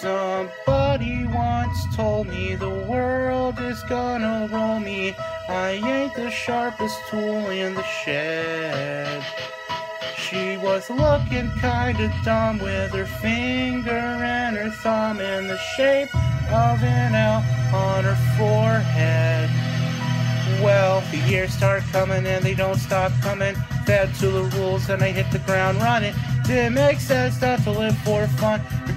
Somebody once told me the world is gonna roll me. I ain't the sharpest tool in the shed. She was looking kinda dumb with her finger and her thumb in the shape of an L on her forehead. Well, the years start coming and they don't stop coming. Fed to the rules and I hit the ground running. Didn't make sense not to live for fun. Your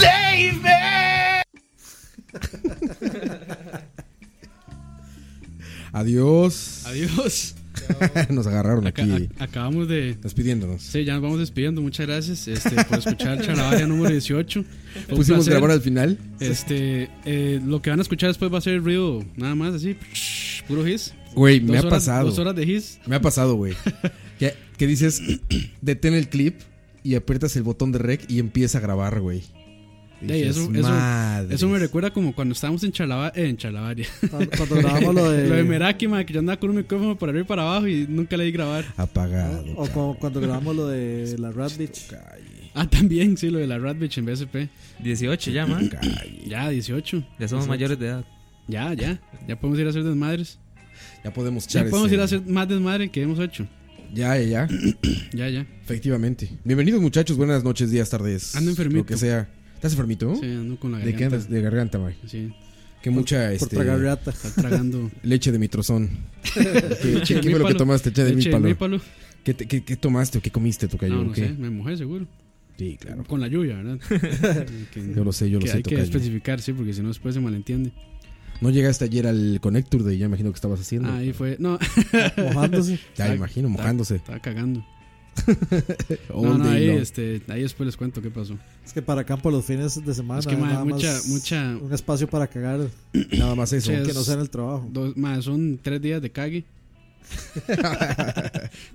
save me! Adiós. Adiós. Nos agarraron Aca- aquí a- acabamos de. despidiéndonos. Sí, ya nos vamos despidiendo. Muchas gracias este, por escuchar Charavaria número 18. Fue un Pusimos placer. grabar al final. Este, eh, lo que van a escuchar después va a ser ruido, nada más así, puro his. Güey, me ha Dos horas- pasado. Dos horas de his. Me ha pasado, güey. que, que dices, detén el clip y aprietas el botón de rec y empieza a grabar, güey. Ey, Dices, eso, eso- "Madres". eso me recuerda como cuando estábamos en, Chalava, eh, en Chalabaria. Cuando cuando grabamos lo de. Lo de Meraki, ma, que yo andaba con un micrófono para arriba y para abajo y nunca le di grabar. Apagado. o cu- cuando grabamos lo de la Rat Beach. Calle, Ah, también, sí, lo de la Rat Bitch en BSP. 18 ya, man. calle. Ya, 18. Ya somos mayores de edad. Ya, ya. Ya podemos ir a hacer desmadres. Ya podemos Ya echar podemos este- ir a hacer más desmadre que hemos hecho. Ya, ya, ya. Ya, ya. Efectivamente. Bienvenidos, muchachos. Buenas noches, días, tardes. Ando enfermito. Lo que sea. ¿Estás enfermito? Sí, ando con la ¿De qué garganta. andas? De garganta, güey. Sí, Que mucha Por este, tragar reata. está tragando. leche de mitrozón. ¿Qué, Leche de qué fue lo que mípalo. tomaste? Leche de Leche mípalo. mípalo. ¿Qué, te- qué- qué tomaste o qué comiste, tocayo? No, no ¿O qué? sé, me mojé seguro. Sí, claro. Con la lluvia, ¿verdad? que, Yo lo sé, yo lo que sé, hay que tocayo. especificar, sí, porque si no después se malentiende. No llegaste ayer al Connector Day, ya imagino que estabas haciendo. Ahí fue. No, Mojándose. ya imagino, mojándose. estaba cagando. No, All Ah. no, ahí, day long. este, ahí después les cuento qué pasó. Es que para campo los fines de Ah, semana. Es que, hay madre, nada mucha- más mucha- Un espacio para cagar. Nada más eso. Sí, es- Que no sea en el trabajo. Dos, más, son tres días de cague.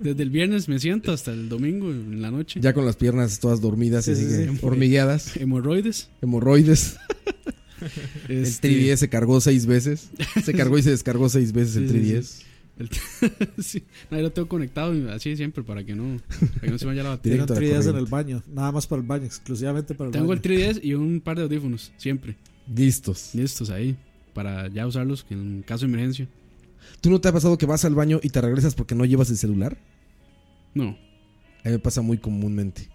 Desde el viernes me siento hasta el domingo en la noche. Ya con las piernas todas dormidas, Sí, así sí, que sí. hormigueadas, Hemorroides. hemorroides. El este, 3DS se cargó seis veces. Se cargó y se descargó seis veces el Sí, sí, 3DS. sí, no, ahí lo tengo conectado así siempre para que no, para que no se vaya la batería. Tienen directo a la 3 en el corriente. baño. Nada más para el baño. Exclusivamente para el Tengo el baño. 3DS y un par de audífonos, siempre. Listos. Listos ahí, para ya usarlos en caso de emergencia. ¿Tú no te ha pasado que vas al baño y te regresas porque no llevas el celular? No, A mí me pasa muy comúnmente.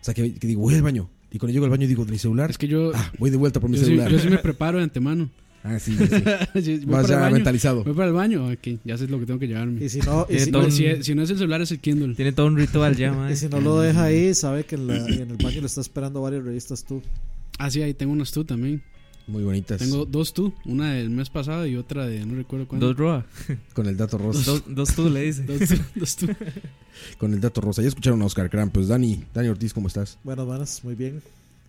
O sea, que, que digo, voy al baño. Y cuando llego al baño digo, mi celular. es que yo, Ah, voy de vuelta por mi yo, sí, celular. yo sí me preparo de antemano. Ah, sí, sí, sí. Sí, voy, Vas ya para el baño, mentalizado. voy para el baño, ok, ya sé lo que tengo que llevarme. Y si no, y Tiene si, todo No, un- si, es- si no es el celular, es el Kindle. Tiene todo un ritual ya, man. y si no lo Eh. deja ahí, sabe que en, la- en el baño le está esperando varias revistas tú. Ah, sí, ahí tengo unas tú también. Muy bonitas. Tengo dos tú, una del mes pasado y otra de no recuerdo cuándo. Dos Roa. Con el dato rosa. Dos, dos tú le dice. Dos tú, dos tú. Con el dato rosa. Ya escucharon a Oscar Krampus. Dani, Dani Ortiz, ¿cómo estás? Buenas, buenas. Muy bien.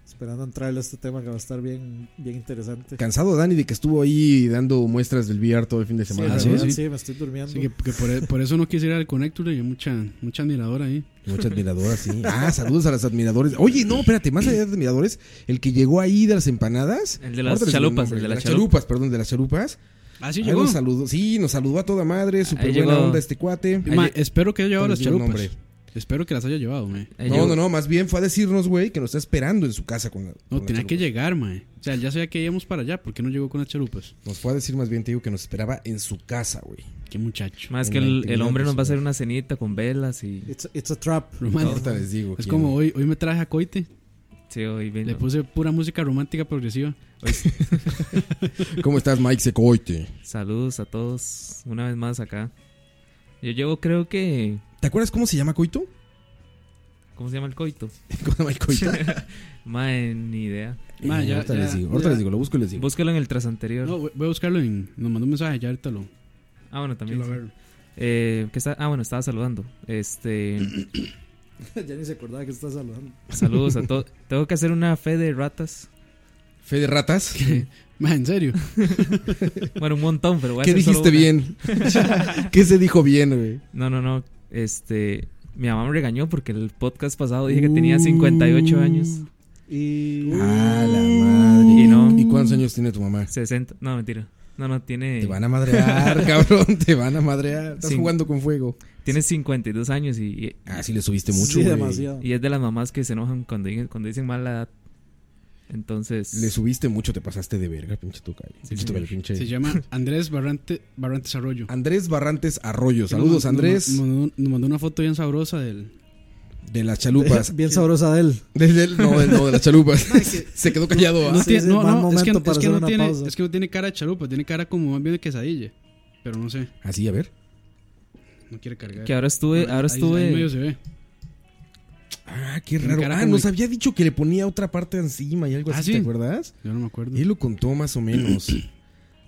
Esperando entrarle a este tema que va a estar bien, bien interesante. Cansado, Dani, de que estuvo ahí dando muestras del VR todo el fin de Sí, semana. sí, ¿no? ¿verdad? sí. Sí, me estoy durmiendo. Así que, que por, e- por eso no quise ir al Connector, hay mucha, mucha admiradora ahí. Mucha admiradora, sí. Ah, saludos a las admiradores. Oye, no, espérate, más allá de admiradores, el que llegó ahí de las empanadas. El de las Ahorita les digo chalupas, nombre, el de las chalupas, perdón, de las chalupas. Ah, sí, Ahí llegó. nos saludó. Sí, nos saludó a toda madre, súper Ahí buena llegó. onda este cuate. Ma, Ahí lle- espero que haya llevado Pero las di un chalupas. nombre. Espero que las haya llevado, mae. Ahí no, llegó. no, no, más bien fue a decirnos, güey, que nos está esperando en su casa con la. No, con las tenía que chalupas. llegar, mae. O sea, ya sabía que íbamos para allá. ¿Por qué no llegó con las chalupas? Nos fue a decir más bien, te digo, que nos esperaba en su casa, güey. Qué muchacho. Más que En la el, intimidad el hombre de nos su va a hacer una cenita con velas y. It's, it's a trap. Romántico. Ahorita les digo. Es quién. como hoy, hoy me traje a Coite. Sí, hoy vino. Le puse pura música romántica progresiva. ¿Cómo estás, Mike Secoite? Saludos a todos una vez más acá. Yo llevo, creo que. ¿Te acuerdas cómo se llama Coito? ¿Cómo se llama el coito? ¿Cómo se llama el Coito? Mae, ni idea. Ma, Eh, ya- ahorita ya- les digo, ahorita ya. les digo, lo busco y les digo. Búscalo en el tras anterior. No, voy voy a buscarlo en. Nos mandó un mensaje, ya ahorita lo. Ah, ya bueno, lo también. sí. agarro. Eh, ¿qué está? Ah, bueno, estaba saludando. Este. ya ni se acordaba que estás saludando. Saludos a todos. Tengo que hacer una fe de ratas. Fe de ratas. ¿Qué, Ma, en serio. Bueno, un montón, pero voy a hacer solo dijiste una. bien? ¿Qué se dijo bien, güey? No, no, no. Este. Mi mamá me regañó porque el podcast pasado dije que tenía Uh. 58 años. Y. Mm. Ah, la madre. Y no. ¿Y cuántos años tiene tu mamá? 60. No, mentira. No, no, tiene. Te van a madrear, cabrón. Te van a madrear. Estás Sí. jugando con fuego. Tiene 52 años y, y- Ah, sí, le subiste mucho, sí, güey. demasiado. y es de las mamás que se enojan cuando, dicen- cuando dicen mal la edad. Entonces. Le subiste mucho, te pasaste de verga, pinche tocayo. Pinche tocayo, pinche- Se llama Andrés Barrante, Barrantes Arroyo. Andrés Barrantes Arroyo. Ah, Saludos, Nos- Andrés. Nos, mandó- nos mandó una foto bien sabrosa del. De las chalupas. Bien sabrosa de él. Desde el- no, del- no, de las chalupas. Se quedó callado. No ah. sí, tiene, es el no, mal no, es que, momento para es que hacer no una tiene, pausa. es que no tiene cara de chalupa, tiene cara como más bien de quesadilla. Pero no sé, Así, Ah, a ver. no quiere cargar. Que ahora estuve. Ahora Ahí- ahí medio estuve. se ve. Ah, qué Tiene raro. cara Ah, como nos de- había dicho que le ponía otra parte encima y algo Ah, así, sí. ¿te acuerdas? Yo no me acuerdo. Él lo contó más o menos.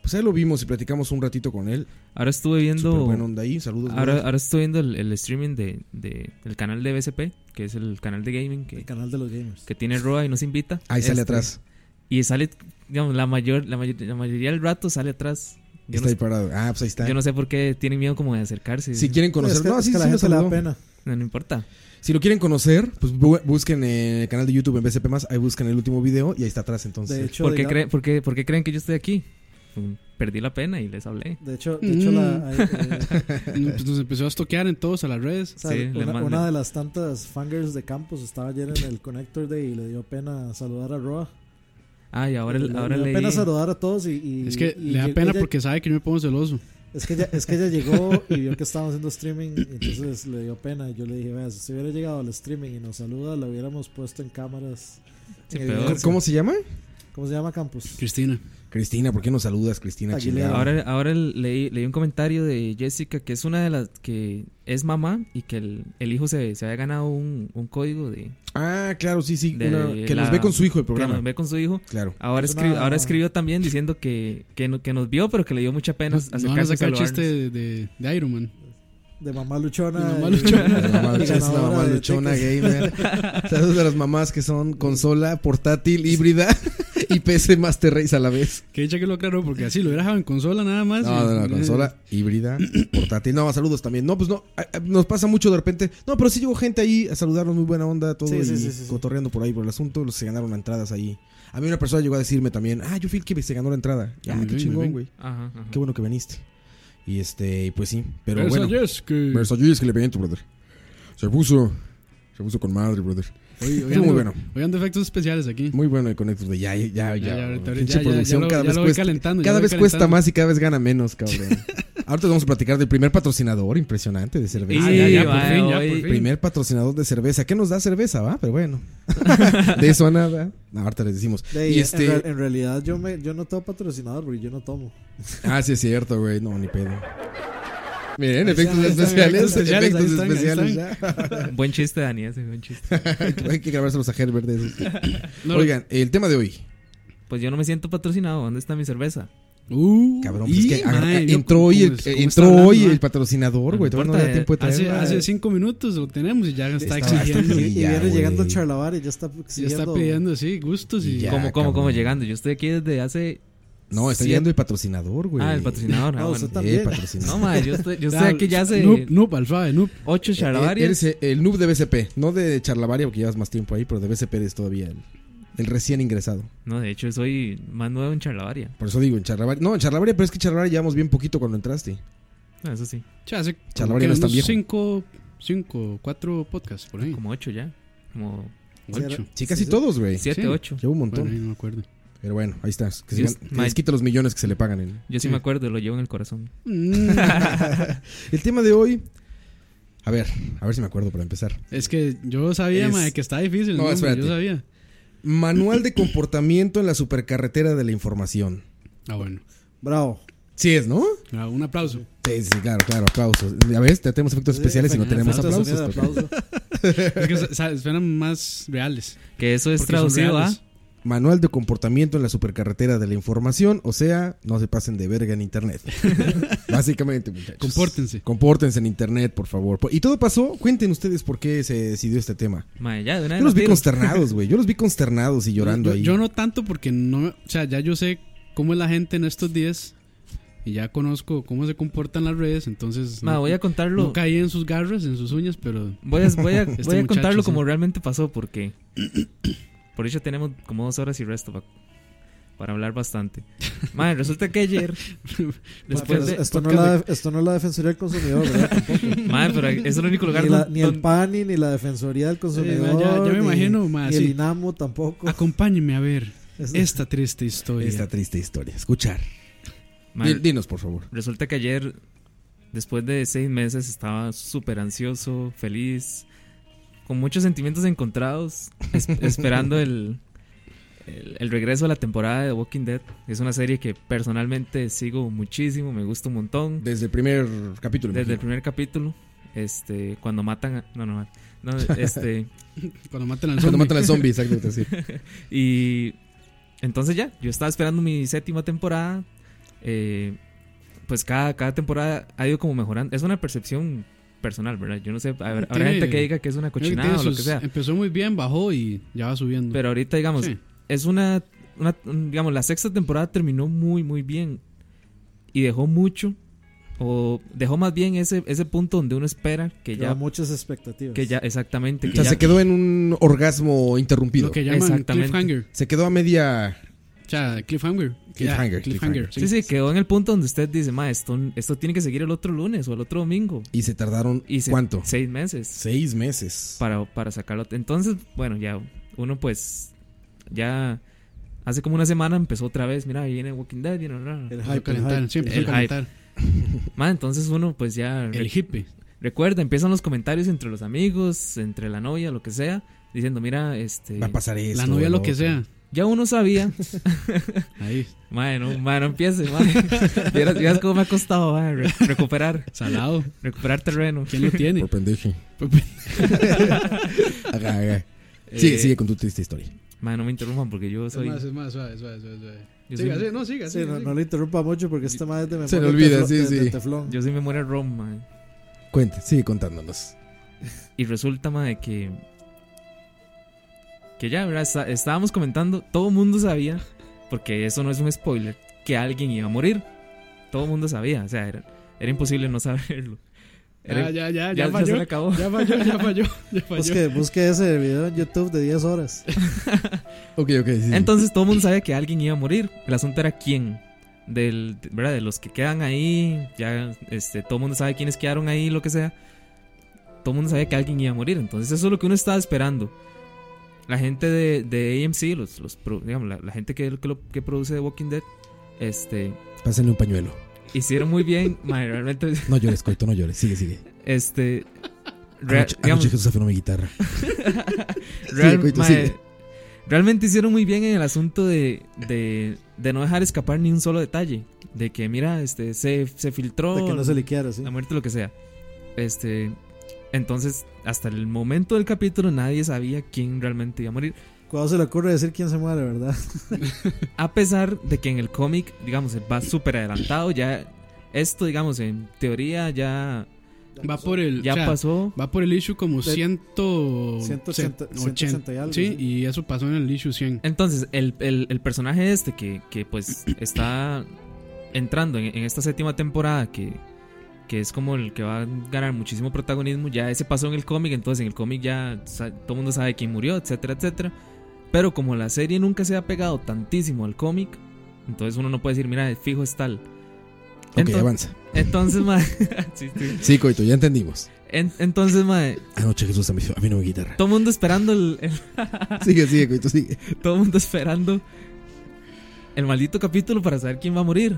Pues ahí lo vimos y platicamos un ratito con él. Ahora estuve Súper viendo. buena onda ahí. Saludos. Ahora, güey. ahora estoy viendo el, el streaming de, de- del canal de BSP, que es el canal de gaming El que, canal de los gamers. que tiene Roa y nos invita. Ahí sale Este, atrás. Y sale, digamos, la, mayor, la, mayor- la mayoría del rato sale atrás. Yo Está no, ahí parado. Ah, pues ahí está. yo no sé por qué tienen miedo como de acercarse. Si quieren conocer, Es que- no, es sí, que a la sí, lo gente le da saludó. pena. No, no importa. Si lo quieren conocer, pues bu- busquen eh, el canal de YouTube en BCP más, ahí buscan el último video y ahí está atrás entonces. De hecho, ¿Por qué, diga- creen- por qué- por qué creen que yo estoy aquí? Mm, Perdí la pena y les hablé. De hecho, de hecho la, eh, No, pues nos empezó a estoquear en todos a las redes. o sea, Sí, le una, mando. una de las tantas fangirls de Campos estaba ayer en el Connector Day y le dio pena saludar a Roa. Ah, y ahora, le, le ahora dio leí. pena saludar a todos y... y- Es que y le da lleg- pena ella- porque sabe que yo me pongo celoso. Es que, ella, es que ella llegó y vio que estábamos haciendo streaming y entonces le dio pena. Yo le dije, vea, si usted hubiera llegado al streaming y nos saluda, lo hubiéramos puesto en cámaras. en Sí, peor. ¿Cómo, evidencia. cómo se llama? ¿Cómo se llama Campos? Cristina. Cristina, ¿por qué no saludas, Cristina? Aguilera. chingada? Ahora, ahora leí, leí un comentario de Jessica que es una de las que es mamá y que el, el hijo se, se había ganado un, un código de Ah, claro, sí, sí. De una- que la- nos ve con su hijo el que programa. nos ve con su hijo. Claro. Ahora, Es escri- una- ahora escribió también diciendo que, que, no- que nos vio, pero que le dio mucha pena Nos, nos van a acercarse sacar a el saludarnos. chiste de, de- de Iron Man. De mamá luchona. De mamá y- luchona. La mamá, y es la ganadora mamá de luchona tickets. gamer. Saludos a las mamás que son consola, portátil, híbrida y PC Master Race a la vez. Que dicha que lo aclaró, porque así lo hubiera dejado en consola nada más. No, y- no, no, consola híbrida, portátil. No, saludos también. No, pues no, a- a- nos pasa mucho de repente. No, pero sí llegó gente ahí a saludarnos, muy buena onda, todo Sí, sí, y sí, sí, sí. cotorreando por ahí por el asunto. Los se ganaron entradas ahí. A mí una persona llegó a decirme también, ah, yo fui el que se ganó la entrada. Ya, Ah, muy qué bien, muy chingón, bien. güey. Ajá, ajá. Qué bueno que viniste. Y este, pues sí, pero Esa bueno. Jess que- Versalles que le pegué en tu brother. Se puso, se puso con madre, brother. Hoy, hoy Estuvo ando- muy bueno. hoy ando efectos especiales aquí. Muy bueno el Connector de ya, ya, ya. Ya, ya, ya, ahorita- pinche ya, ya, ya producción lo- cada ya vez lo voy cuesta- calentando, Ah, ya cada lo voy vez cuesta calentando. más y cada vez gana menos, cabrón. Ahorita vamos a platicar del primer patrocinador impresionante de Y cerveza. Ah, ya, ya, por va, fin, ya, hoy- por fin. Primer patrocinador de cerveza. ¿Qué nos da cerveza, va? Pero bueno. de eso a nada. No, Ahorita les decimos. De- y en este... real- en, realidad yo, me, yo no tengo patrocinador porque yo no tomo. Ah, sí es cierto, güey. No, ni pedo. Miren, efectos ahí están, especiales. efectos especiales, Efectos ahí están, ahí especiales ya. Buen chiste, Dani, ese buen chiste. Hay que grabárselos a Herbert de esos. No, Oigan, el tema de hoy. Pues yo no me siento patrocinado. ¿Dónde está mi cerveza? Uh, Cabrón, pues es y, que mae, ah, vio entró cómo- hoy el, cómo es- eh, cómo entró está hoy hablando, Ah, el patrocinador, No güey. Todavía no importa, había tiempo de eh, traerla. Hace, hace cinco minutos lo tenemos y ya está estaba- Y, exigiendo. Sí, y ya, viene llegando güey. Charlavar y ya está Ya está exigiendo- pidiendo, sí, gustos y. Ya, ¿Cómo, cómo, cómo cabrón. llegando? Yo estoy aquí desde hace. ah, No, está siete- llegando el patrocinador, güey. Ah, el patrocinador. ah, No, bueno. usted Eh, También. No, patrocinador. madre, yo estoy, yo Ya, estoy aquí ya hace Noob, noob, alfa, noob. ocho Eh, charlavarias. Eres eh, el noob de BCP. No de Charlavaria, porque llevas más tiempo ahí, pero de BCP eres todavía el, el recién ingresado. No, de hecho, soy más nuevo en charlavaria. Por eso digo, en Charlavaria. No, en Charlavaria, pero es que en Charlavaria llevamos bien poquito cuando entraste. No, eso sí, Ya hace Chalabar como ya no es tan unos viejo. cinco, cinco, cuatro podcasts por ahí. como ocho ya. Como Ocho. Sí, casi sí. todos, güey. siete, Sí. ocho. Llevo un montón. Bueno, ahí no me acuerdo. Pero bueno, ahí está. Que se Just- gan- que les quita los millones que se le pagan. En... Yo sí, Sí. me acuerdo, lo llevo en el corazón. Mm, El tema de hoy. A ver, a ver si me acuerdo para empezar. es que yo sabía, Es- mae, que está difícil. el No, nombre, espérate. Yo sabía. Manual de comportamiento en la supercarretera de la información. Ah, bueno. Bravo. Sí es, ¿no? Ah, Un aplauso. Sí, sí, claro, claro, aplausos. Ya ves, te tenemos efectos especiales y no tenemos Efectos, aplausos. sonido pero- de aplauso. Es que sa- sa- suenan más reales. Que eso porque es son traducido a. ¿ah? reales. Manual de comportamiento en la supercarretera de la información, o sea, no se pasen de verga en internet. Básicamente, muchachos. Compórtense. Compórtense en internet, por favor. Y todo pasó, cuenten ustedes por qué se decidió este tema. Mae, ya, de una vez Yo los la vi tiro. consternados, güey. Yo los vi consternados y llorando yo, ahí. Yo no tanto porque no. O sea, ya yo sé cómo es la gente en estos días. Y ya conozco cómo se comportan las redes. Entonces. Mae, no, voy a contarlo. no caí en sus garras, en sus uñas, pero. Voy a, voy a, voy a muchacho, contarlo sí. como realmente pasó, porque por eso tenemos como dos horas y resto pa- para hablar bastante. Madre, resulta que ayer, después Pero de. Pues, esto, no podcast la, esto no es la Defensoría del Consumidor, ¿verdad? Tampoco. de- Mae, pero es el único lugar Ni, la- don- ni el don- PANI, ni la Defensoría del Consumidor. eh, ya- ya me ni- imagino, Ah, ma, Ni sí. el INAMO tampoco. Acompáñenme a ver Es- esta triste historia. Esta triste historia. Escuchar. Mae, Di- Dinos, por favor. resulta que ayer, después de seis meses, estaba súper ansioso, feliz, con muchos sentimientos encontrados, es- esperando el, el, el regreso a la temporada de Walking Dead. Es una serie que personalmente sigo muchísimo, me gusta un montón. Desde el primer capítulo. Desde el imagino. primer capítulo, este, cuando matan a, no, no, no, este, Cuando maten al Cuando zombie. matan al zombie, exactamente así. y entonces ya, yo estaba esperando mi séptima temporada, eh, pues cada, cada temporada ha ido como mejorando, es una percepción personal, ¿verdad? Yo no sé, a ver, habrá Tiene- gente que diga que es una Creo que cochinada tiene o lo que sus- sea, Empezó muy bien, bajó y ya va subiendo. pero ahorita digamos, Sí. es una, una- un- digamos, la sexta temporada terminó muy, muy bien y dejó mucho, o dejó más bien ese, ese punto donde uno espera que Lleva ya... muchas expectativas. Que ya, exactamente. O Que sea, ya- se quedó en un orgasmo interrumpido. Lo que llaman Exactamente. cliffhanger. Se quedó a media. O sea, cliffhanger. Cliffhanger, Ya, cliffhanger. cliffhanger. Sí, sí, quedó en el punto donde usted dice, ma, esto, esto tiene que seguir el otro lunes o el otro domingo. Y se tardaron. Y se- ¿Cuánto? Seis meses Seis meses. para, para sacarlo. Entonces, bueno, ya uno pues ya hace como una semana empezó otra vez, mira, ahí viene Walking Dead, viene... bla, bla, bla. El Empezó a hype, el calentar, hype. sí, pues, empezó El a calentar. Ma, entonces uno pues ya... re- El hippie. recuerda, empiezan los comentarios entre los amigos, entre la novia, lo que sea, diciendo, mira, este... Va a pasar esto. La novia, lo que otro. sea. Ya uno sabía... Ahí, ma, no, ma, no empiece, ma. Vieras, vieras cómo me ha costado, ma, re- recuperar, salado. recuperar terreno. ¿Quién lo tiene? Por pendeje. Haga, haga. Eh, Sigue, sigue con tu triste historia. Ma, no me interrumpan porque yo soy. Es más, es más, suave, suave, suave, suave. Yo siga, soy- sí, no, siga, Sí, siga, no, siga. no le interrumpa mucho porque este más es de memoria. Se le olvida, de sí, teflón- de- de sí. teflón. Yo soy memoria ROM, ma. Cuente, sigue contándonos. Y resulta, ma, de que. Que ya, ¿verdad? Está- estábamos comentando, todo el mundo sabía, porque eso no es un spoiler, que alguien iba a morir. Todo el mundo sabía, o sea, era, era imposible no saberlo. Era- Ya, ya, ya, Ah, ya- ya ya se le falló. acabó. Ya falló, ya falló, ya falló. Busque, busque ese video en YouTube de 10 horas. Ok, ok. sí, sí. Entonces todo el mundo sabía que alguien iba a morir. El asunto era quién. Del, ¿Verdad? De los que quedan ahí. Ya este, todo el mundo sabe quiénes quedaron ahí, lo que sea. Todo el mundo sabía que alguien iba a morir. Entonces eso es lo que uno estaba esperando. La gente de, de AMC, los, los pro- digamos, la, la gente que, que, lo- que produce The Walking Dead, este, Pásenle un pañuelo. hicieron muy bien. madre, realmente, No llores, Coito, no llores. Sigue, sigue. este. re- Anoche, digamos, anoche Jesús afinó mi guitarra. Real- Sigue, Coito, mae, sigue. Realmente hicieron muy bien en el asunto de, de, de no dejar escapar ni un solo detalle. De que, mira, este, se, se filtró de que no se liqueara, sí. la muerte, lo que sea. Este, entonces, hasta el momento del capítulo, nadie sabía quién realmente iba a morir. Cuando se le ocurre decir quién se muere, ¿verdad? A pesar de que en el cómic, digamos, va súper adelantado. Ya, esto, digamos, en teoría ya, Va por el. ya o sea, pasó. Va por el issue como De- 180, 180. 180 y algo, Sí, sí. y eso pasó en el issue 100. Entonces, el, el- el personaje este que, que, pues está entrando en, en esta séptima temporada, que, que es como el que va a ganar muchísimo protagonismo, ya ese pasó en el cómic, entonces en el cómic ya sa- todo el mundo sabe quién murió, etcétera, etcétera. Pero como la serie nunca se ha pegado tantísimo al cómic, entonces uno no puede decir, mira, de fijo es tal. Ok, Entonces, avanza. entonces, ma- sí, sí. Sí, Coito, ya entendimos. En- entonces, mae, Anoche Jesús afinó afinó mi guitarra. todo el mundo esperando el- el, Sigue, sigue, Coito, sigue. Todo el mundo esperando el maldito capítulo para saber quién va a morir.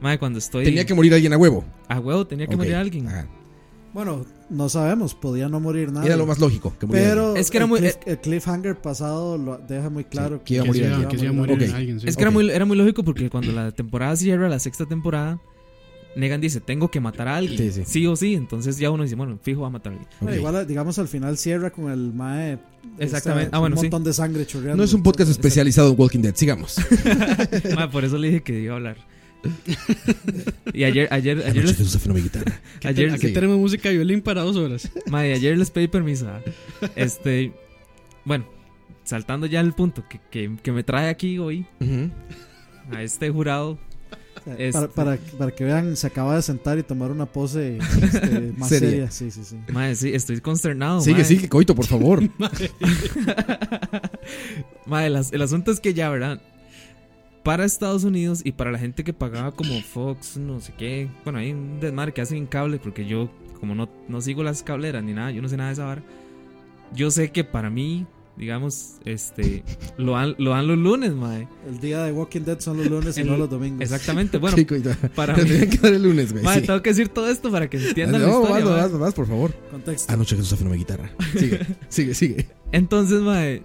Madre, cuando estoy. Tenía que morir alguien a huevo. A huevo, tenía que Ok, Ah, morir alguien. ajá. Bueno, no sabemos, podía no morir nada. Era lo más lógico. Que muriera alguien. Pero Es que era el, muy- cliff- el cliffhanger pasado lo deja muy claro. que iba a Que morir se alguien. iba- que se iba a morir Ok. alguien. sí. Es que era, Ok. muy, era muy lógico porque cuando la temporada cierra, la sexta temporada, Negan dice, tengo que matar a alguien. Sí, Sí, sí. o sí. Entonces ya uno dice, bueno, fijo, va a matar a alguien. Ok. Bueno, Igual, digamos, al final cierra con el mae. Exactamente. este, Ah, bueno, Un sí. montón de sangre chorreando. No es un podcast especializado en Walking Dead, sigamos. Ma, por eso le dije que iba a hablar. y ayer, ayer, ayer, Anoche les, te desafinó mi guitarra. ayer, Aquí sí. tenemos música de violín para dos horas. ma, y ayer les pedí permiso. ah. Este, bueno, saltando ya al punto que, que- que me trae aquí hoy, Ujú. a este jurado. eh, Para, Este- para, para que vean, se acaba de sentar y tomar una pose este, más Seria. seria. Sí, sí, sí. Ma, sí, estoy consternado. Sigue, ma. sigue, coito, por favor. Madre, las- el asunto es que ya, ¿verdad? Para Estados Unidos y para la gente que pagaba como Fox, no sé qué. Bueno, hay un desmadre que hacen en cable porque yo, como no, no sigo las cableras ni nada, yo no sé nada de esa vara. Yo sé que para mí, digamos, este, lo dan, lo dan los lunes, madre. El día de Walking Dead son los lunes y El- no los domingos. Exactamente, bueno, Sí, coito. para mí. Tendrían que dar el lunes, güey. Madre, sí. tengo que decir todo esto para que se entienda la No, vas, historia. vas, mae. vas, vas, por favor. Contexto. Ah, Anoche Jesús afinó mi guitarra. Sigue, sigue, sigue. Entonces, mae,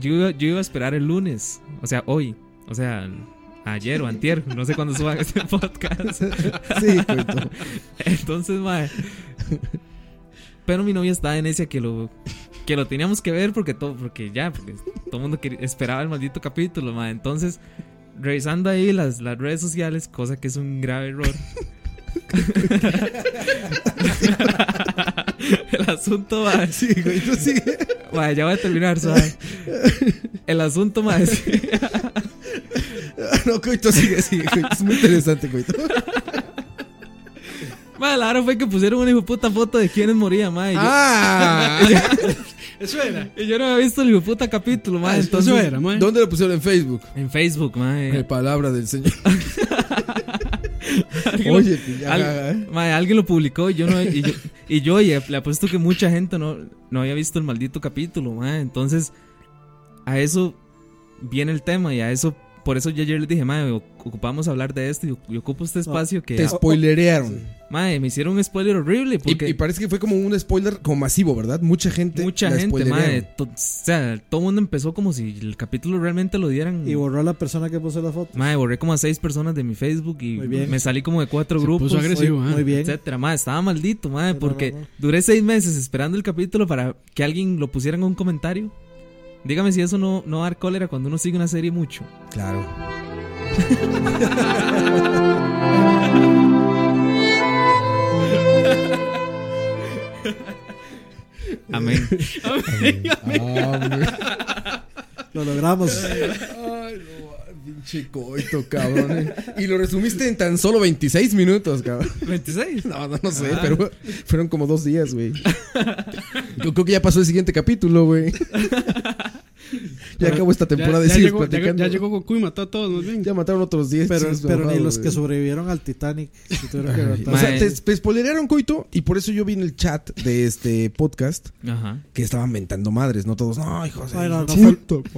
yo iba, yo iba a esperar el lunes, o sea, hoy, o sea, ayer o antier, no sé cuándo suban este podcast. Sí, coito. Entonces, mae, pero mi novia estaba en ese que lo que lo teníamos que ver porque todo porque ya, porque todo el mundo quería- esperaba el maldito capítulo, mae. Entonces, revisando ahí las las redes sociales, cosa que es un grave error. el asunto, mae, Sí, coito, sigue. Mae, ya voy a terminar, ¿sabes? El asunto, mae, es que- Ah, No, coito, sigue, sigue. coito. Es muy interesante, coito. mae, la hora fue que pusieron una hijo puta foto de quienes morían, mae. y yo- Ah, Eso era. Y yo no había visto el hijo puta capítulo, Ah, mae. Entonces, Eso era, mae. ¿dónde lo pusieron en Facebook? en Facebook, Eh, mae. palabra del señor. Alguien lo- Oye, ya, ¿eh? al- mae, alguien lo publicó y yo no y yo, y yo, y le apuesto que mucha gente no, no había visto el maldito capítulo, mae. Entonces, a eso viene el tema y a eso por eso yo ayer les dije, mae, o- ocupamos hablar de esto y, y ocupo este espacio que te spoilerearon. mae, me hicieron un spoiler horrible porque Y, y parece que fue como un spoiler como masivo, ¿verdad? Mucha gente. Mucha la gente, spoilerearon. madre. to- o sea, todo el mundo empezó como si el capítulo realmente lo dieran. Y borró a la persona que puso la foto. Madre, borré como a seis personas de mi Facebook y Muy bien. me salí como de cuatro Se grupos, puso agresivo, muy, ah. muy bien. etcétera. Madre, estaba maldito, madre, No, no, porque no. duré seis meses esperando el capítulo para que alguien lo pusiera en un comentario. Dígame si eso no, no va a dar cólera cuando uno sigue una serie mucho. Claro. Eh, Amén. Ah, hombre. Lo logramos. Ay, no, pinche coito, cabrón. eh. Y lo resumiste en tan solo 26 minutos, cabrón. 26. No, no, no sé, pero fueron como dos días, güey. Yo creo que ya pasó el siguiente capítulo, güey. Ya acabó esta temporada ya, y ya sigues llegó, ya- platicando. ya llegó Goku y mató a todos, más bien. Ya mataron otros 10. Pero, chicos, pero ni mamados, los que güey. sobrevivieron al Titanic. se tuvieron que O levantar. sea, Mae. te, te spoilerearon, coito, y por eso yo vi en el chat de este podcast Ajá. que estaban mentando madres, no todos. No, hijos. de Ay, no, no puta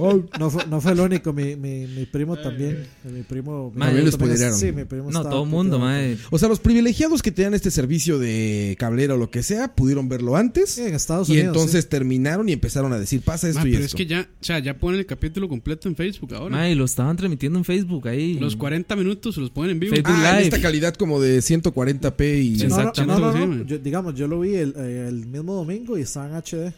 madre". No fue, no fue el único, mi, mi, mi primo también. Mi primo. mi Mae, primo también lo es- spoilearon. Sí, mi primo No, estaba todo el mundo, puteado. madre. O sea, los privilegiados que tenían este servicio de cablera o lo que sea pudieron verlo antes. Sí, en Estados Y Unidos. entonces terminaron y empezaron a decir, pasa esto Ma, y pero es esto. que ya, o sea, ya ponen el capítulo completo en Facebook ahora. Madre, lo estaban transmitiendo en Facebook ahí. Los 40 minutos se los ponen en vivo. Facebook. Ah, en Live. esta calidad como de 140p y sí. No, no, Exactamente. no, no, no. Sí, mae. Yo- digamos, yo lo vi el, eh, el mismo domingo y estaba en HD.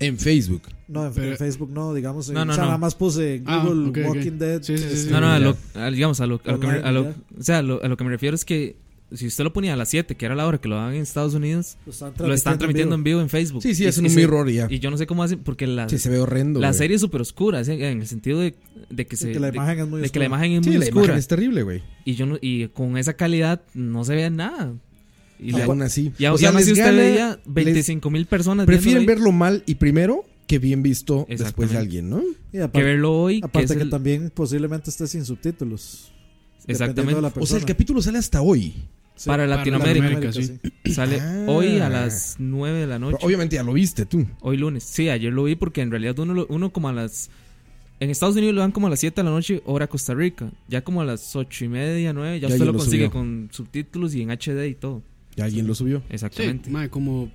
en Facebook. No, en, Pero- en Facebook no, digamos. en- No, no, o sea, no. nada más puse en Ah, Google ok, ok. Walking Dead. Sí, sí, sí, este, sí. No, no, a Ya. Pues lo, a- digamos, a lo, a lo que me, Online, a lo- ya. o sea, a lo, a lo que me refiero es que si usted lo ponía a las 7, que era la hora que lo daban en Estados Unidos, lo están transmitiendo en vivo en Facebook. Sí, sí, Y- hacen y un se- mirror y ya. Y yo no sé cómo hacen, porque la, Sí, se ve horrendo. la güey. serie es súper oscura, así, en el sentido de, de que, se, que la de- imagen es muy de que oscura. la imagen es Sí, muy la oscura. imagen es terrible, güey. Y, yo no, y con esa calidad no se vea nada. Y, Y la- aún así. y a- Ah, O y sea, aún así les usted gana- veía les- 25 mil personas. Prefieren viéndolo verlo mal y primero que bien visto después Exactamente. de alguien, ¿no? Y ahí, que aparte, verlo hoy. aparte que que, es el- también posiblemente esté sin subtítulos. Exactamente. dependiendo de la O sea, el persona. capítulo sale hasta hoy. Sí. para para Latinoamérica. Latinoamérica, sí. Sale Ah. hoy a las 9 de la noche. Pero obviamente ya lo viste tú. Hoy lunes. Sí, ayer lo vi porque en realidad uno, lo- uno como a las... En Estados Unidos lo dan como a las 7 de la noche, hora Costa Rica. Ya como a las 8 y media, 9, ya, Ya usted alguien lo lo consigue subió. con subtítulos y en HD y todo. Ya alguien lo subió. Sí, Exactamente. mae, como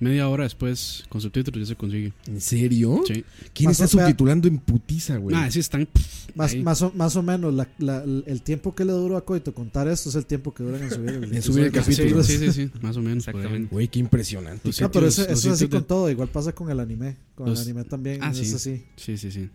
Media hora después, con subtítulos ya se consigue. ¿En serio? Sí. ¿Quién Pasó, está vea. subtitulando en putiza, güey? Ah, sí, están. Más, Ahí. más, o, más o menos, la- la- el tiempo que le duró a Coito contar esto es el tiempo que duran en subir el En subir el capítulo. Sí, sí, sí, sí, más o menos. por ahí. Exactamente. Güey, qué impresionante. Los No, Ah, pero sitios- eso, los eso es así sitios de- con todo. Igual pasa con el anime. Con Los- el anime también Ah, es sí. así. Sí, sí, sí.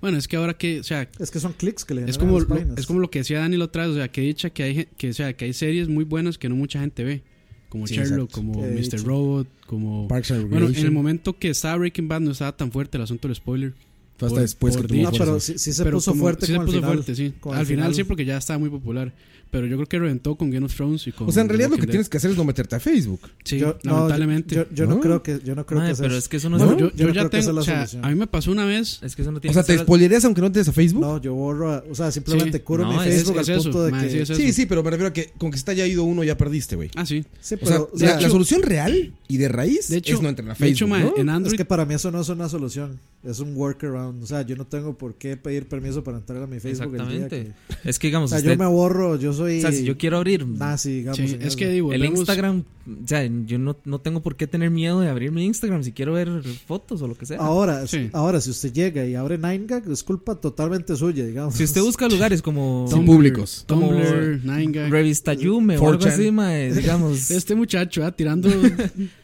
Bueno, es que ahora que, o sea, Es que son clics que le es generan como, las lo- páginas. es como lo que decía Dani la otra vez, o sea, que dicha que hay, gen- que, o sea, que hay series muy buenas que no mucha gente ve, como Sí, Sherlock, exacto. como Qué Mr. dicha. Robot, como... Parks and Bueno, Recreation. en el momento que estaba Breaking Bad no estaba tan fuerte el asunto del spoiler. Fue hasta por- después por que dicha. tuvo No, pero fuerza. sí, sí se Pero puso como- fuerte sí con se puso el final. fuerte, sí. con el al final, final. sí, porque ya estaba muy popular. Pero yo creo que reventó con Game of Thrones y con... O sea, en realidad lo Walking que Dead. tienes que hacer es no meterte a Facebook. Sí, Yo- no, lamentablemente. yo, yo, yo no, No. creo que, yo no creo Mae, que sea pero eso. es que eso no, Bueno, No, yo, yo yo no ya creo que esa tengo... es la o sea, solución. a mí me pasó una vez... es, es que eso no O tiene sea, que ¿te ser- spoilerías aunque no te des a Facebook? No, yo borro. O sea, simplemente Sí. curo No, mi es- Facebook es al eso, punto de mae, que. sí, es eso. Sí, sí, pero me refiero a que con que se te haya ido uno ya perdiste, güey. Ah, sí. Sí, O sea, pero. o la, sea, la solución real y de raíz De hecho, es no entrar a de hecho, Facebook. ma, ¿no? en Es Android que para mí eso no es una solución, es un workaround. O sea, yo no tengo por qué pedir permiso para entrar a mi Facebook. el día Exactamente. que- Es que O digamos, sea, usted- yo me borro, yo soy o sea, si yo quiero abrir nazi, digamos. Sí, en es eso. que digo, el Instagram, o sea, yo no, no tengo por qué tener miedo de abrir mi Instagram si quiero ver fotos o lo que sea. Ahora, Sí. ahora, si usted llega y abre 9gag, es culpa totalmente suya, digamos. Si usted busca lugares como Son públicos. Tumblr, Nine Gag. Revista Yume o algo 4chan. así, mae, digamos. Este muchacho, ah, tirando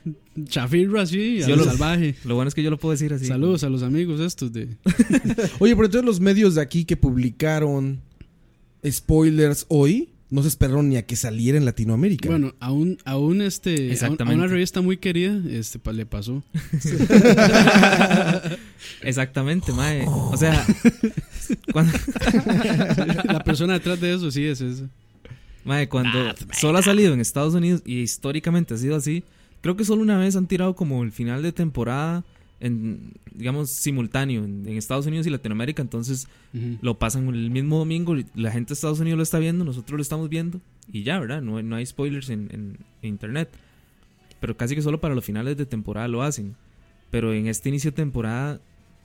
chafirro así, a Yo lo lo- salvaje. Lo bueno es que yo lo puedo decir así. Saludos a los amigos estos de... Oye, pero entonces los medios de aquí que publicaron spoilers hoy no se esperaron ni a que saliera en Latinoamérica. Bueno, a un, a un, este, a, un- a Exactamente. una revista muy querida este, pa- le pasó. Exactamente, mae. O sea, cuando, La persona detrás de eso sí es eso. mae, cuando solo ha salido en Estados Unidos y históricamente ha sido así, creo que solo una vez han tirado como el final de temporada en digamos simultáneo en, en Estados Unidos y Latinoamérica, entonces Ujú. lo pasan el mismo domingo, y la gente de Estados Unidos lo está viendo, nosotros lo estamos viendo y ya, ¿verdad? No, no hay spoilers en, en- en internet. Pero casi que solo para los finales de temporada lo hacen. Pero en este inicio de temporada,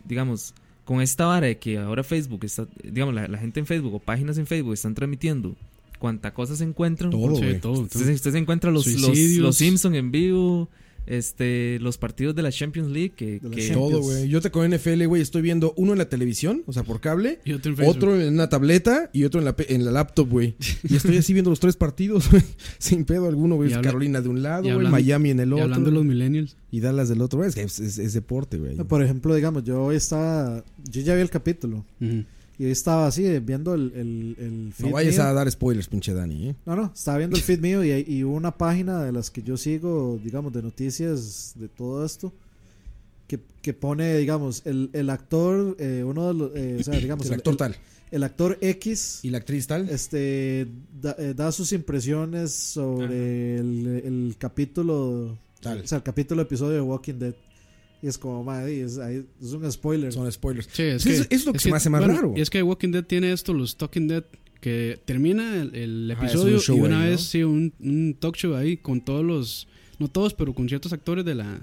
digamos, con esta vara de que ahora Facebook está, digamos, la, la gente en Facebook o páginas en Facebook están transmitiendo cuánta cosa se encuentran. Todo, Sí, güey. todo, todo. Usted, se- usted se encuentra los, los, Suicidios. los Simpsons en vivo, este, los partidos de la Champions League, que, De la que- Champions. Eh, Todo, güey. Yo te con NFL, güey, estoy viendo uno en la televisión, o sea, por cable, Y otro en Facebook. otro en una tableta y otro en la, pe- en la laptop, güey. Y estoy así viendo los tres partidos, güey. Sin pedo alguno, güey. Y Es habla- Carolina de un lado, y güey. hablando- Miami en el Y otro. hablando de los millennials. Y Dallas del otro. güey. Es que es, es- es deporte, güey. Por ejemplo, digamos, yo hoy estaba. Yo ya vi el capítulo Ujú. y hoy estaba así, eh, viendo el, el, el feed No vayas mío. a dar spoilers, pinche Dani, ¿eh? No, no, estaba viendo el feed mío y, y hubo una página de las que yo sigo, digamos, de noticias de todo esto, que, que pone, digamos, el, el actor, eh, uno de los, eh, o sea, digamos, el actor tal. el actor X, Y la actriz tal. este, da, eh, da sus impresiones sobre el, el capítulo, Tal. o sea, el capítulo episodio de Walking Dead. Y es como, madre, es, ahí- es un spoiler. Son spoilers. Sí, Eso- es que, eso es lo que se me hace más raro. Y es que Walking Dead tiene esto, los Talking Dead, que termina el, el Ajá, episodio es un show y una ahí, ¿no? vez sí un, un talk show ahí con todos los, no todos, pero con ciertos actores de la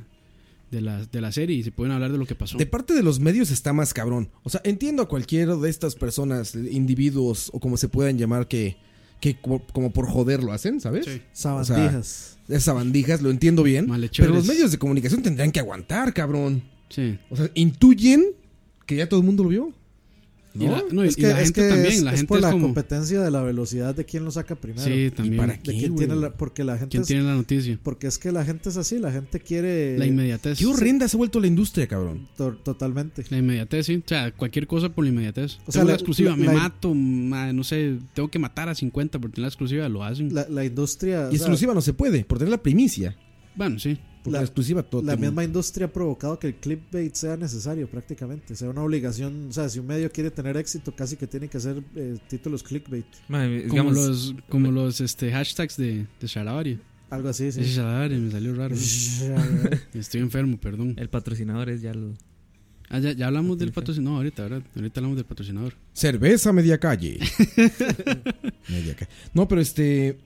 de la, de la serie y se pueden hablar de lo que pasó. De parte de los medios está más cabrón. O sea, entiendo a cualquiera de estas personas, eh, individuos o como se puedan llamar, que, que co- como por joder lo hacen, ¿sabes? Sí. Sabandijas. Esas bandijas, lo entiendo bien. Malhechores. Pero los medios de comunicación tendrían que aguantar, cabrón. Sí. O sea, intuyen que ya todo el mundo lo vio. Y la, no, y- es y que, la es gente que también, es- la es gente por es la como... competencia de la velocidad de quién lo saca primero. Sí, también. para De Sí, quién güey. tiene la- porque la gente ¿Quién es- tiene la noticia? porque es que la gente es así, la gente quiere La inmediatez. Qué horrenda se ha vuelto la industria, cabrón. to- totalmente. La inmediatez, sí. O sea, cualquier cosa por la inmediatez. O O sea, sea, la, la- exclusiva, la- me la- mato, ma, no sé, tengo que matar a 50 por tener la exclusiva, lo hacen. La, la industria, o Y sea, exclusiva no se puede, por tener la primicia. bueno, sí. Porque La- la, exclusiva todo. la tiene- misma industria ha provocado que el clickbait sea necesario prácticamente, sea una obligación, o sea, si un medio quiere tener éxito, casi que tiene que hacer eh, títulos clickbait, mae, Como digamos, los, eh, como los este, hashtags de, de Sharabaria. algo así, sí. Ese Sharabaria me salió raro. Estoy enfermo, perdón. Eh, el patrocinador es ya lo... Ah, ya, ya hablamos del patrocinador. No, ahorita, ¿verdad? Ahorita hablamos del patrocinador. Cerveza media calle. Media ca- No, pero este.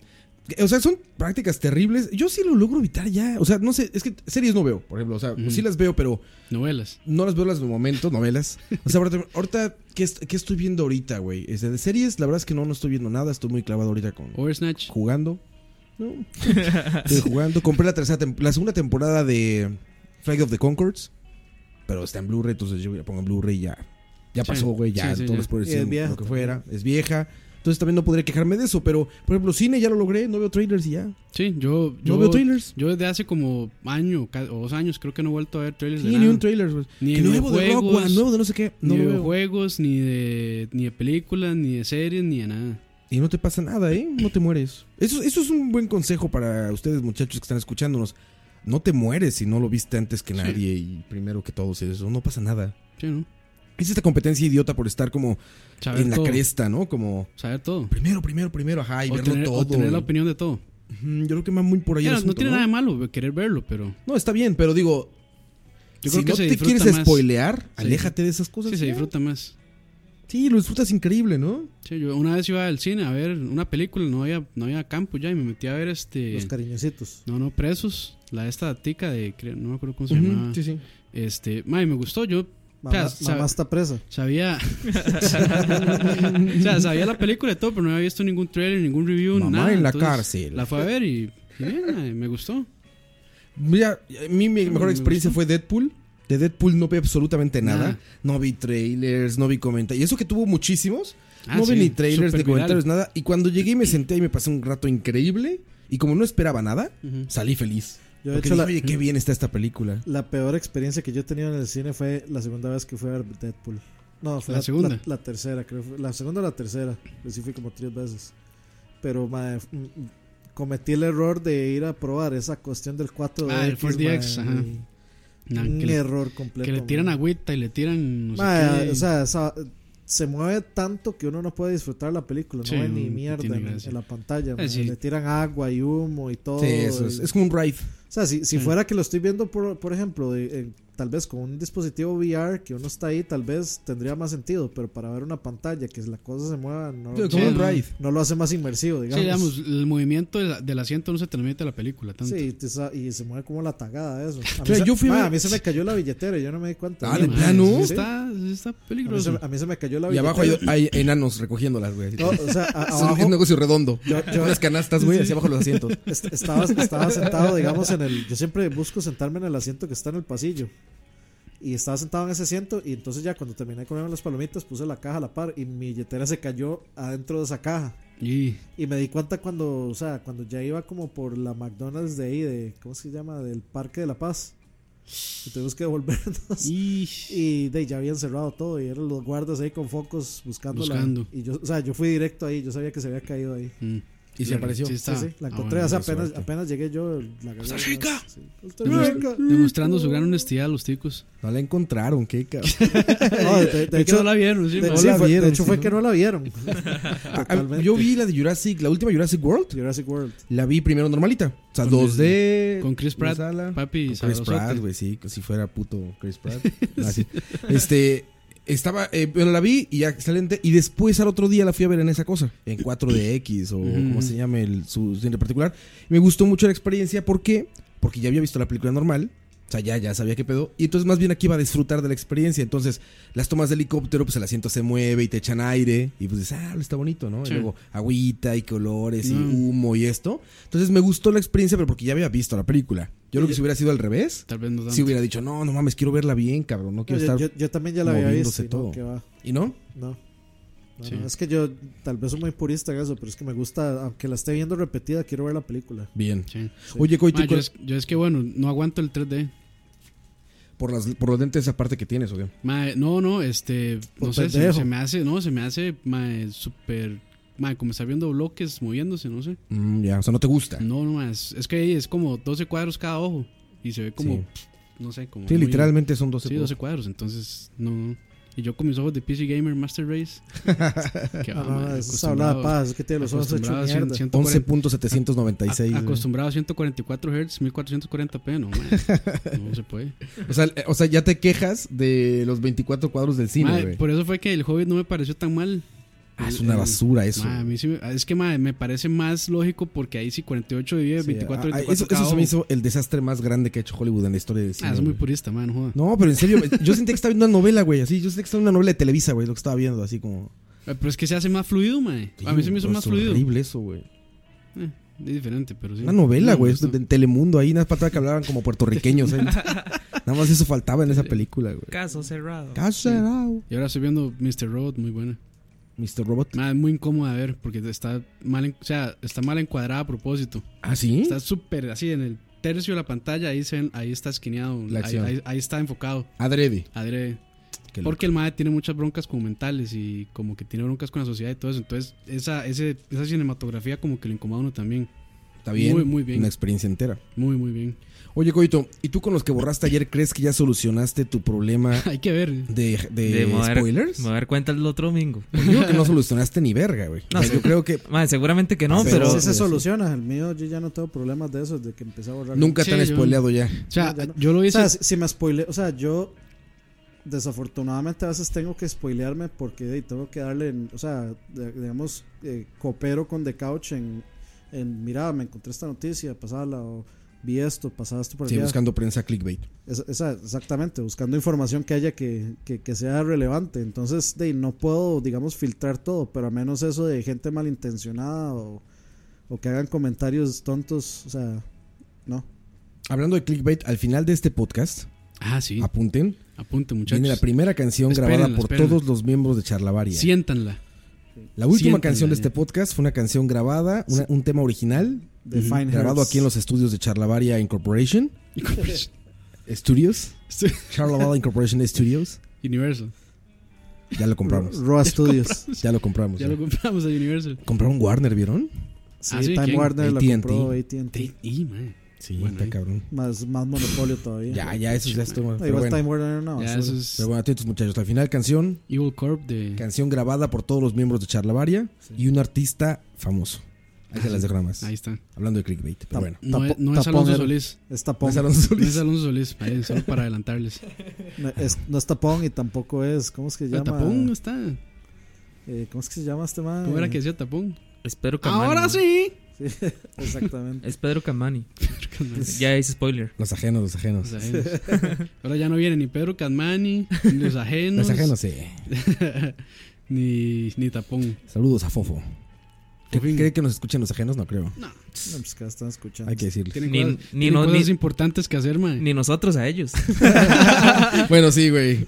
O sea, son prácticas terribles. Yo sí lo logro evitar ya. O sea, no sé, es que series no veo, por ejemplo. O sea, Ujú. sí las veo, pero Novelas. no las veo las de momento, novelas. O sea, ahorita, ahorita, ¿qué, est- qué estoy viendo ahorita, güey? Este, de series, la verdad es que no, no estoy viendo nada. Estoy muy clavado ahorita con Oversnatch. jugando. No. Estoy jugando. Compré la, tercera tem- la segunda temporada de Flight of the Concords. Pero está en Blu-ray, entonces yo la pongo en Bluray ya. Ya Sí. pasó, güey, ya. Sí, sí, todos ya. los pobres Y es dicen vieja lo que fuera. Es vieja. Entonces también no podría quejarme de eso. Pero, por ejemplo, cine ya lo logré. No veo trailers y ya. Sí, yo, No yo, veo trailers. yo desde hace como año ca- o dos años creo que no he vuelto a ver trailers Sí, de ni nada. un trailer, güey. Ni Que de nuevo de videojuegos, Rock One, nuevo de no sé qué. No ni lo de veo. juegos, ni de, ni de películas, ni de series, ni de nada. Y no te pasa nada, ¿eh? No te mueres. Eso, eso es un buen consejo para ustedes, muchachos que están escuchándonos. No te mueres si no lo viste antes que nadie y primero que todos. Eso no pasa nada. Sí, ¿no? Es esta competencia idiota por estar como Saber en la todo. cresta, ¿no? Como Saber todo. primero, primero, primero, ajá, y o verlo tener, todo. o tener la y- opinión de todo. Ujú, yo creo que va muy por ahí. el Ya, no asunto, tiene nada de malo querer verlo, pero No, está bien, pero digo, yo si creo que no se te disfruta quieres más. spoilear, aléjate de esas cosas. Sí, se ya. disfruta más. Sí, lo disfrutas increíble, ¿no? Sí, yo una vez iba al cine a ver una película, no había, no había campo ya, y me metí a ver este... Los cariñositos. No, no, Presos, la esta tica de... cre- No me acuerdo cómo se Ujú, llamaba. Sí, sí. Este, mae, me gustó, yo Mamá, O sea, mamá sabe- está presa. sabía... o sea, sabía la película y todo, pero no había visto ningún trailer, ningún review, Mamá nada. en la entonces, cárcel. La fue a ver y, y bien, mae, me gustó. Mira, a mí mi mejor me experiencia fue Deadpool. De Deadpool no vi absolutamente nada. Nada. No vi trailers, no vi comentarios. Y eso que tuvo muchísimos. Ah, no vi sí, ni trailers, ni superviral. comentarios, nada. Y cuando llegué y me senté y me pasé un rato increíble. Y como no esperaba nada, Ujú. salí feliz. Yo, de porque hecho, dije, la, oye, qué bien está esta película. la peor experiencia que yo he tenido en el cine fue la segunda vez que fui a ver Deadpool. No, fue ¿La la, segunda? La, la tercera, creo. fue- La segunda o la tercera. Yo sí fui como tres veces. Pero, madre, f- m- m- cometí el error de ir a probar esa cuestión del 4DX. Ah, el 4DX, mae, ajá. y Nah, un que, le, error completo. que le tiran mae. agüita y le tiran... No sé Mae, qué. o sea, esa- se mueve tanto que uno no puede disfrutar la película. Sí, no ve no ni mierda tiene en, gracia. en la pantalla. mae. sí. Le tiran agua y humo y todo. sí, eso es, y- es como un ride. o sea, si, si Sí. fuera que lo estoy viendo, por, por ejemplo, de- en- tal vez con un dispositivo VR que uno está ahí, tal vez tendría más sentido, pero para ver una pantalla que la cosa se mueva, no, Sí, no, como un no. ride. no lo hace más inmersivo, Sí, digamos. digamos, el movimiento de la- del asiento no se transmite a la película tanto. Sí, te sa- y se mueve como la tagada de eso. A mí, sea, se, yo fui a ma, ver- a mí se me cayó la billetera y yo no me di cuenta. Ah, ¿de Sí, plano? sí, sí. Está, está A mí, se, peligroso. a mí se me cayó la Y billetera. abajo hay, hay enanos recogiéndolas, güey. No, o sea, a- Es un- es abajo un negocio redondo. Yo- yo- Unas canastas, güey, hacia abajo los asientos. est- estaba, estaba sentado, digamos, en el. Yo siempre busco sentarme en el asiento que está en el pasillo. Y estaba sentado en ese asiento. Y entonces, ya cuando terminé de comerme las palomitas, puse la caja a la par. Y mi billetera se cayó adentro de esa caja. Y Y me di cuenta cuando, o sea, cuando ya iba como por la McDonald's de ahí, de. ¿Cómo se llama? Del Parque de la Paz. Y tuvimos que devolvernos. y- Y de, ahí ya habían cerrado todo. Y eran los guardas ahí con focos buscándola. Buscando. Y yo, o sea, yo fui directo ahí. Yo sabía que se había caído ahí. mm. Y se Claro, apareció. sí está. Sí, sí, la Ah, encontré. bueno. o sea, qué apenas, suerte. apenas llegué yo. La agarré. ¡Costa Rica! Sí, Costa Rica. Demostra- Demostrando su gran honestidad a los ticos. No la encontraron, qué cabrón. No, de- de, de Es que no hecho, la vieron, sí, de- no sí, la fue- de vieron, hecho sí, fue ¿no? que no la vieron. Ah, ah, Totalmente. Yo vi la de Jurassic, la última Jurassic World. Jurassic World. La vi primero normalita. O sea, Con 2D. con Chris en Pratt, sala. papi, Con Chris sabrosote. Pratt, güey, sí. Si fuera puto Chris Pratt. No, así. Este. Estaba. eh, bueno, la vi y ya, excelente. Y después al otro día la fui a ver en esa cosa. En 4DX o Ujú. como se llame el, su cine particular. Me gustó mucho la experiencia. ¿Por qué? Porque ya había visto la película normal. O sea, ya, ya sabía qué pedo. Y entonces más bien aquí iba a disfrutar de la experiencia. Entonces, las tomas de helicóptero, pues el asiento se mueve y te echan aire. Y pues dices, ah, está bonito, ¿no? Sí. Y luego agüita y colores y Mm. humo y esto. Entonces me gustó la experiencia, pero porque ya había visto la película. Yo creo que si hubiera sido al revés, Tal vez no tanto. si hubiera dicho, no, no mames, quiero verla bien, cabrón. No No, quiero yo, estar. yo- yo también ya la había moviéndose visto. y todo. No, que va. ¿Y no? No. No, Sí. no, es que yo tal vez soy muy purista en eso, pero es que me gusta, aunque la esté viendo repetida, quiero ver la película. Bien. Sí. Oye, Coy, tú Ma, yo, cuál- es, yo es que, bueno, no aguanto el 3D. por, las, por los lentes aparte que tienes, ¿o qué? Ma, no, no, este. Por no sé, se, pendejo. se me hace, no, se me hace ma, súper. ma, como estar viendo bloques moviéndose, no sé. Mm, ya, o sea, no te gusta. No, no, ma, es, es que ahí es como 12 cuadros cada ojo. Y se ve como. Sí. No sé, como. sí, muy- literalmente son 12 Sí, 12 cuadros, entonces no, no. Y yo con mis ojos de PC Gamer Master Race. que No, Ah, va, no, man, eso es hablada de Ah, acostumbrado- paz, es que tiene los ojos hechos acostumbrado a cien- mierda. 140 11.796. a- güey. acostumbrado a 144 Hz, 1440p, no, man, no se puede. O sea, eh, o sea, ya te quejas de los 24 cuadros del cine, Ma, güey. por eso fue que el Hobbit no me pareció tan mal. Ah, es el- una el- basura eso. Ma, a mí sí me- es que ma, me parece más lógico porque ahí sí 48 de 10, Sí, 24 ah, ah, 24 eso, eso se me hizo el desastre más grande que ha hecho Hollywood en la historia del cine. Ah, es muy güey. purista, man, no joda. No, pero en serio, yo sentía que estaba viendo una novela, güey, así. Yo sentía que estaba viendo una novela de Televisa, güey, lo que estaba viendo, así como. Ah, Eh, Pero es que se hace más fluido, man. A mí se me hizo Pero más es fluido. horrible eso, güey. Eh. Es diferente, pero sí. Una novela, No, güey. esto- es de- En Telemundo, ahí unas patadas que hablaban como puertorriqueños. ahí. Nada más eso faltaba en esa película, güey. Caso cerrado. Caserao. Y ahora estoy viendo Mr. Robot, muy buena. Mr. Robot. Ma, es muy incómoda de ver porque está mal, en- o sea, está mal encuadrada a propósito. ¿Ah, sí? Está súper así en el tercio de la pantalla, ahí se ven- ahí está esquineado, La ahí, acción. ahí- ahí está enfocado. Adrede. Adrede. Qué Porque el MAE tiene muchas broncas como mentales y como que tiene broncas con la sociedad y todo eso. Entonces, esa, ese, esa cinematografía como que lo incomoda a uno también. loco. Está bien. muy, muy bien. Una experiencia entera. Muy, muy bien. Oye, Coito, ¿y tú con los que borraste ayer crees que ya solucionaste tu problema Hay que ver. de, de De- me voy a dar- spoilers? Me voy a dar cuenta el otro domingo. Yo digo que no solucionaste ni verga, güey. No O sea, sé. yo creo que Madre, seguramente que no, Pero- pero. Pero se sí. soluciona. El mío, yo ya no tengo problemas de eso desde que empecé a borrar. nunca Sí, te han yo- spoileado ya. O sea, No, ya no. yo lo O hice. sea, si, si me spoile, o sea, yo desafortunadamente a veces tengo que spoilearme porque de, tengo que darle, en- o sea, de- digamos, eh, coopero con The Couch en, en, mira, me encontré esta noticia, pasala, o vi esto, pasaba esto por Sí, allá. buscando prensa clickbait. Esa- esa- exactamente, buscando información que haya que, que, que sea relevante. Entonces, de, no puedo, digamos, filtrar todo, pero a menos eso de gente malintencionada o, o que hagan comentarios tontos, o sea, no. Hablando de clickbait, al final de este podcast, ah, sí. apunten, Apunte, viene la muchachos. primera canción Espérenla, grabada por espérenla. todos los miembros de Charlavaria. Siéntanla. La última Siéntenla canción de ya. este podcast fue una canción grabada, una- un tema original, De Fine grabado Hertz. aquí en los estudios de Charlavaria Incorporation. Studios. Charlavaria Incorporation Studios. Universal. Ya lo compramos. Roa Studios. Ya lo compramos. Ya ya. lo compramos a Universal. Compraron Warner, ¿vieron? Sí, Ah, sí, Time ¿quién? Warner la AT&T. compró AT&T. Y, mae. Sí, Bueno, está ahí. cabrón. Más, más monopolio todavía. Ya, ya, eso ya estuvo. No, Pero igual bueno, Time Warner era una Ya, basura. eso es pero bueno, atentos muchachos. Al final, canción, Evil Corp de. canción grabada por todos los miembros de Charlavaria y un artista famoso. Ahí se las dejo nada más. Ahí está. Hablando de clickbait, pero Tam- bueno. No, Tapo- es- no es tapón Alonso era. Solís. Es tapón. Pues, Alonso No es Solís. Alonso Solís. mae, Solo para adelantarles. No es, no es tapón y tampoco es. ¿Cómo es que se Pero llama? Tapón no está. Eh, ¿Cómo es que se llama este man? ¿Cómo era que decía Tapón? Es Pedro Camani. Ahora ¿no? sí. Sí, exactamente. Es Pedro Camani. Ya hice spoiler. Los ajenos, los Los ajenos. ajenos. Ahora ya no viene ni Pedro Cadmani, ni los ajenos, Los ajenos, sí. ni, ni Tapón. Saludos a Fofo. ¿Qué- Fofín. ¿Cree que nos escuchen los ajenos? No creo. No, pues que la están escuchando. Hay que decirlo. Tienen Ni- cosas, ni tienen no- cosas ni- importantes que hacer, man. Ni nosotros a ellos. Ah. bueno, sí, güey.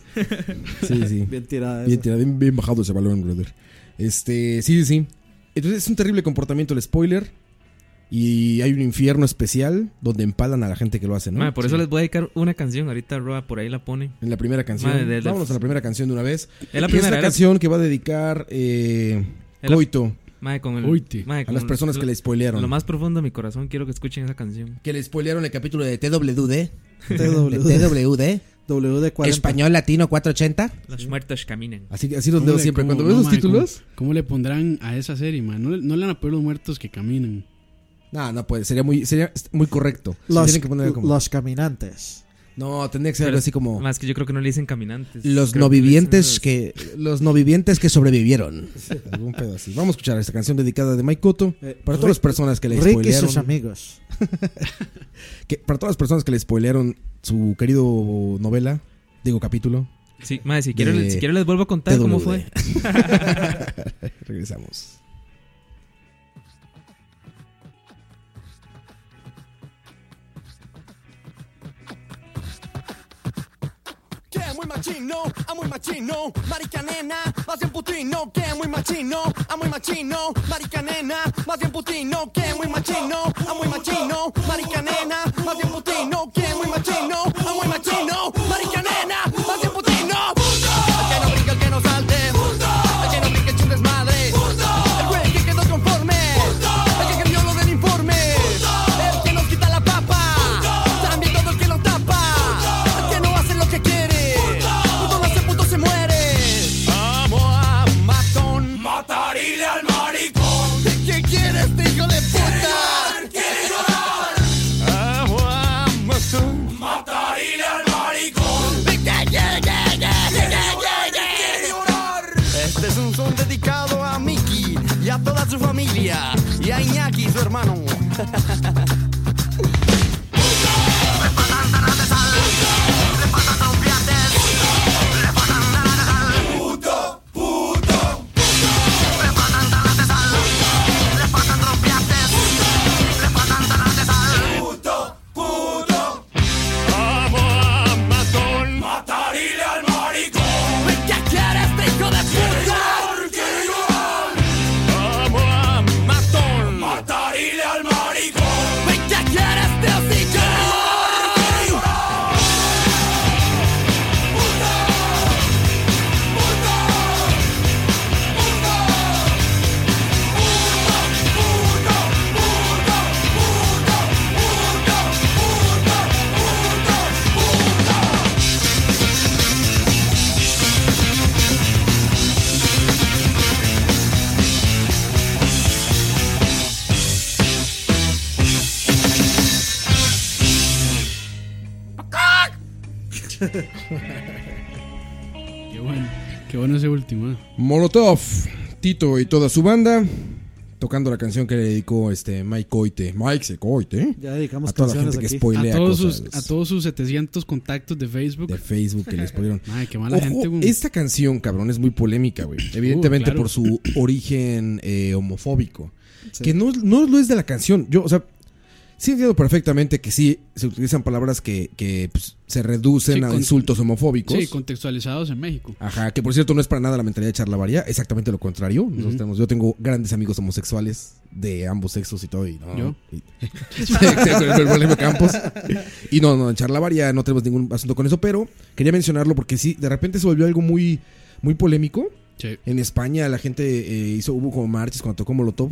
Sí, sí. Bien tirada Bien esa. tirado, bien, bien bajado ese balón, brother. Este, sí, sí, sí. Entonces es un terrible comportamiento el spoiler. Y hay un infierno especial donde empalan a la gente que lo hace, ¿no? Madre, por eso les voy a dedicar una canción. Ahorita Roa por ahí la pone. En la primera canción. Madre, de- de- Vámonos a la primera canción de una vez. Es la Y es primera la era- canción que va a dedicar eh, Es la- Coito Madre, con el, Uy, tío. madre, a con las el- personas que le spoilearon. Lo más profundo de mi corazón quiero que escuchen esa canción. Que le spoilearon el capítulo de TWD. TW, TWD. WD40. Latino 480. Las muertas caminen. Así, así los ¿Cómo leo le- siempre. cómo- Cuando no, veo los mae, títulos. ¿cómo, cómo le pondrán a esa serie, man? No, le- no le van a poner los muertos que caminan. No, no puede. Sería muy, sería muy correcto. Sí, Los, tienen que poner como- los caminantes. No, tendría que ser Pero- algo así como. Más que yo creo que no le dicen caminantes. Los Creo no que le dicen vivientes los- que los no vivientes que sobrevivieron. Algún pedo así. Vamos a escuchar esta canción dedicada de Mike Cotto Eh, para Rick- todas las personas que le Rick y sus spoilearon amigos. que- para todas las personas que le spoilearon su querido novela, digo capítulo. Sí, madre, si quiero, de- si quiero les vuelvo a contar cómo TWD. fue. Regresamos. Que muy machino, a muy machino, marica nena, más bien putino, que muy machino, a muy machino, marica nena, más bien putino, que muy machino, a muy machino, marica nena, más bien putino, que muy machino, a muy machino, marica nena, más bien putino. El que no brinca, el que no salte, el que no brinca es un desmadre, el güey que quedó conforme, el que cambió lo del informe, el que nos quita la papa, también todo el que lo tapa, el que no hace lo que quiere, puto no hace, puto se muere. Amo a un matón, matarile al maricón. ¿De qué quieres, este hijo de puta? Quiere llorar, Amo a un matón, matarile al maricón. ¿De qué quiere, qué, qué, qué, qué, qué, quiere llorar? Este es un son dedicado a Mickey y a toda su familia y a Iñaki, su hermano. Qué bueno. Qué bueno ese último. ¿eh? Molotov, Tito y toda su banda tocando la canción que le dedicó este Mike Coite, Mike se Coite, Ya dedicamos a toda la canciones gente aquí. que A spoilea todos, cosas sus, a todos sus 700 contactos de Facebook. de Facebook que les spoilearon. Madre, qué mala Ojo, gente, güey. esta canción, cabrón, es muy polémica, güey. Evidentemente claro. por su origen eh, homofóbico. Sí. Que no, no lo es de la canción. Yo, o sea, sí entiendo perfectamente que sí se utilizan palabras que, que, pues, se reducen Sí, a con- insultos homofóbicos. Sí, contextualizados en México. Ajá, que por cierto no es para nada la mentalidad de charlavaría, exactamente lo contrario. Nosotros Ujú. tenemos- yo tengo grandes amigos homosexuales de ambos sexos y todo. Y no, ¿Yo? y- Sí, exacto, el problema Campos. Y no, no, en charlavaria no tenemos ningún asunto con eso, pero quería mencionarlo porque sí, de repente se volvió algo muy, muy polémico. Sí. En España la gente eh, hizo, hubo como marchas cuando tocó Molotov.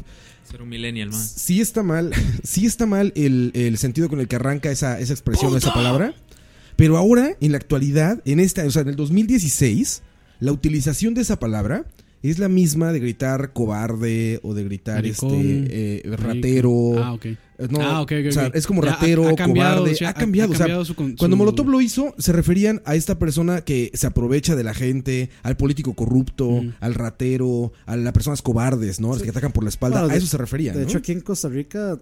Ser un millennial, man. Sí está mal, sí está mal el, el sentido con el que arranca esa, esa expresión o esa palabra. Pero ahora, en la actualidad, en esta, o sea, en el 2016, la utilización de esa palabra es la misma de gritar cobarde o de gritar Maricón, este eh, rico. ratero. Ah, ok. Eh, no, ah, ok, ok, o sea, ok. es como Ya, ratero, cobarde. o sea, ha cambiado. o sea, su con- cuando su- Molotov lo hizo, se referían a esta persona que se aprovecha de la gente, al político corrupto, Mm. al ratero, a las personas cobardes, ¿no? A las Sí. que atacan por la espalda. Bueno, a de- eso se referían. De ¿no? hecho, aquí en Costa Rica,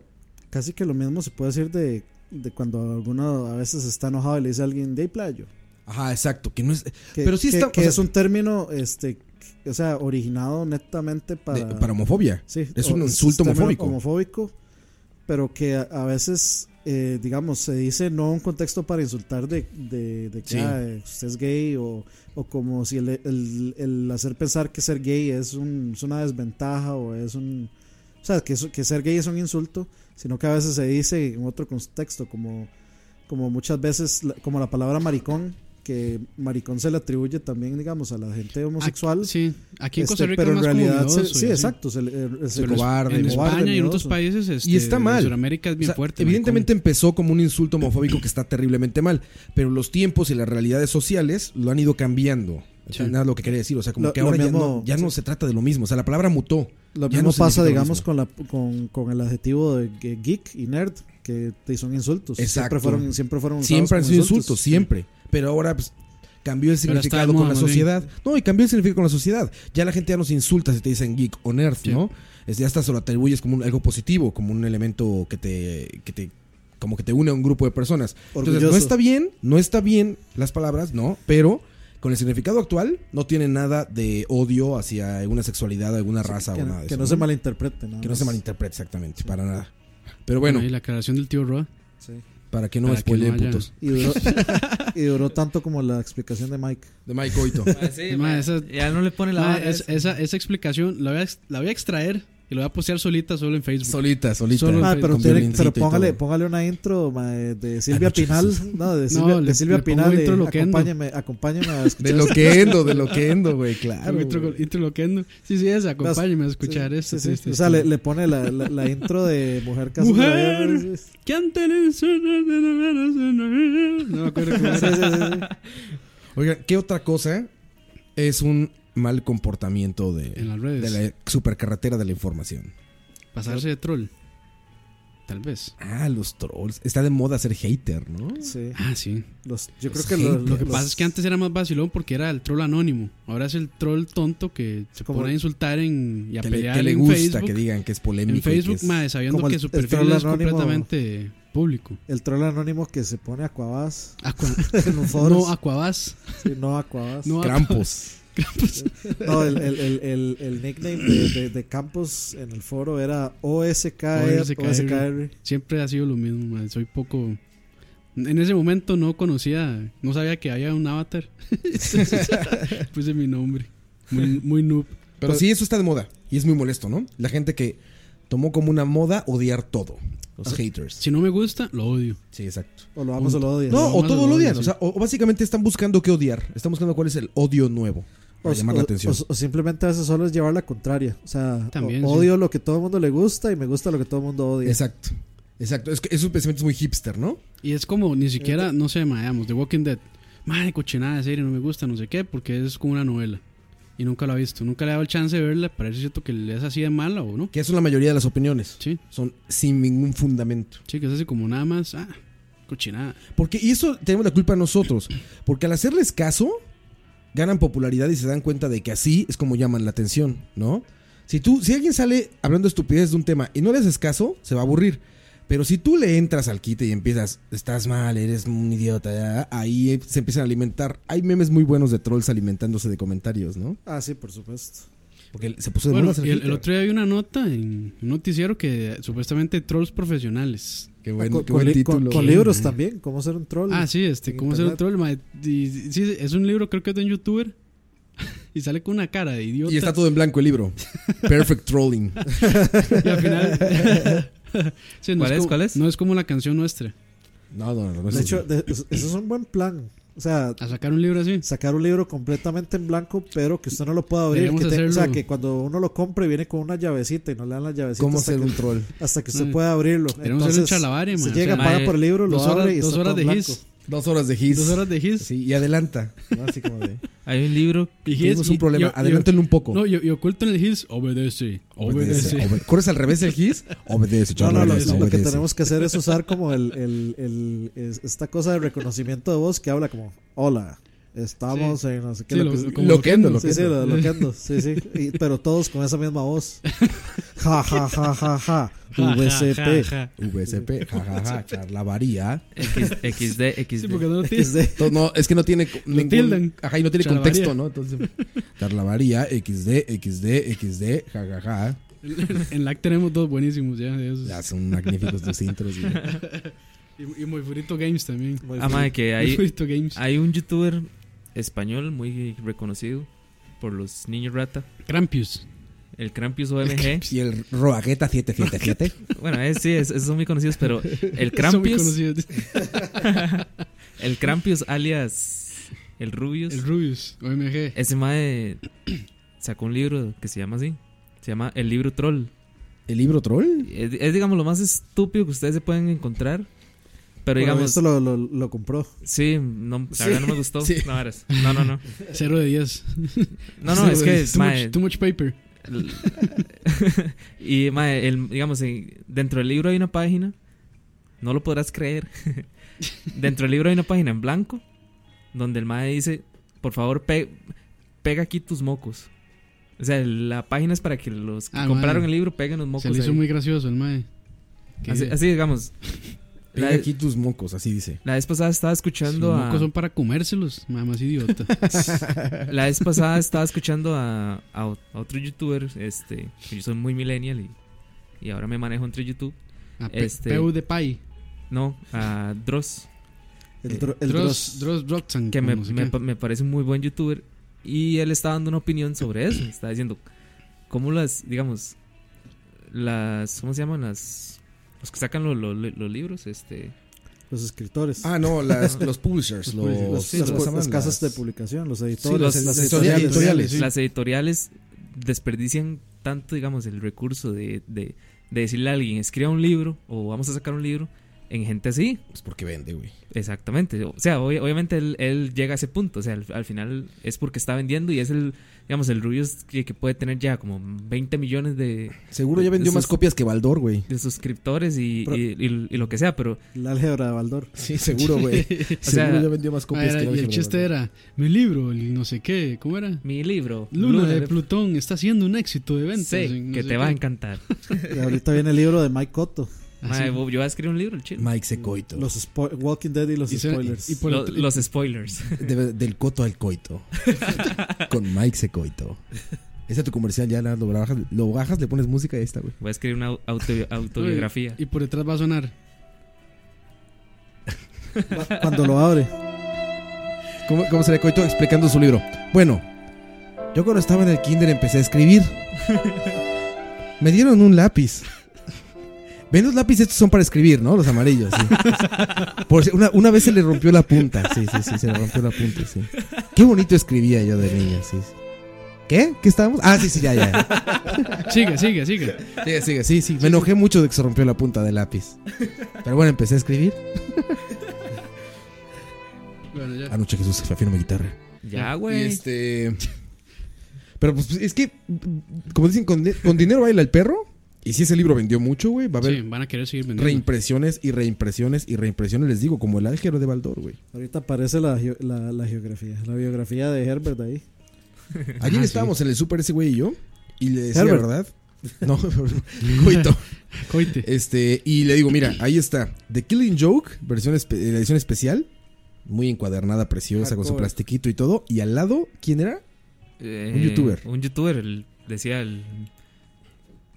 casi que lo mismo se puede decir de, de cuando alguno a veces está enojado y le dice a alguien de ahí, playo. Ajá, exacto. Que no es. Que, Pero sí que- está- que o sea- es un término, este, o sea, originado netamente para. de- para homofobia. sí, es o- un insulto término homofóbico. homofóbico, pero que a, a veces, eh, digamos, se dice no un contexto para insultar de, de, de que Sí. ah, eh, usted es gay o, o como si el, el- el hacer pensar que ser gay es, un, es una desventaja o es un. O sea, que, eso- que ser gay es un insulto, sino que a veces se dice en otro contexto, como, como muchas veces, la- como la palabra maricón, que maricón se le atribuye también, digamos, a la gente homosexual. Aquí, Ah, sí, aquí en Este, Costa Rica es pero en más realidad, como se- miedoso, sí, y así. exacto. Se, le- eh, se- Pero cobarde, En cobarde, España y en miedoso. otros países. Este, Y está mal. En Sudamérica es bien O sea, fuerte. evidentemente empezó como un insulto homofóbico que está terriblemente mal, pero los tiempos y las realidades sociales lo han ido cambiando. O sea, Sí. Nada lo que quería decir, o sea, como Lo- que lo ahora ya, mismo- no, ya no se trata de lo mismo, o sea, la palabra mutó. Lo Ya no mismo significa pasa, lo digamos, mismo. con, la, con, con el adjetivo de ge- geek y nerd, que te son insultos. Exacto. Siempre fueron, siempre fueron usados Siempre han como sido insultos, siempre. Pero ahora pues, cambió el Pero está significado de con moda, la más bien. sociedad. No, y cambió el significado con la sociedad. Ya la gente ya nos insulta si te dicen geek o nerd, Sí. ¿no? Es, ya hasta se lo atribuyes como un- algo positivo, como un elemento que te, que te como que te une a un grupo de personas. Entonces, Orgulloso. no está bien, no está bien las palabras, ¿no? Pero con el significado actual no tiene nada de odio hacia alguna sexualidad, alguna raza Que, o nada de que Ah, eso, no se malinterprete. nada que no se más. malinterprete exactamente, para nada. Pero Bueno. bueno, Ahí la aclaración del tío Roa. Sí. para que no para me que spoileen, no haya- putos. Y, duró, y duró tanto como la explicación de Mike. De Mike Coito. Sí, Ma, ma, esa- ya no le pone la. Ma, es- esa, esa explicación la voy, a, ex- la voy a extraer y la voy a postear solita solo en Facebook. Solita, solita. Solo- Ah, pero, con tiene- violincito pero y todo. póngale, póngale una intro ma, de de Silvia Anoche Pinal. Jesús. No, de Silvia, de le- Silvia le pongo Pinal. eh, intro loquendo. acompáñeme, acompáñeme a escuchar. De loquendo, de loquendo, güey, claro. Algo intro- güey. introloquendo. Sí, sí, esa. Acompáñeme a escuchar Sí, esto. sí, sí. sí, sí, o sea, sí. le, le pone la, la, la intro de Mujer Caso ¡Mujer! Gabriel, sí, sí, sí, ¿Qué han tenido? No me acuerdo cómo era. sí, Oigan, ¿qué otra cosa es un mal comportamiento de, En las de redes. la supercarretera de la información? Pasarse de troll. Tal vez. Ah, los trolls. Está de moda ser hater, ¿no? sí, sí. Ah, sí. Los- yo Los creo que los- haters. los- Lo que pasa es que antes era más vacilón porque era el troll anónimo. Ahora es el troll tonto que se Como- pone a insultar en, y a Que le, pelear que le en gusta Facebook. que digan que es polémico. y en que Facebook, es- mae, sabiendo como el- que su el perfil troll es anónimo. completamente público. El troll anónimo que se pone Aquabas Aqua- en un foro. no, Aquabas. Sí, no Aquabas. No, Krampus. No, el, el, el, el, el nickname de, de, de Campos en el foro era OSKR. OSKR. OSKR. Siempre ha sido lo mismo, mae. Soy poco. En ese momento no conocía, no sabía que había un avatar. Entonces, Puse mi nombre. Muy, muy noob. Pero sí, eso está de moda. Y es muy molesto, ¿no? La gente que tomó como una moda odiar todo. Los haters. Si no me gusta, lo odio. Sí, exacto. O lo vamos o lo odias. Este, No, o Además, todo los lo odian. odian, O sea, o, o básicamente están buscando qué odiar. Están buscando cuál es el odio nuevo. Para O, llamar la o- atención. o- o simplemente a veces solo es llevar la contraria. O sea, También, o- sí. odio lo que todo el mundo le gusta y me gusta lo que todo el mundo odia. Exacto. Exacto. Es que es un pensamiento muy hipster, ¿no? Y es como ni siquiera, no sé, mae, digamos, The Walking Dead. Madre, cochinada de serie, no me gusta, no sé qué, porque es como una novela. Y nunca la he visto, nunca le he dado el chance de verla. Parece cierto que le es así de mala o no. Que eso es la mayoría de las opiniones. Sí, Son sin ningún fundamento. sí, que es así como nada más. Ah, Cochinada. Porque, y eso tenemos la culpa nosotros. Porque al hacerles caso, ganan popularidad y se dan cuenta de que así es como llaman la atención, ¿no? Si tú, si alguien sale hablando estupidez de un tema y no le haces caso, se va a aburrir. Pero si tú le entras al quite y empiezas, estás mal, eres un idiota, ya", ahí se empiezan a alimentar. Hay memes muy buenos de trolls alimentándose de comentarios, ¿no? Ah, sí, por supuesto. Porque se puso de Bueno, moda hacer y el, hate, el otro día había una nota en un noticiero que supuestamente trolls profesionales. Qué buen, con, qué buen con li- con- título. con Qué- libros también, cómo ser un troll. Ah, sí, este, En ¿cómo ser un internet. troll? ma? Y- y- sí, es un libro, creo que es de un youtuber. y sale con una cara de idiota. Y está todo en blanco el libro. Perfect trolling. Y al final. Sí, no ¿Cuál es? como- ¿Cuál es? No es como la canción nuestra. No, no, no. no, De eso- hecho, de- eso es un buen plan. O sea, A sacar un libro así. sacar un libro completamente en blanco, pero que usted no lo pueda abrir. Deberíamos que te- o sea, hacerlo. que cuando uno lo compre viene con una llavecita y no le dan la llavecita ¿Cómo hasta, ser un que, troll? hasta que Mm. usted pueda abrirlo. Deberíamos hacer un charlavaria, man. se O eh, llega, sea, paga mae, por el libro, lo Dos abre horas, y dos está horas todo de blanco. his. Dos horas de his. Dos horas de his. Sí, y adelanta. ¿no? Ah, Así como de. Hay un libro Y his, Tenemos y- un problema. y- y- Adelántenlo un poco. No, y, y oculto en el his. Obedece. Obedece. obede- ¿Corres al revés el his? Obedece, No, chaval. no, lo, obedece, lo que obedece. tenemos que hacer es usar como el, el- el- es- esta cosa de reconocimiento de voz que habla como, hola, estamos en no sé qué. Sí, lo que- como Loquendo, loquendo. lo- sí, sí, lo- loquendo, sí, sí. Y- pero todos con esa misma voz. Ja, ja, ja, ja, ja. Ja, ja, VCP. ja, ja. VSP, jajaja, charlavaría. X- XD, XD. Sí, porque no lo tiene. XD. To- No, es que no tiene. co- ningún- tildan. Ajá, y no tiene Charlavaría. contexto, ¿no? Entonces. Charlavaría, XD, XD, XD, jajaja. en LAC tenemos dos buenísimos ya. de esos. Ya son magníficos tus intros, güey. Y, y muy bonito Games también. Muy Ah, mae, que Muy hay, bonito Games. hay un youtuber español muy reconocido por los niños rata, Crampius. el Crampius OMG. Y el Roagueta 777. bueno, es- sí, es- esos son muy conocidos, pero el Son muy Crampius, conocidos. el Crampius alias el Rubius, El Rubius. OMG. ese mae sacó un libro que se llama así, se llama El libro troll. ¿El libro troll? Es, es, digamos lo más estúpido que ustedes se pueden encontrar, pero Bueno, digamos esto lo, lo, lo compró. sí, no, la verdad no me gustó. sí. No, eres- no, no, no, 0 de 10. no, no, es que Too mae, much, too much paper. L- y mae, el- digamos, en- dentro del libro hay una página, no lo podrás creer. dentro del libro hay una página en blanco donde el mae dice, por favor, pe- pega aquí tus mocos. O sea, la página es para que los que Ah, compraron mae. el libro peguen los mocos. Se le hizo ahí. muy gracioso el mae. Que- así, así, digamos. Pega La- aquí tus mocos, así dice. La vez pasada estaba Los escuchando a. mocos son para comérselos, nada más idiota. La vez pasada estaba escuchando a, a o- a otro youtuber, este, que yo soy muy millennial y, y ahora me manejo entre YouTube. A pe- Este- Peu de Pai. No, a Dross. El, Eh, dro- el Dross, Dross. Dross Droxan. que me, no sé me qué. pa- me parece un muy buen youtuber y él está dando una opinión sobre eso. Está diciendo cómo las, digamos, las, ¿cómo se llaman? Las, los que sacan lo- lo- lo- los libros, este, Los escritores. Ah, no, las- los publishers, los, los, sí, las, los- ¿cómo se las llaman? casas de Las- publicación, los editores, Sí, los- las, las editoriales. editoriales, sí. las editoriales desperdician tanto, digamos, el recurso de, de- de decirle a alguien, escriba un libro o vamos a sacar un libro en gente así. Pues porque vende, güey. Exactamente. O sea, obvi- obviamente él, él llega a ese punto. O sea, al, al final es porque está vendiendo y es el, digamos, el Rubius que, que puede tener ya como 20 millones de, Seguro ya vendió Esos- más copias que Baldor, güey. de suscriptores y, Pero- y, y- y lo que sea, pero El álgebra de Baldor. Sí, seguro, güey. seguro sea, ya vendió más Ah, copias era- que y el chiste era, mi libro, el no sé qué, ¿cómo era? mi libro, Luna, de de Plutón está siendo un éxito de ventas. sé en no que sé qué. te Ah, va a encantar. Y ahorita viene el libro de Mike Cotto. Madre, Bob, yo voy a escribir un libro, el chile. Mike Secoito. Los spo- Walking Dead y los Y se- spoilers. y por el Lo- t- los spoilers. De- del coto al coito. Con Mike Secoito. Ese es tu comercial, ya la- lo bajas, lo bajas, le pones música y ahí está, güey. Voy a escribir una au- autobi- autobiografía. Y por detrás va a sonar. Cu- Cuando lo abre. ¿Cómo, ¿Cómo sería Coito explicando su libro? Bueno, yo cuando estaba en el kinder empecé a escribir. Me dieron un lápiz. ¿Ven los lápices? Estos son para escribir, ¿no? Los amarillos, sí. Por si- una, una vez se le rompió la punta. Sí, sí, sí, se le rompió la punta, sí. Qué bonito escribía yo de niño, sí. sí. ¿Qué? ¿Qué estábamos? Ah, sí, sí, ya, ya. Sigue, sigue, sigue. Sigue, sigue, sí, sí. Me enojé mucho de que se rompió la punta del lápiz. Pero bueno, empecé a escribir. Bueno, ya. Anoche Jesús se fue a firmar mi guitarra. ya, Y güey. este. Pero pues es que, como dicen, con, di- con dinero baila el perro. Y si ese libro vendió mucho, güey, va a haber Sí, van a querer seguir vendiendo. reimpresiones y reimpresiones y reimpresiones, les digo, como el álgebra de Baldor, güey. Ahorita aparece la, geo- la, la geografía, la biografía de Herbert ahí. Ayer Ah, estábamos en el súper ese güey y yo, y le decía, Herbert. ¿verdad? No, coito. Coite. Este, y le digo, mira, ahí está. The Killing Joke, versión espe- la edición especial. Muy encuadernada, preciosa, con su Hardcore. plastiquito y todo. Y al lado, ¿quién era? Eh, Un youtuber. Un youtuber, el- decía el.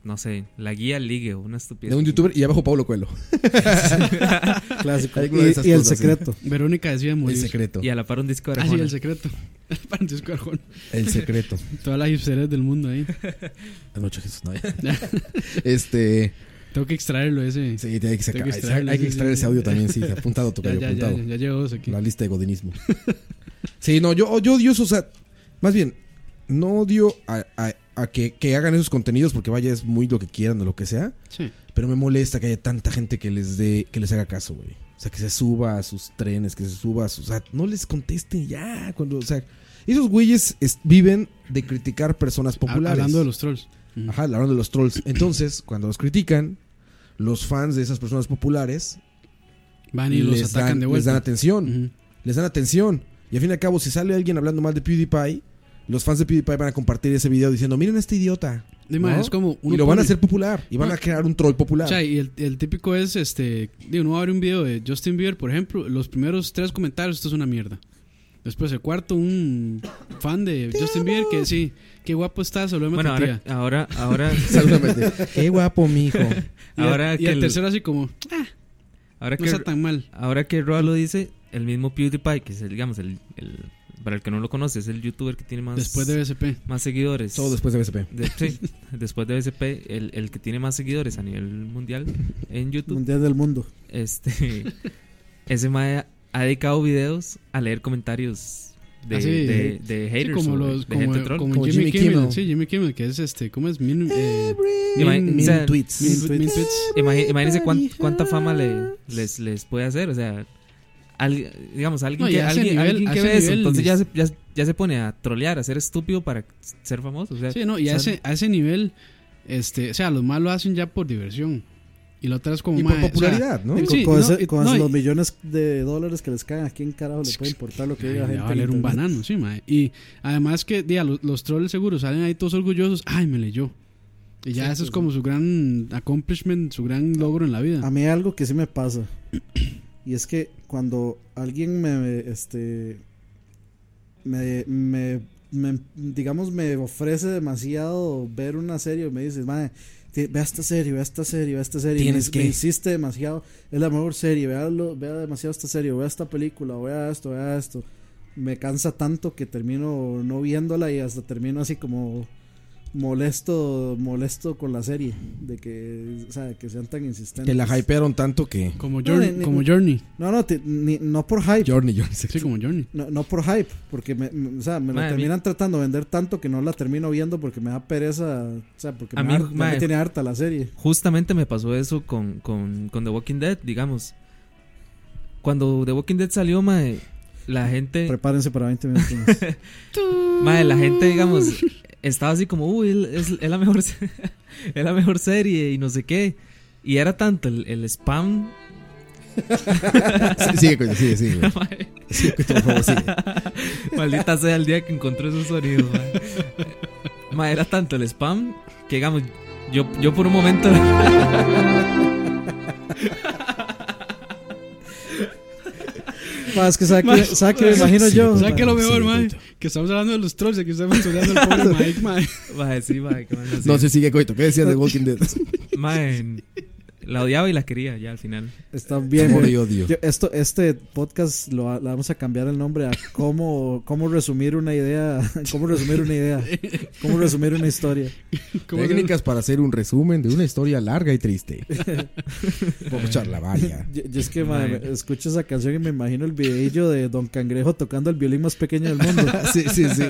No sé, la guía ligue o una estupidez. De un youtuber y abajo Pablo Coelho. Clásico. Alguna de Y, esas y el cosas, sí. secreto. Verónica decía El morir. secreto. Y a la par un disco de Ah, sí, Arjona. el secreto. Francisco Arjón. El secreto. Todas las hipsteras del mundo ahí. Anoche Jesús, no. Este. Tengo que extraerlo ese. Sí, hay que, sacar- Tengo que extraerlo, hay que sí, extraer sí, ese sí. audio también, sí. Apuntado, ya, tocayo, ya, ya, apuntado. ya, ya llegó dos aquí. La lista de godinismo. sí, no, yo, yo odio eso, o sea, más bien, no odio a, a- a que, que hagan esos contenidos porque vaya, es muy lo que quieran o lo que sea, Sí. pero me molesta que haya tanta gente que les dé, que les haga caso, güey. O sea, que se suba a sus trenes, que se suba a sus... O sea, no les contesten ya, cuando, o sea... Esos güeyes es- viven de criticar personas Ha- populares. Hablando de los trolls. Ujú. Ajá, hablando de los trolls. Entonces, cuando los critican, los fans de esas personas populares Van y los les atacan dan- de les dan vuelta. atención Ujú. les dan atención. Y al fin y al cabo, si sale alguien hablando mal de PewDiePie, los fans de PewDiePie van a compartir ese video diciendo, miren a este idiota. De manera, ¿no? Es como uno y lo van a pone- Ah. hacer popular. Y van No. a crear un troll popular. O sea, y el, el típico es, este, digo, uno abre un video de Justin Bieber, por ejemplo, los primeros tres comentarios, esto es una mierda. Después el cuarto, un fan de Justin Bieber que sí, qué guapo estás, saludame Bueno, a tu ahora, tía. ahora, ahora, Saludamente. Qué guapo, mijo. Y, el- ahora y que el el- tercero así como, ahora no que, está tan mal. ahora que Roa lo dice, el mismo PewDiePie, que es, el, digamos, el, el- para el que no lo conoce, es el youtuber que tiene más, Después de BSP. más seguidores. Todo después de BSP. De- sí, después de BCP, el, el que tiene más seguidores a nivel mundial en YouTube. Mundial del mundo. Este. Ese mae ha dedicado videos a leer comentarios de, Ah, sí, de, de Sí, haters. como o de- los, de como, gente troll. como Como Jimmy Jimmy, Kimmel. Kimmel. Sí, Jimmy Kimmel, que es este, ¿cómo es? Min, eh, Imagín- Mil o sea, tweets. min- Everybody min tweets. Imagi- Imagínense cuán- cuánta fama le, les, les puede hacer, o sea, al- digamos, alguien No, y que, a ese alguien, nivel- alguien a que ese ve eso, nivel entonces ni- ya se, ya, ya se pone a trolear, a ser estúpido para ser famoso, o sea, Sí, no, y a ¿sabe? ese, a ese nivel, este, o sea, los más lo hacen ya por diversión. Y la otra es como Y por mae, o sea, popularidad, ¿no? sí, con no, ese- y- con no, los y- millones de dólares que les cagan, ¿a quién carajo le puede importar lo que Ay, diga le gente? va a en valer un internet? banano, sí, mae. Y además que, diga, los, los trolls seguro salen ahí todos orgullosos. Ay, me leyó. Y ya eso es como su gran accomplishment, su gran logro en la vida. A mí algo que sí me pasa. Y es que cuando alguien me este me, me- me- digamos me ofrece demasiado ver una serie, me dices, "Mae, te- vea esta serie, vea esta serie, vea esta serie." y Tienes me, que. me insiste demasiado, es la mejor serie, véalo, vea demasiado esta serie, vea esta película, vea esto, vea esto. Me cansa tanto que termino no viéndola y hasta termino así como molesto, molesto con la serie, de que, o sea, que sean tan insistentes. Que la hypearon tanto que... Como, No, Journey, ni- ni- como Journey. No, no, te- ni- no por hype. Journey, Journey. Sí, como Journey. No, no por hype, porque me, me- o sea, me la Madre terminan tratando de vender tanto que no la termino viendo porque me da pereza, o sea, porque A me, mí, da- ya me madre. tiene harta la serie. justamente me pasó eso con, con, con The Walking Dead, digamos. Cuando The Walking Dead salió, mae, la gente... Prepárense para 20 minutos. más. Madre, la gente, digamos, estaba así como, uy, es, es la mejor, se- es la mejor serie y no sé qué. Y era tanto el, el spam. Sí, Sigue, coño, sigue, sigue. güey. mae, Sigue, coño, por favor, sigue. Maldita sea el día que encontré esos sonidos, mae. Mae, era tanto el spam que, digamos, yo, yo por un momento. Ma, es que sabe que, sabe que me imagino sí, yo. sí, ma, ¿Sabes qué es lo mejor, Sí, mae? coito. Que estamos hablando de los trolls y aquí estamos estudiando al pobre Mike, mae. Mae, sí, mae, qué mala No, sí, sea. sigue, coito. ¿Qué decías de Walking Dead? Mae, la odiaba y la quería ya al final. Está bien. Amor güey. y odio. Yo- esto, este podcast lo, va- le vamos a cambiar el nombre a cómo, cómo resumir una idea, cómo resumir una idea, cómo resumir una historia. Como Técnicas para hacer un resumen de una historia larga y triste. Vamos a charla varia. Yo, yo es que ma, Mae. me- escucho esa canción y me imagino el videillo de Don Cangrejo tocando el violín más pequeño del mundo. Sí, sí, sí.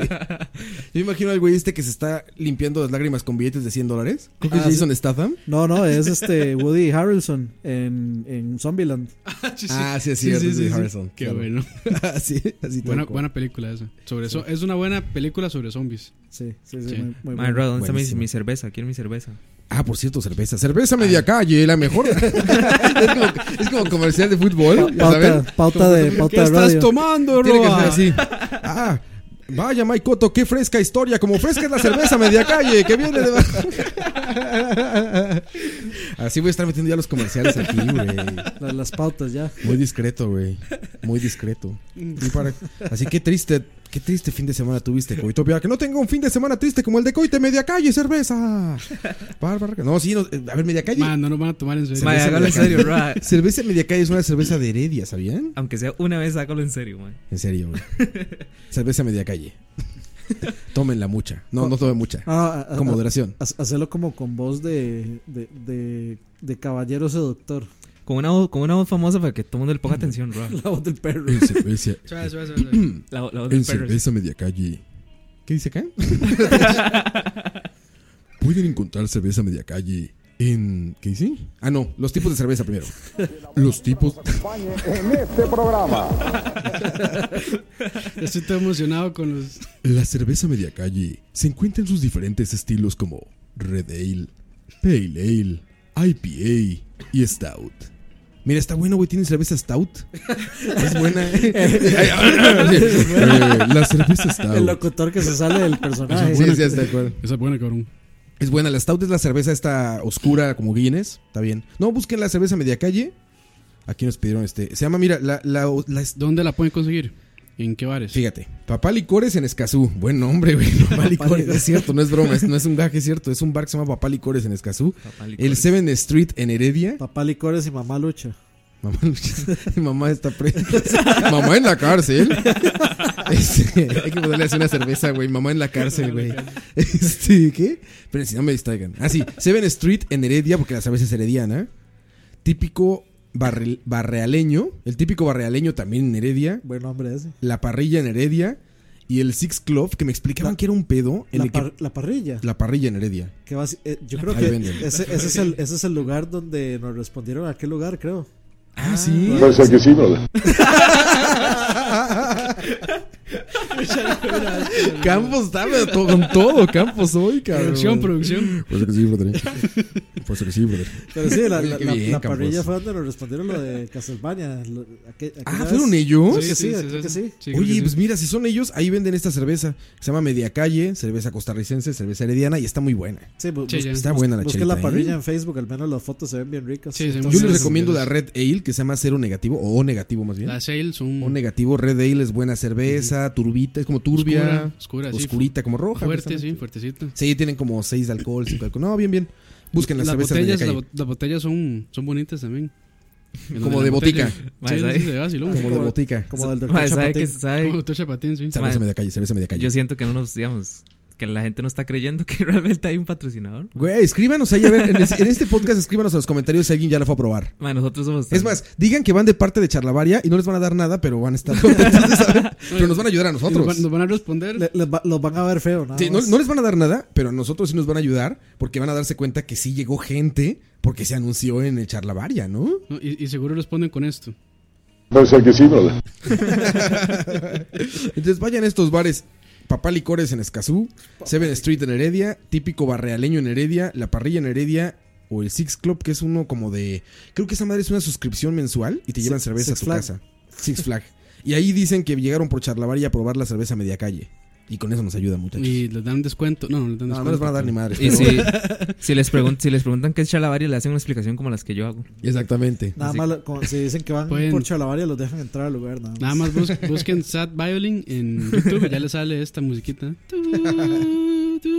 Yo imagino al güey este que se está limpiando las lágrimas con billetes de 100 dólares. Creo que es Ah, sí. Jason Statham. No, no, es este Woody Harrelson en, en Zombieland. Ah, sí, es Sí, sí, cierto. sí, es sí. de Harrison. Qué claro. bueno. así, Ah, así tal Buena, cual. buena película esa. Sobre eso, es una buena película sobre zombies. Sí, sí, sí, Sí. muy, muy Mae, bueno. Rod, ¿dónde está mi, Buenísimo. mi cerveza? Quiero mi cerveza. Ah, por cierto, cerveza. Cerveza media calle, la mejor. es, como, es como comercial de fútbol. ya saben. Pauta, pauta de, ¿Qué pauta de estás radio. tomando, Tiene que ser Roa? así. Ah, vaya, Maikoto, qué fresca historia. Como fresca es la cerveza media calle que viene de. así voy a estar metiendo ya los comerciales aquí, güey. La- Las pautas ya. Muy discreto, güey. Muy discreto. Y para- Así que triste, qué triste fin de semana tuviste, Coito. Vea, que no tengo un fin de semana triste como el de Coite, media calle, cerveza. Bárbara. No, sí, no, eh, a ver, media calle. Man, no nos van a tomar en serio. Mae, Cerveza hágalo en Media serio, Ra. Cerveza media calle es una cerveza de Heredia, ¿sabían? Aunque sea una vez, hágalo en serio, mae. En serio, güey. Cerveza media calle. Tómenla mucha. No, no tomen mucha. Ah, ah, Con ah, moderación. ha- hacerlo como con voz de, de, de, de caballero seductor. Con una, voz- con una voz famosa para que todo el mundo le ponga atención, Ra. La voz del perro. En cerveza, Suave, suave, suave, suave. La, la voz en del perro. cerveza media calle. ¿Qué dice acá? Pueden encontrar cerveza media calle en. ¿Qué dice? Ah, no, los tipos de cerveza primero. Los tipos. en este programa. Ya Estoy todo emocionado con los. La cerveza media calle se encuentra en sus diferentes estilos como Red Ale, Pale Ale, IPA y Stout. Mira, está bueno, güey. ¿Tienen cerveza Stout? Es buena. eh. Eh, la cerveza El Stout. locutor que se sale del personaje. Ah, Sí, sí, está de acuerdo. Esa es buena, cabrón. Es buena, la Stout es la cerveza esta oscura como Guinness, está bien. No, busquen la cerveza media calle. Aquí nos pidieron este. Se llama, mira, la, la, la es- ¿Dónde la pueden conseguir? ¿En qué bares? Fíjate, Papá Licores en Escazú. Buen nombre, güey. Papá Licores, es cierto, no es broma, es- no es un gag, es cierto. Es un bar que se llama Papá Licores en Escazú. Papá El licor. 7 Street en Heredia. Papá licores y mamá lucha. Mamá, mamá está presa. mamá en la cárcel. Este, hay que ponerle así una cerveza, güey. Mamá en la cárcel, güey. Este, ¿qué? Pero si no me distraigan. Ah, sí. Seven Street en Heredia, porque la cerveza es herediana. Típico barre- barrealeño. El típico barrealeño también en Heredia. Buen nombre ese. La parrilla en Heredia. Y el Six Club, que me explicaban que era un pedo. En La, el que- par- la parrilla. la parrilla en Heredia. que va- eh, yo creo Ahí que venden. ese, ese es el, ese es el lugar donde nos respondieron a aquel lugar, creo. Ah, sí. Puede ser que sí, brother. Campos, dame to- con todo. Campos hoy, cabrón. Producción, producción. Por eso que sí, brother. ¿eh? Por eso que sí, brother. Pero sí, la, Oye, la- qué la- bien, la Campos. parrilla fue donde nos respondieron lo de Castlevania. lo- aquel- Ah, aquella ¿fueron vez. ellos? Sí, sí, creo que sí. creo que Oye, sí. pues mira, si son ellos, ahí venden esta cerveza. que Se llama Media Calle, cerveza costarricense, cerveza herediana y está muy buena. Sí, bu- Sí, bus- ya. Está buena la busqué chelita. la ¿eh? parrilla en Facebook, al menos las fotos se ven bien ricas. Sí, se ven Entonces, Yo les Entonces, recomiendo la Dios. Red Ale, que se llama Cero Negativo, o O Negativo más bien. Las sales son O negativo, Red Ale es buena cerveza, turbita, es como turbia, Oscura, oscura, sí. oscurita, como roja. fuerte, sí, justamente. fuertecita. Sí, tienen como 6 de alcohol, 5 de alcohol. No, bien, bien. Busquen las Las cervezas botellas, de la Media bo- Calle. las botellas son, son bonitas también. En Como la de botella. botica. Mae, Sí, ¿sabe? sí, sí, de vacilón. Como de botica. Como del Mae, doctor ¿sabe Chapatín. que- sabe? Como doctor Chapatín, sí. Cerveza Mae, Media Calle, cerveza Media Calle. Yo siento que no nos, digamos, que la gente no está creyendo que realmente hay un patrocinador. Güey, escríbanos ahí, a ver, en, es- en este podcast escríbanos a los comentarios si alguien ya la fue a probar. Mae, nosotros somos. Es más, digan que van de parte de Charlavaria y no les van a dar nada, pero van a estar contentos de saber. Pero nos van a ayudar a Y Nos van, nosotros. nos van a responder. Le- les va- los van a ver feo, nada Sí, no, más. no les van a dar nada, pero a nosotros sí nos van a ayudar porque van a darse cuenta que sí llegó gente porque se anunció en el Charlavaria, ¿no? ¿no? y, y seguro responden con esto. Puede ser que sí, brother. Entonces vayan a estos bares. Papá Licores en Escazú, Seven Street en Heredia, típico barrealeño en Heredia, La Parrilla en Heredia o el Six Club, que es uno como de... Creo que esa madre es una suscripción mensual y te llevan Six- cerveza Six a tu Flag. casa. Six Flag. Y ahí dicen que llegaron por Charlavar y a probar la cerveza media calle. Y con eso nos ayuda, muchachos. Y les dan descuento. No, no les dan No, descuento. no les van a dar ni madre. Y si, si, les pregun- si les preguntan qué es Chalabaria, le hacen una explicación como las que yo hago. Exactamente. Nada Así- más, lo- como- si dicen que van Pueden- por Chalabaria, los dejan entrar al lugar, nada más. Nada más bus- busquen Sad Violin en YouTube y ya les sale esta musiquita. Tu, tu.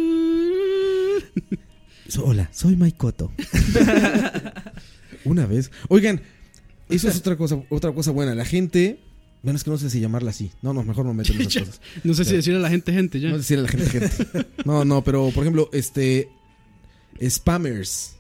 Hola, soy Maikoto. Una vez. Oigan, eso es otra cosa, otra cosa buena. La gente... Bueno, es que no sé si llamarla así. No, no, mejor no me meto en esas cosas. No sé si decirle a la gente, gente ya. No decirle a la gente, gente. No, no, pero por ejemplo, este. Spammers.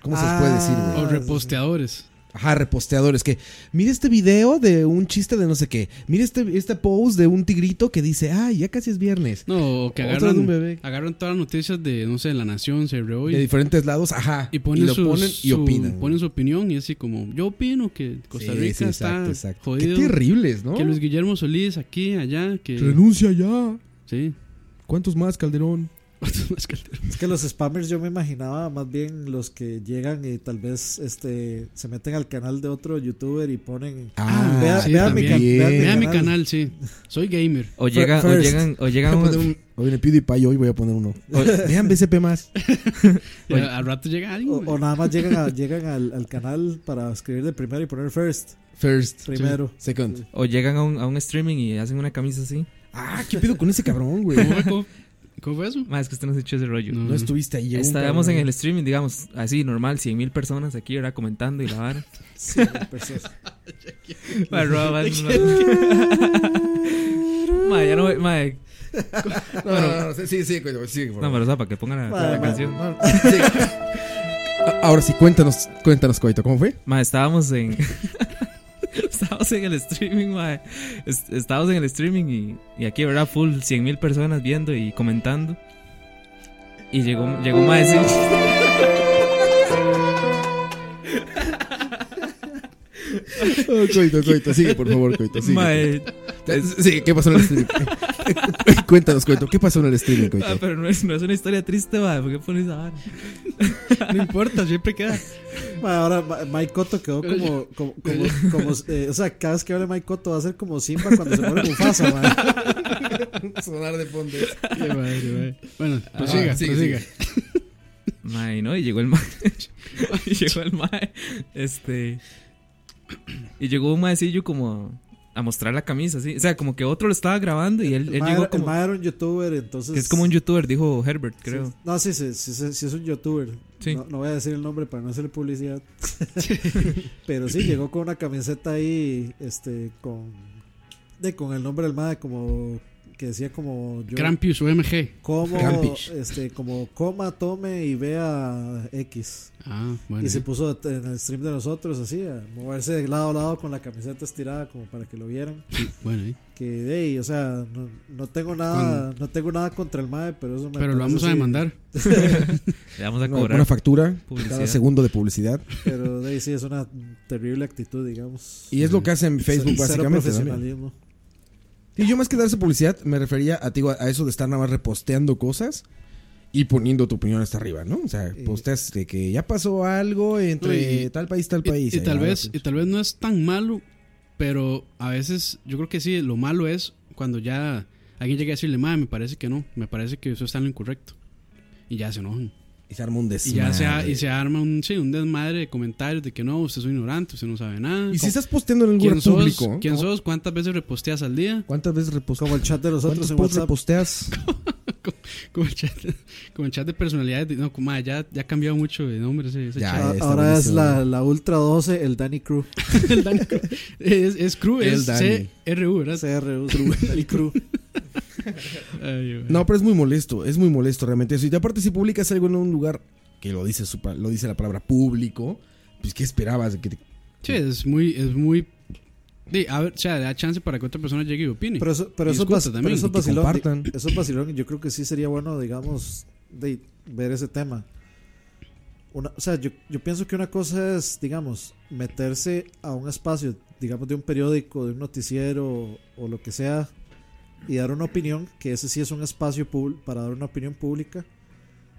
¿Cómo se les puede decir, güey? O reposteadores. Ajá, reposteadores. Que mire este video de un chiste de no sé qué. Mire este, este post de un tigrito que dice, ay, ya casi es viernes. No, o Otro que de un agarran, bebé. agarran todas las noticias de, no sé, La Nación, se De hoy. diferentes lados, ajá. Y ponen, lo su, ponen y su- opinan. ponen su opinión y así como, yo opino que Costa Sí, Rica sí, está exacto, exacto. jodido. Qué terribles, ¿no? Que Luis Guillermo Solís aquí, allá, que... Renuncia ya. Sí. ¿Cuántos más, Calderón? zapatos más que el termo. Es que los spammers yo me imaginaba más bien los que llegan y tal vez este se meten al canal de otro youtuber y ponen Ah, vea, sí, vea mi, también. can- vea mi Vea mi canal. canal, sí. Soy gamer. O, llega, o First. llegan, o llegan, Voy a poner un- un- Hoy en el PewDiePie hoy voy a poner uno. Vean BCP más. Y a- al rato llega alguien. O, güey. o nada más llegan, a- llegan al, al canal para escribir de primero y poner first, First. primero. Second. o llegan a un, a un streaming y hacen una camisa así. Ah, ¿qué pido con ese cabrón, güey? ¿Cómo fue, cómo- cómo fue eso? Más es que usted no se echó ese rollo. No. No estuviste ahí. llegó Mm, un Estábamos en cabrón. el streaming, digamos, así, normal, 100 mil personas aquí, ¿verdad? Comentando y la vara. Sí, perfecto. Mae, Roa, mae, Mae, ya no voy- mae, No, no, no, sí, sí, sí, güey, sí, por No, favor. pero o sea, para que pongan la, Bueno, la canción. no, no. Sí. A- Ahora sí, cuéntanos, cuéntanos, Coito, ¿cómo fue? Mae, estábamos en. estábamos en el streaming, mae. Es- estábamos en el streaming y, y aquí, ¿verdad? Full 100 mil personas viendo y comentando. Y llegó, llegó mae, sí. Oh, coito, Coito, sigue, por favor, Coito, sigue. Mae, Eh, Sí, ¿qué pasó en el streaming? cuéntanos, Coito, ¿qué pasó en el streaming, Coito? ah, pero no es, no es una historia triste, mae. ¿Por qué pones esa vara? No importa, siempre queda. Ma, Ahora Ma- Mike Cotto quedó como, como, como, como, eh, o sea, cada vez que hable Mike Cotto va a ser como Simba cuando se muere Mufasa, ma. Sonar de fondo. Qué madre, güey. Bueno, pues Ah, siga, sigue, pues sigue. siga. Mae, ¿no? Y llegó el mae. y llegó el mae. Este. Y llegó un maecillo como a mostrar la camisa, así. O sea, como que otro lo estaba grabando y él, él Ma llegó era- El como. ma era un youtuber, entonces. Que es como un youtuber, dijo Herbert, creo. Sí. No, sí, sí, sí, sí, sí es un youtuber. Sí. No, no voy a decir el nombre para no hacerle publicidad. Pero sí, llegó con una camiseta ahí, este, con. De, con el nombre del MAD, como. Que decía como. Yo, Grampius UMG. como, Grampish. este, como coma, tome y vea X. Ah, bueno. Y se puso en el stream de nosotros así, a moverse de lado a lado con la camiseta estirada como para que lo vieran. sí, bueno, eh. Que de ahí, o sea, no, no tengo nada, no tengo nada contra el MAD, pero eso me Pero lo parece vamos a así. demandar. Le vamos a Una, cobrar. una factura, publicidad. cada segundo de publicidad. Pero de ahí sí es una terrible actitud, digamos. Y es lo que hace en Facebook, Cero básicamente. también. profesionalismo. Y yo más que darse publicidad, me refería a, digo, a eso de estar nada más reposteando cosas y poniendo tu opinión hasta arriba, ¿no? O sea, posteas de que ya pasó algo entre Eh, Y- tal país, tal Y- país. Y, ahí pues. tal va, vez, y pinche. tal vez no es tan malo, pero a veces yo creo que sí, lo malo es cuando ya alguien llega a decirle, madre, me parece que no, me parece que eso está en lo incorrecto. Y ya se enojan. Y se arma un Y desmadre. ya se, ha- y se arma un, sí, un desmadre de comentarios de que no, usted es un ignorante, usted no sabe nada. Y si ¿Cómo- estás posteando en el lugar ¿Quién sos? público, ¿Quién sos? ¿Cuántas veces reposteas al día? ¿cuántas veces reposteas? Como el chat de nosotros ¿Cuántos en posts WhatsApp. reposteas? Como el chat, como el chat de personalidades. de- no, como, madre, ya, ya ha cambiado mucho de nombre ese, ese Ya, chat. Ah, está Ahora es buenísimo. la, la Ultra 12, el Danny Crew. El Dani Cru- es, es Cru, El es Dani. CRU, ¿verdad? CRU, Danny Crew. Ay, güey. No, pero es muy molesto, es muy molesto realmente eso. Y aparte, si publicas algo en un lugar que lo dice, su pa- lo dice la palabra público, pues ¿qué esperabas? Que te- Sí, es muy, es muy. de- a ver, o sea, da chance para que otra persona llegue y opine. Pero eso, pero Y eso es discuta bas- también, pero eso y es que vacilón. compartan. di- Eso es vacilón. Yo creo que sí sería bueno, digamos, de ver ese tema. Una, o sea, yo, yo pienso que una cosa es, digamos, meterse a un espacio, digamos, de un periódico, de un noticiero o, o lo que sea, y dar una opinión, que ese sí es un espacio pub- para dar una opinión pública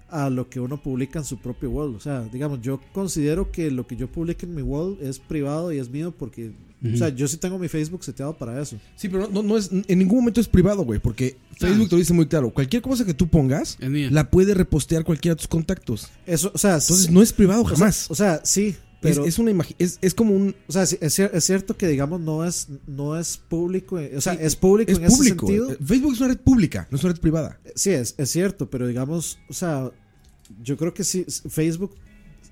a lo que uno publica en su propio wall. O sea, digamos, yo considero que lo que yo publique en mi wall es privado y es mío porque, o sea, yo sí tengo mi Facebook seteado para eso. Sí, pero no, no es, en ningún momento es privado, güey, porque Facebook te lo dice muy claro. Cualquier cosa que tú pongas, Es mía. la puede repostear cualquiera de tus contactos. Eso, o sea, Entonces no es privado O sea, jamás. O sea, sí, Es- pero es, una imagen, es, es como un... o sea, sí, es, cier- es cierto que digamos no es no es público, eh, o sea, es público Es en ese público. sentido. Eh, Facebook es una red pública, no es una red privada. Sí, es, es cierto, pero digamos, o sea, yo creo que sí s- Facebook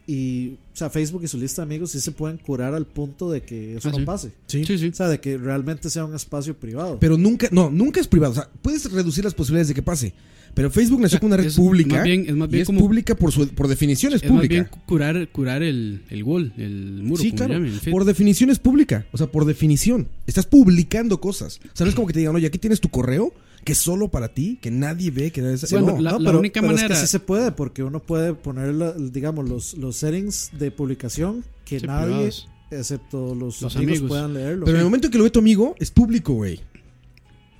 y o sea, Facebook y su lista de amigos sí se pueden curar al punto de que eso Ah, no sí. pase. Sí, sí. O sea, de que realmente sea un espacio privado. Pero nunca, no, nunca es privado. O sea, puedes reducir las posibilidades de que pase. Pero Facebook nació sea, como una red es pública. más bien- es más y bien es como- pública por, su, por definición, es, Es más pública. bien curar, curar el, el wall, el muro. Sí, como claro. le llamen, en fin. Por definición es pública. O sea, por definición. Estás publicando cosas. O sea, no es como que te digan, oye, aquí tienes tu correo, que es solo para ti, que nadie ve, que nadie sabe. Bueno, No. la- No, pero- única pero manera- es que sí se puede porque uno puede poner la- digamos los los settings de publicación que Sí, nadie privados. excepto los, Los amigos, amigos. puedan leerlo. Pero en el momento que lo ve tu amigo, es público, güey.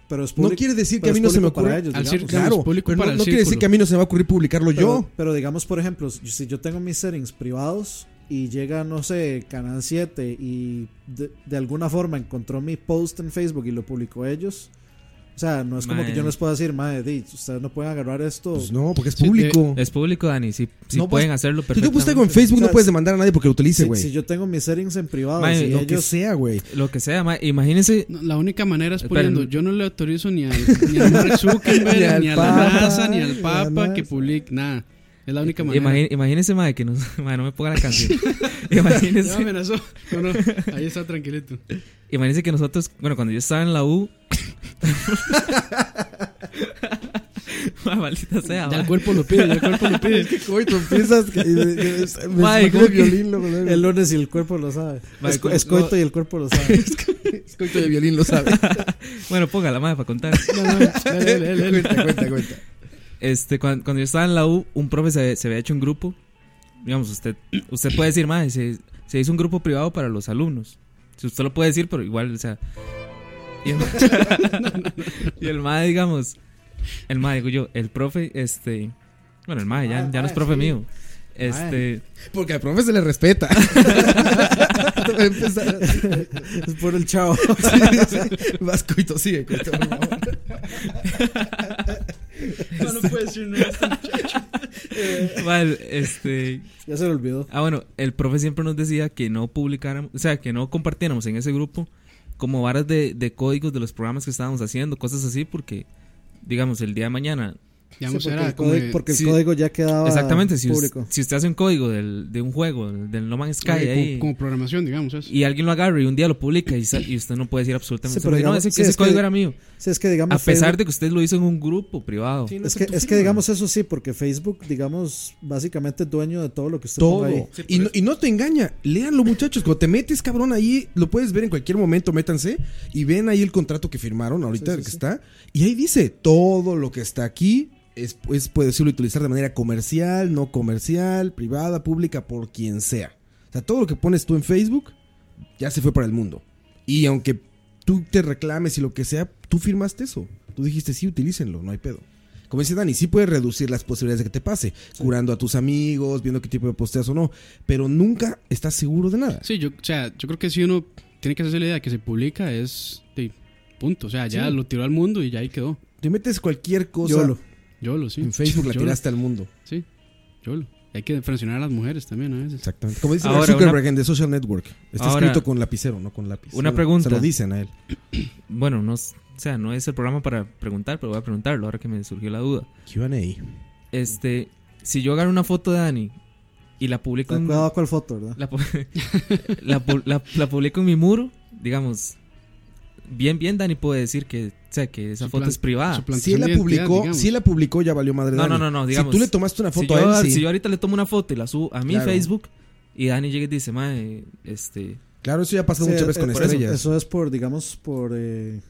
pero es No público- quiere decir que a pero mí es no se me público para ocurra. ellos, Al digamos. circo. Claro, público pero no, para el no quiere decir círculo. que a mí no se me va a ocurrir publicarlo yo. Pero, pero digamos, por ejemplo, si yo tengo mis settings privados y llega, no sé, Canal 7 y de, de alguna forma encontró mi post en Facebook y lo publicó ellos. O sea, no es como Mae. que yo no les pueda decir, madre, di, ustedes no pueden agarrar esto. Pues no, porque es Sí, eh, público. Es público, Dani. Si, si No, pueden pues, Si hacerlo tú perfectamente. pusiste algo en Facebook, O sea, no puedes demandar a nadie porque lo utilice, si, güey. si yo tengo mis settings en privado Mae, y lo lo que ellos sea, güey. Lo que sea, ma, imagínense. No, La única manera es Esperen. poniendo, yo no le autorizo ni, al, ni a Mark Zuckerberg, Ni al ni, a Papa, la NASA, ni al ni a Papa nada. que publique, nada. Es la única manera. imagín- imagínense, ma, que no, ma, no me ponga la canción. Ya me imagínense, amenazó. No, no, ahí está tranquilito. imagínense que nosotros, bueno, cuando yo estaba en la U. ma, maldita sea, Ya ma. el cuerpo lo pide, ya el cuerpo lo pide. piensas que. Mae, ¿cómo que- el lunes y el cuerpo lo sabe. Mae, Es- co- es no. coito y el cuerpo lo sabe. Escoito de violín lo sabe. Bueno, póngala, ma, para contar. No, no, dale, dale, dale. cuenta, cuenta, cuenta. Este, cuan- cuando, yo estaba en la U, un profe se, se había hecho un grupo. Digamos, usted, usted puede decir, madre, se, se hizo un grupo privado para los alumnos. Si usted lo puede decir, pero igual, o sea. Y el, y el mae, digamos, el mae, digo yo, el profe, este. Bueno, el mae, ya, ya no es profe mío. Este. Porque al profe se le respeta. Para empezar. es por el chavo. Vas, coito, sigue, coito, por favor. No, no puede decir nada. este mae, este. ya se lo olvidó. Ah, bueno, el profe siempre nos decía que no publicáramos, o sea, que no compartiéramos en ese grupo como varas de, de códigos de los programas que estábamos haciendo, cosas así, porque, digamos, el día de mañana. Digamos, Sí, porque era el, ah, como. código, porque el sí. código ya quedaba exactamente, si, us- Ah, público. si usted hace un código del- de un juego, del No Man's Sky, como- ahí, como programación, digamos. eso. y alguien lo agarra y un día lo publica y, sa- y usted no puede decir absolutamente Sí, pero nada. no, digamos- ese, sí, ese es que- código era mío. Sí, es que digamos A pesar Facebook- de que usted lo hizo en un grupo privado. Es que, es que digamos eso sí, porque Facebook, digamos, básicamente es dueño de todo lo que usted ponga ahí. Todo. y, no, y no te engaña. Léanlo, muchachos. Cuando te metes, cabrón, ahí lo puedes ver en cualquier momento. Métanse y ven ahí el contrato que firmaron ahorita Sí, sí, el que sí. está. Y ahí dice: todo lo que está aquí es, es posible utilizar de manera comercial, no comercial, privada, pública, por quien sea. O sea, todo lo que pones tú en Facebook ya se fue para el mundo. Y aunque tú te reclames y lo que sea, tú firmaste eso. Tú dijiste, sí, utilícenlo, no hay pedo. Como dice Dani, sí puedes reducir las posibilidades de que te pase, curando a tus amigos, viendo qué tipo de posteas o no, pero nunca estás seguro de nada. Sí, yo, o sea, yo creo que si uno tiene que hacerse la idea que se publica es. de punto. O sea, ya Sí. lo tiró al mundo y ya ahí quedó. Te metes cualquier cosa Yolo. Yo lo, sí. en Facebook, la Yolo, tiraste al mundo. Sí, yo lo. Hay que fraccionar a las mujeres también a veces. Exactamente. Como dice Ahora, Mark Zuckerberg en The Social Network. Está ahora- escrito con lapicero, no con lápiz. Una Se lo- pregunta. Se lo dicen a él. Bueno, no, s- o sea, no es el programa para preguntar, pero voy a preguntarlo ahora que me surgió la duda. QA. Este, si yo agarro una foto de Dani y la publico Ten en, cuidado con el foto, ¿verdad? la, pu- la pu- la- la publico en mi muro, digamos, bien, bien, Dani puede decir que, o sea, que esa Su foto plan- es privada. Suplantación Si él la de identidad, publicó, digamos. si él la publicó, ya valió madre No, Dani. no, no, no, Si digamos, tú le tomaste una Si foto yo, a él, sí. si yo ahorita le tomo una foto y la subo a mi Claro. Facebook y Dani llega y dice, mae, este, Claro, eso ya ha pasado Sí, muchas veces eh, con por estrellas. Eso, eso es por, digamos, por... eh,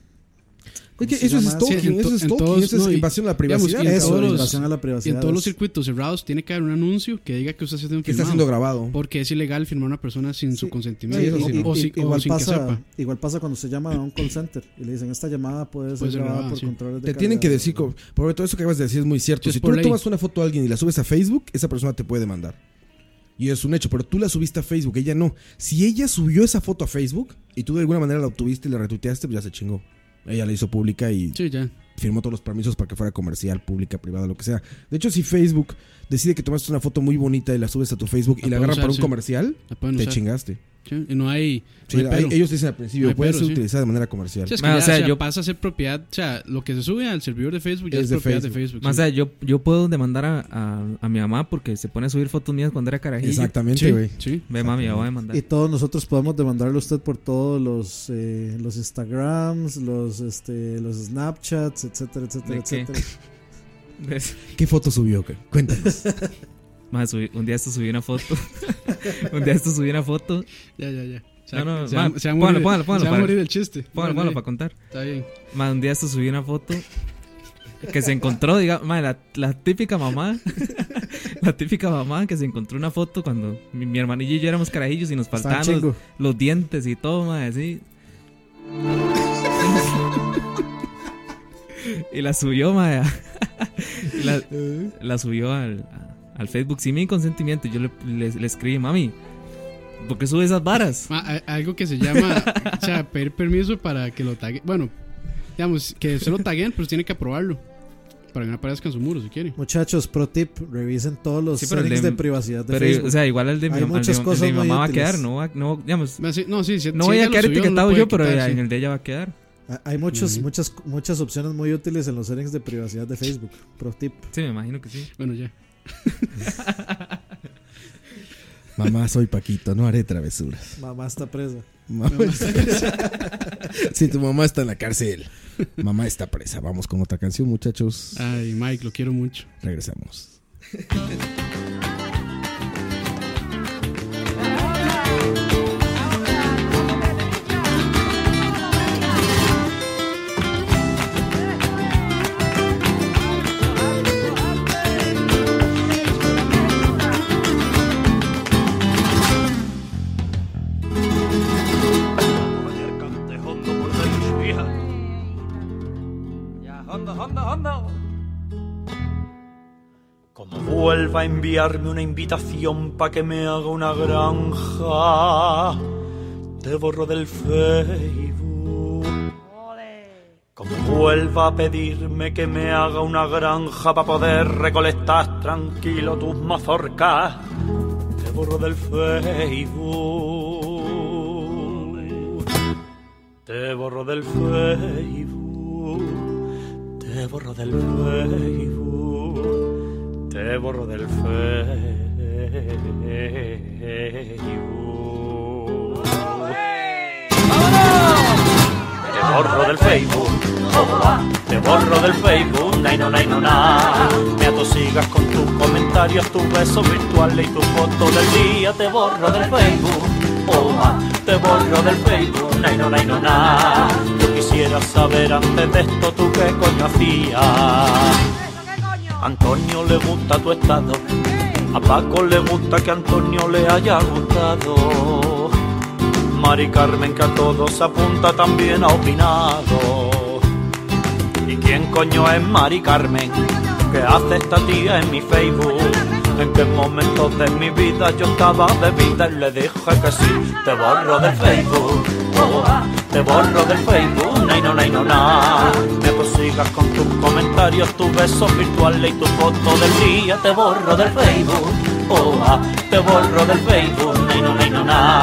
Es que ¿cómo se eso es llama? stalking, Sí, en to- eso es en stalking, todos- eso es no, y- invasión a la digamos, privacidad. y en eso Eso, todos la los- invasión a la Y privacidad. en todos los es- circuitos cerrados tiene que haber un anuncio que diga que usted está siendo que está filmado. siendo grabado. Porque es ilegal firmar a una persona sin su Sí. consentimiento Sí, eso o- sí, o, no. si- o igual, sin que pasa, sepa. igual pasa cuando se llama a un call center y le dicen, esta llamada puede ser Puede ser grabada grabada, por sí. controles de Te tienen calidad". que decir, co- porque todo eso que acabas de decir es muy cierto. Sí, es Si tú por le ley. tomas una foto a alguien y la subes a Facebook, esa persona te puede demandar. Y es un hecho, pero tú la subiste a Facebook, ella no. Si ella subió esa foto a Facebook y tú de alguna manera la obtuviste y la retuiteaste, pues ya se chingó. Ella la hizo pública y Sí, ya. firmó todos los permisos para que fuera comercial, pública, privada, lo que sea. De hecho, si Facebook decide que tomaste una foto muy bonita y la subes a tu Facebook y La la agarran pueden para un usar, sí. comercial, La pueden te usar. chingaste. Sí, Y no hay. Sí, no hay ahí- pero. ellos dicen al principio, No hay puede pero, ser sí. utilizada de manera comercial. Sí, es que Ma, o ya, sea, o sea, yo- pasa a ser propiedad. O sea, lo que se sube al servidor de Facebook ya Es es, de propiedad Facebook. de Facebook. más sí. allá, yo, yo puedo demandar a, a- a mi mamá porque se pone a subir fotos mías cuando era carajillo. Exactamente, güey. sí, sí. Ve, mami, ya voy a demandar. Y todos nosotros podemos demandarle a usted por todos los, eh, los Instagrams, los, este, los Snapchats, etcétera, etcétera, ¿De qué? etcétera. ¿Qué foto subió? qué? Cuéntanos. Mae, subí- un día esto subí una foto. un día esto subí una foto. Ya, ya, ya. Se No, no, va- se va- ma, se va a póngalo, morir- póngalo, póngalo se va a para- morir el chiste. Póngalo, Bueno, póngalo para contar. Está bien. Madre, un día esto subí una foto que se encontró, digamos, madre, la, la típica mamá, la típica mamá que se encontró una foto cuando mi, mi hermanillo y yo éramos carajillos y nos Está faltaban los, chingo. los dientes y todo, madre, así. Y la subió, mae. y la, la subió al, al Facebook sin mi consentimiento. Yo le, le- le escribí, mami, ¿por qué sube esas varas? Ma, a- algo que se llama, o sea, pedir permiso para que lo taguen. Bueno, digamos, que se lo taguen, pero tiene que aprobarlo. Para que no aparezca en su muro, si quiere. Muchachos, pro tip, revisen todos los Sí, pero el settings de- de, privacidad de Pero, Facebook. o sea, igual al de mi, Hay al de- muchas al de cosas mi muy mamá va a útiles. quedar, no, va- no, digamos, Ma, sí, no, sí, sí, no sí, voy ella a lo quedar subió, no etiquetado puede yo, pero quitar, sí. en el de ella va a quedar. Ah, Hay muchos, Ujú. muchas, muchas opciones muy útiles en los settings de privacidad de Facebook. Pro tip. Sí, me imagino que sí. Bueno, ya. Mamá, soy Paquito, no haré travesuras. Mamá está presa. Mamá está Si tu mamá está en la cárcel, mamá está presa. Vamos con otra canción, muchachos. Ay, Mike, lo quiero mucho. Regresamos. Acercante hondo por dentro, hija. Como vuelva a enviarme una invitación pa' que me haga una granja, te borro del Facebook. Como vuelva a pedirme que me haga una granja pa' poder recolectar tranquilo tus mazorcas, te borro del Facebook. Te borro del Facebook. Te borro del Facebook. Te borro del Facebook. Te borro del Facebook. ¿Cómo va? Te borro del Facebook. Nay, no, nay, no, na. Me atosigas con tus comentarios, tus besos virtuales y tus fotos del día. Te borro del Facebook. ¿Cómo va? Te borro del Facebook. Nay, no, nay, no, na. Yo quisiera saber antes de esto tú qué coño hacías. Antonio le gusta tu estado. A Paco le gusta que Antonio le haya gustado. Mari Carmen que a todos apunta también ha opinado. ¿Y quién coño es Mari Carmen? ¿Qué hace esta tía en mi Facebook? ¿En qué momentos de mi vida yo estaba bebida y le dije que sí? Te borro del Facebook, oh, ah, te borro del Facebook, nay no, nay no, na. Me consigas con tus comentarios, tus besos virtuales y tu foto del día. Te borro del Facebook, oh, ah, te borro del Facebook, nay no, nay no, na.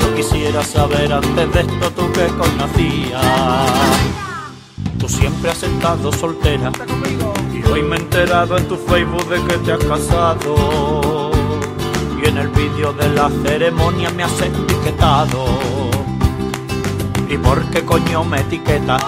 Yo quisiera saber antes de esto tú qué coño hacías. Tú siempre has estado soltera Y hoy me he enterado en tu Facebook de que te has casado Y en el vídeo de la ceremonia me has etiquetado ¿Y por qué coño me etiquetas?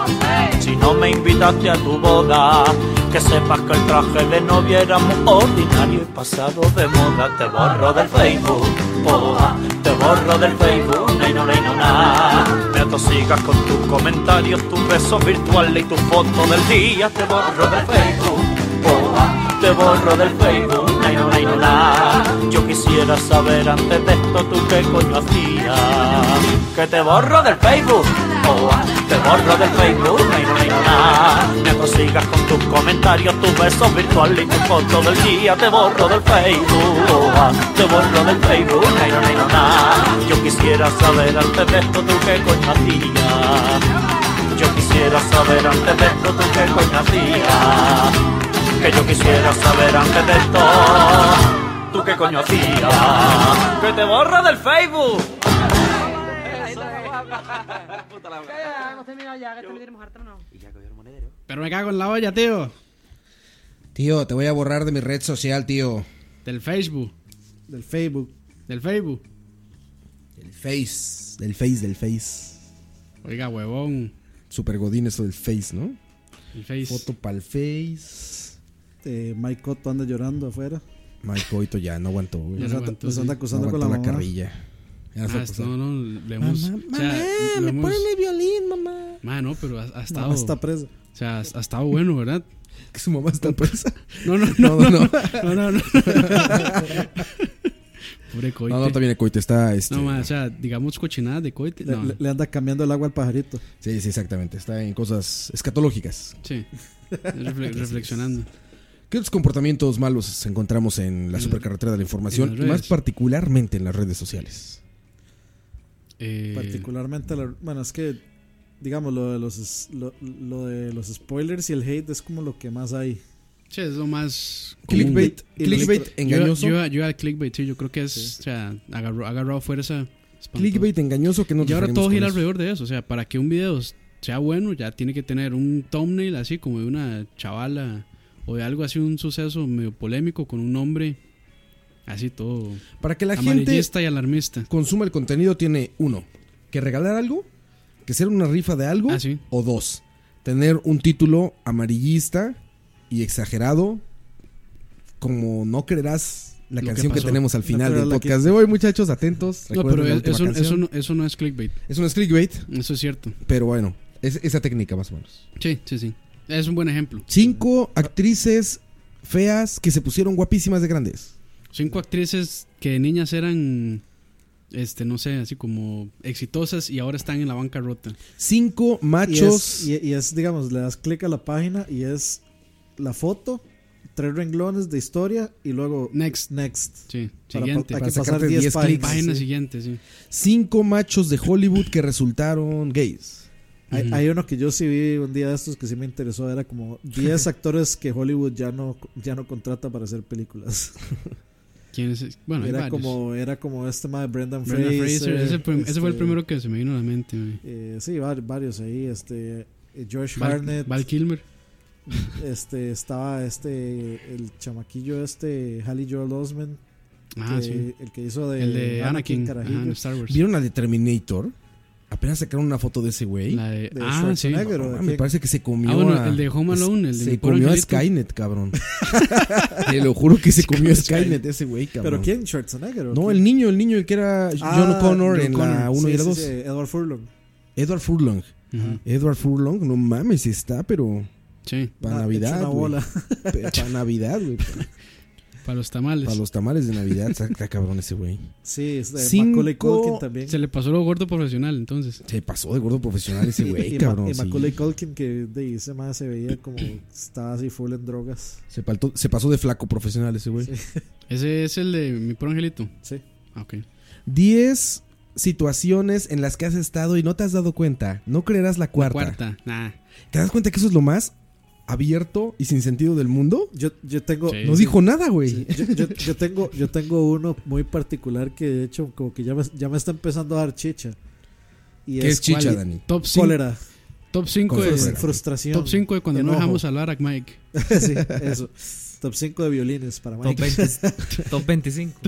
Si no me invitaste a tu boda Que sepas que el traje de novia era muy ordinario y pasado de moda Te borro del Facebook, oh, ah, te borro del Facebook, nay no, nay no, na Me atosigas con tus comentarios, tus besos virtuales y tu foto del día Te borro del Facebook, oh, ah, te borro del Facebook, nay no, nay no, na Yo quisiera saber antes de esto tú qué coño hacías Que te borro del Facebook, oh, ah, te borro del Facebook, nay no, nay no, na Me atosigas con tus comentarios, tus besos virtuales y tu foto del día Te borro del Facebook, oh, ah, te borro del Facebook, nay no, nay no, na Yo quisiera saber antes de esto tú qué coño hacías Yo quisiera saber antes de esto tú qué coño hacías que yo quisiera saber antes de esto. ¿Tú qué coño hacías? ¡Que te borro del Facebook! no terminado ya, que te lo quiere mojar, no. Pero me cago en la olla, tío. Tío, te voy a borrar de mi red social, tío. Del Facebook. Del Facebook. Del Facebook. El Face. Del Face, del Face. Oiga, huevón. Super Godín eso del Face, ¿no? El Face. Foto pa'l Face. Eh, Mike Cotto anda llorando afuera. Mike Coito ya no aguantó, güey. Ya Nos, no anda- aguantó, nos sí. anda No acusando aguantó con la la mamá. carrilla. Ya se Ah, puso- no, no, le hemos. Mamá, o sea, mamá, lo me hemos- ponle violín, mamá. Ma, no, pero ha, ha estado. Mamá está presa. O sea, ha, ha estado bueno, ¿verdad? Que su mamá está presa. No, no, No, no. no, no. No, no, no. Pobre coite. No, no, está bien el coite, está este. No, ma, o sea, digamos cochinadas de coite. Le, No, le- le anda cambiando el agua al pajarito. Sí, sí, exactamente. Está en cosas escatológicas. sí. Refle- reflexionando. ¿Qué otros comportamientos malos encontramos en la supercarretera de la en información? las Y más redes. particularmente en las redes sociales. Eh, Particularmente, la- bueno, es que, digamos, lo de, los, es- lo, lo de los spoilers y el hate es como lo que más hay. sí, es lo más. común. Clickbait, Y clickbait los- engañoso. Yo, yo, yo al clickbait, sí, yo creo que es. O sea, agarró, ha agarrado fuerza. espantosa. clickbait engañoso que no Y ahora dialoguemos todo con gira eso. alrededor de eso. O sea, para que un video sea bueno, ya tiene que tener un thumbnail así como de una chavala o de algo así, un suceso medio polémico con un nombre así todo Para que la gente amarillista y alarmista. consuma el contenido tiene uno, que regalar algo, que ser una rifa de algo, Ah, sí. o dos, tener un título amarillista y exagerado, como no creerás la Lo que canción que, pasó. tenemos al No final creerás del la que- podcast de hoy, muchachos, atentos. No, recuerden pero la es- última eso, canción. eso, no, eso no es clickbait. Es un clickbait, Eso es cierto. pero bueno, es esa técnica más o menos. Ah. Sí, sí, sí. Es un buen ejemplo. Cinco actrices feas que se pusieron guapísimas de grandes. Cinco actrices que de niñas eran, este, no sé, así como exitosas y ahora están en la bancarrota. Cinco Y machos. es, y- y es, digamos, le das clic a la página y es la foto, tres renglones de historia y luego Next. next. Sí, Para- siguiente. Para hay que pasar sacarte 10 10 páginas. clics. Página sí. siguiente, sí. Cinco machos de Hollywood que resultaron gays. Hay, hay uno que yo sí vi un día de estos que sí me interesó, era como 10 actores que Hollywood ya no, ya no contrata para hacer películas. ¿Quién es? ese? Bueno, hay Era varios. como, era como este tema de Brendan Brendan Fraser. Fraser, ese, prim- ese fue el este, primero que se me vino a la mente. güey. eh, sí, va- varios ahí, este eh, George Val, Barnett, Val Kilmer. este estaba este el chamaquillo este Hallie Joel Osment, Ah, que- sí. el que hizo de, El de Anakin. ajá, carajillo. en Star Wars. ¿Vieron la de Terminator? Apenas sacaron una foto de ese güey. La de, de ah, sí. Schwarzenegger, No, ¿o de me quién? parece que se comió. Ah, bueno, a- el de Home Alone, el de Mi se Pobre comió a Angelito. Skynet, cabrón. Te lo juro que se comió a Skynet ese güey, cabrón. ¿Pero quién? Schwarzenegger. No, o quién? el niño, el niño, el que era John Ah, O'Connor John en la Connor. 1 y Sí, la sí, 2. sí, Edward Furlong. Edward Furlong. Ah. Ujú, Edward Furlong, no mames, está, pero Sí, para Una- Navidad. Ah, hecho una güey. bola. Pero Para Navidad, güey. para los tamales. Para los tamales de Navidad, está, está cabrón ese güey. Sí, es de Cinco- Macaulay Culkin también. Se le pasó lo gordo profesional, entonces. Se pasó de gordo profesional ese güey, y, cabrón. Ma- y sí. Macaulay Culkin que de ese más se veía como estaba así full en drogas. Se, paltó- se pasó de flaco profesional ese güey. Ese es el de Mi Pobre Angelito. Sí. Ah, ok. 10 situaciones en las que has estado y no te has dado cuenta. No creerás la cuarta. Cuarta. Nah. ¿Te das cuenta que eso es lo más abierto y sin sentido del mundo? Yo, yo tengo Sí. No dijo nada, güey. yo, yo- yo tengo yo tengo uno muy particular que de hecho como que ya me, ya me está empezando a dar chicha. Y ¿Qué es cuál- chicha, Dani? Top 5. Cólera, Top 5 Con de, frus- cólera. frustración. top cinco de cuando no enojo. dejamos hablar a Mike. Sí, eso. Top 5 de violines para Top, Mike. 20 top 25.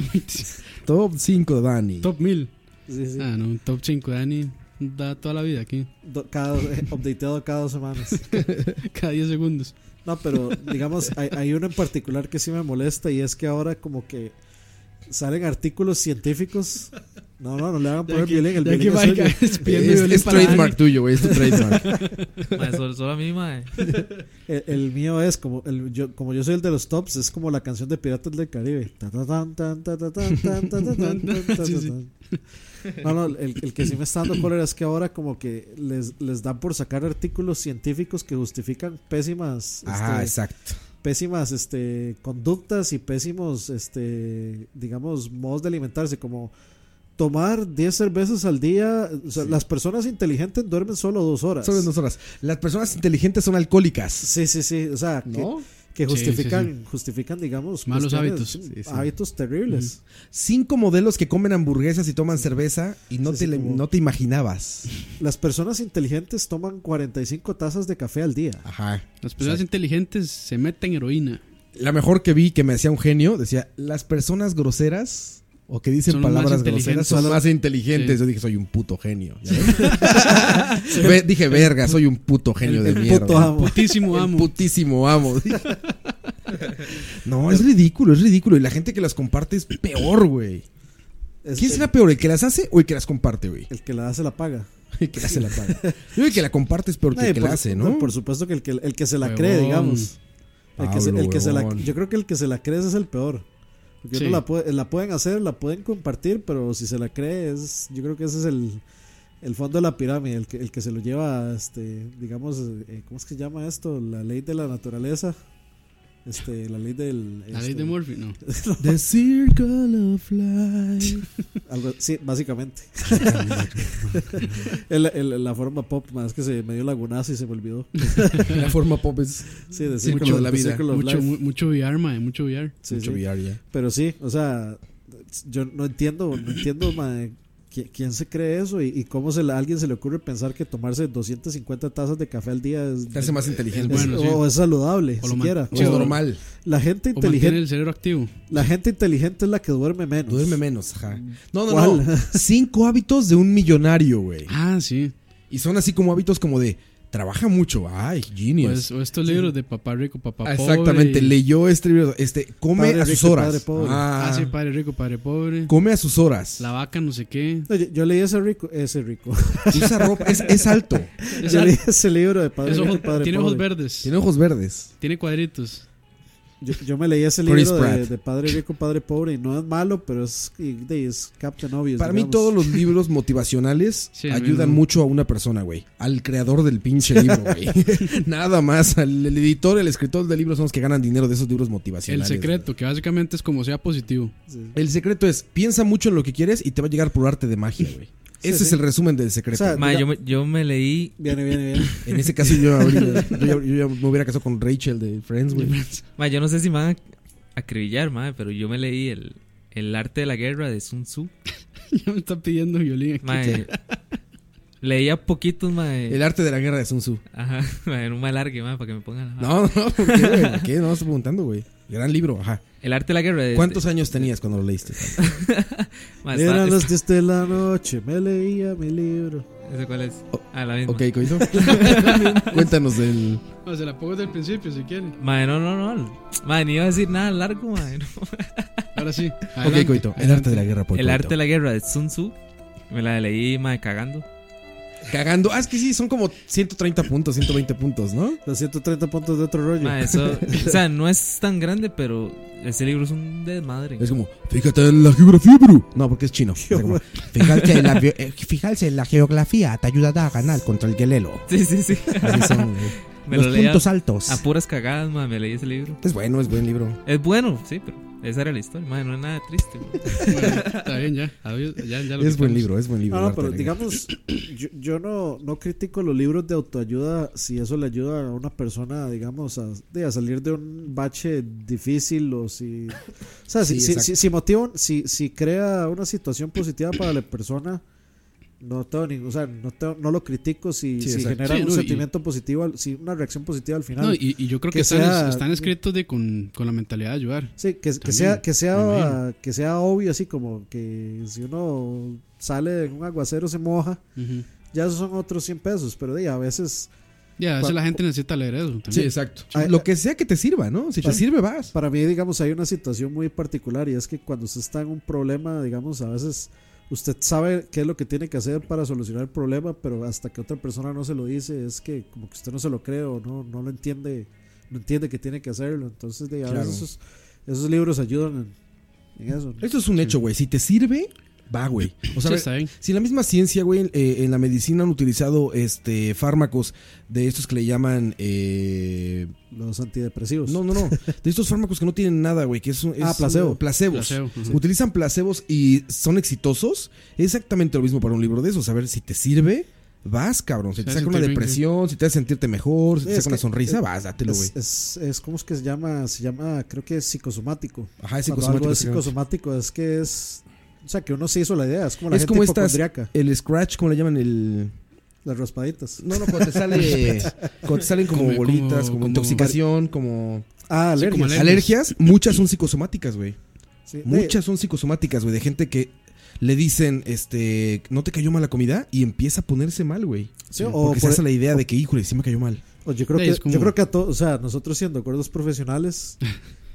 Top 5, Dani. top 1000. Sí, sí. Ah, no. Top 5, Dani. Da toda la vida aquí. Do- cada, eh, updateado cada dos semanas. Cada 10 segundos. No, pero digamos, hay, hay uno en particular que sí me molesta y es que ahora como que salen artículos científicos. No, no, no le hagan poner violín, el Ya que violín es suyo. Mike es pidiendo es, violín es para trademark Dani. tuyo, güey. Es tu trademark. Mae, solo, solo a mí, mae. El, el mío es como el, yo, como yo soy el de los tops, es como la canción de Piratas del Caribe. Ta, ta, tan, tan, ta, ta, tan, tan, ta, ta, tan, ta, ta, ta, Sí, sí. tan. No, no, el, el que sí me está dando cólera es que ahora como que les, les dan por sacar artículos científicos que justifican pésimas ah, este, exacto. pésimas este, conductas y pésimos, este, digamos, modos de alimentarse, como tomar 10 cervezas al día. O sea, Las personas inteligentes duermen solo dos horas. Solo en dos horas. Las personas inteligentes son alcohólicas. Sí, sí, sí. O sea, ¿No? que, que Sí, sí, justifican, justifican digamos, Malos cuestiones, hábitos. Sí, sí. Hábitos terribles. Cinco modelos que comen hamburguesas y toman cerveza y no, Sí, te, sí, le- como- no te imaginabas. Las personas inteligentes toman 45 tazas de café al día. Ajá. Las personas inteligentes se meten heroína. La mejor que vi que me hacía un genio decía: las personas groseras o que dicen Son más palabras groseras inteligentes. son más inteligentes. Sí. Yo dije: soy un puto genio. ¿ya ves? Ve- dije: verga, soy un puto genio El, de el mierda. puto amo. Putísimo El amo. putísimo amo. no, es ridículo, es ridículo. Y la gente que las comparte es peor, güey. Es ¿Quién el- será peor, el que las hace o el que las comparte, güey? Este, el que la hace la paga. El que hace la paga. Yo creo que el que la comparte es peor que Ay, el que por- la hace, ¿no? Por supuesto que el que, el que se la cree, Huevón. digamos. El que se- Pablo, el que se la- huevón. yo creo que el que se la cree ese es el peor. Yo Sí. no la, puedo- la pueden hacer, la pueden compartir, pero si se la cree, es, yo creo que ese es el, el fondo de la pirámide, el que, el que se lo lleva, este, digamos, eh, ¿cómo es que se llama esto? La ley de la naturaleza. Este, la ley del... La ley este, de Murphy, no. The Circle of Life. algo- sí, básicamente. El- el- la forma pop, más que se me dio lagunazo y se me olvidó. La forma pop es Sí, de Sí, Circle mucho of- de la vida, Circle of Mucho, Life. mu- mucho VR, mae, mucho VR. Sí, mucho sí. VR ya. Pero sí, o sea, yo no entiendo, no entiendo, mae, qui- quién se cree eso y, y cómo se le- a alguien se le ocurre pensar que tomarse 250 tazas de café al día es, Te hace más Es inteligente. es- bueno, sí. o es saludable, O lo siquiera. O es O- normal. La gente O mantiene inteligente, el cerebro activo. la gente inteligente es la que duerme menos. Duerme menos, ajá. No, no, no. ¿Cuál? Cinco hábitos de un millonario, güey. Ah, sí. Y son así como hábitos como de trabaja mucho. Ay, Pues, genius. o estos libros de papá rico, Pues, papá Ah, pobre. Exactamente, y- leyó este libro. Este, come Padre a sus rico y padre horas. pobre. Ah, Ah, sí, padre rico, padre pobre. come a sus horas. La vaca, no sé qué. No, yo, yo leí ese rico, ese rico. Usa ropa. Es, es alto. Es yo al- leí ese libro de padre, es Rico y ojo- Padre tiene ojos Pobre. verdes. Tiene ojos verdes. Tiene cuadritos. Yo, yo me leí ese Chris libro de, Pratt. de padre rico, padre pobre y no es malo, pero es, y- de- es Captain Obvious. Para mí digamos. todos los libros motivacionales Sí, a mí ayudan no. mucho a una persona, güey. Al creador del pinche libro, güey. Nada más. Al el editor, el escritor del libro son los que ganan dinero de esos libros El motivacionales. secreto, que básicamente es como sea positivo. Sí. güey. El secreto es, piensa mucho en lo que quieres y te va a llegar por arte de magia, güey. Ese sí. es el resumen del secreto. O sea, Ma, yo, me- yo me leí Viene, viene, viene. en ese caso yo, habría- yo ya- yo ya me hubiera casado con Rachel de Friends, güey. Ma, yo no sé si me van a acribillar, ma, pero yo me leí el, el arte de la guerra de Sun Tzu. ya me está pidiendo violín aquí. Ma, leía poquitos, ma. El arte de la guerra de Sun Tzu. Ajá, ma, era un mal alargue, ma, para que me pongan. la- No, no, ¿por qué? güey? ¿Por qué? No, estoy preguntando, güey. Gran libro, ajá. El arte de la guerra. de- este- ¿Cuántos años tenías cuando lo leíste? ma, está- Eran las está- 10 de la noche, me leía mi libro. ¿ese cuál es? Oh, Ah, la misma. Ok, Coito. Cuéntanos del... No, se la pongo desde el principio si quiere. Ma, no, no, no. Ma, ni iba a decir nada largo, ma. no. Ahora sí. Ok, adelante. Coito. El arte de la guerra por El arte de Coito. la guerra de Sun Tzu. Me la leí, ma, cagando. Cagando. Ah, es que sí, son como 130 puntos, 120 puntos, ¿no? Los 130 puntos de otro rollo. Ma, eso. o sea, no es tan grande, pero ese libro es un desmadre. Es como, fíjate en la geografía, bro. No, porque es chino. O sea, como, fíjate, en la, bio- eh, fijarse en la geografía te ayudará a ganar contra el guelelo. Sí, sí, sí. Así son, güey. me Los lo leí a, puntos altos. a puras cagadas, ma. Me leí ese libro. Es bueno, es buen libro. Es bueno, sí, pero esa era la historia, ma. No es nada triste, ma. Bueno, está bien, ya. Adiós, ya, ya lo Es buen quitamos. libro, es buen libro. no, no, el arte Ah, pero de la guerra. digamos, yo, yo no, no critico los libros de autoayuda si eso le ayuda a una persona, digamos, a, de- a salir de un bache difícil o si... O sea, si, Sí, si- exacto. si- si motiva, un- si, si crea una situación positiva para la persona, no tengo ningún... O sea, no, tengo- no lo critico si, Sí, si exacto. genera Sí, un no, y- sentimiento positivo, al- si una reacción positiva al final. No, y, y yo creo que, Que están, sea- están escritos de con, con la mentalidad de ayudar. Sí, que, que También, sea, que, me sea, imagino. que sea obvio, así como que si uno sale de un aguacero se moja, Ujú. ya esos son otros 100 pesos, pero di, a veces, Ya, a veces Cuando- la gente necesita leer eso. también. Sí, exacto. Ah, Lo que sea que te sirva, ¿no? Si te para- sirve, vas. para mí, digamos, hay una situación muy particular y es que cuando usted está en un problema, digamos, a veces usted sabe qué es lo que tiene que hacer para solucionar el problema, pero hasta que otra persona no se lo dice, es que como que usted no se lo cree o no, no lo entiende, no entiende que tiene que hacerlo, entonces di, a Claro. veces esos, esos libros ayudan en, en eso. ¿no? Esto es un hecho, güey. Si te sirve, va, güey. O Sí, sea, está bien. si la misma ciencia, güey, eh, en la medicina han utilizado este fármacos de estos que le llaman. eh, Los antidepresivos. no, no, no. De estos fármacos que no tienen nada, güey. Que es, un- es Ah, placebo. un- placebos. Placebo, ajá. Utilizan placebos y son exitosos. Es exactamente lo mismo para un libro de esos. A ver si te sirve. Vas, cabrón. Si Sí, te saca una sentirme, depresión, si te hace sentirte mejor, si te Es saca una que- sonrisa, es- vas, dátelo, güey. Es, es, es como es que se llama, se llama, creo que es psicosomático. Ajá, es Cuando algo psicosomático. es psicosomático es que es, o sea, que uno se hizo la idea, es como la Es gente como estas. hipocondriaca, El scratch, ¿cómo le llaman? El. las raspaditas. No, no, cuando te sale. cuando te salen como, Como- bolitas, como, como- como- intoxicación, como. Ah, Sí, como alergias. alergias. Alergias, muchas son psicosomáticas, güey. Sí, de- Muchas son psicosomáticas, güey. De gente que le dicen, este. No te cayó mal la comida y empieza a ponerse mal, güey. sí, o, Porque se por- hace la idea de que, híjole, sí me cayó mal. o yo creo Sí, que, es como- yo creo que a todos, o sea, nosotros siendo gordos profesionales,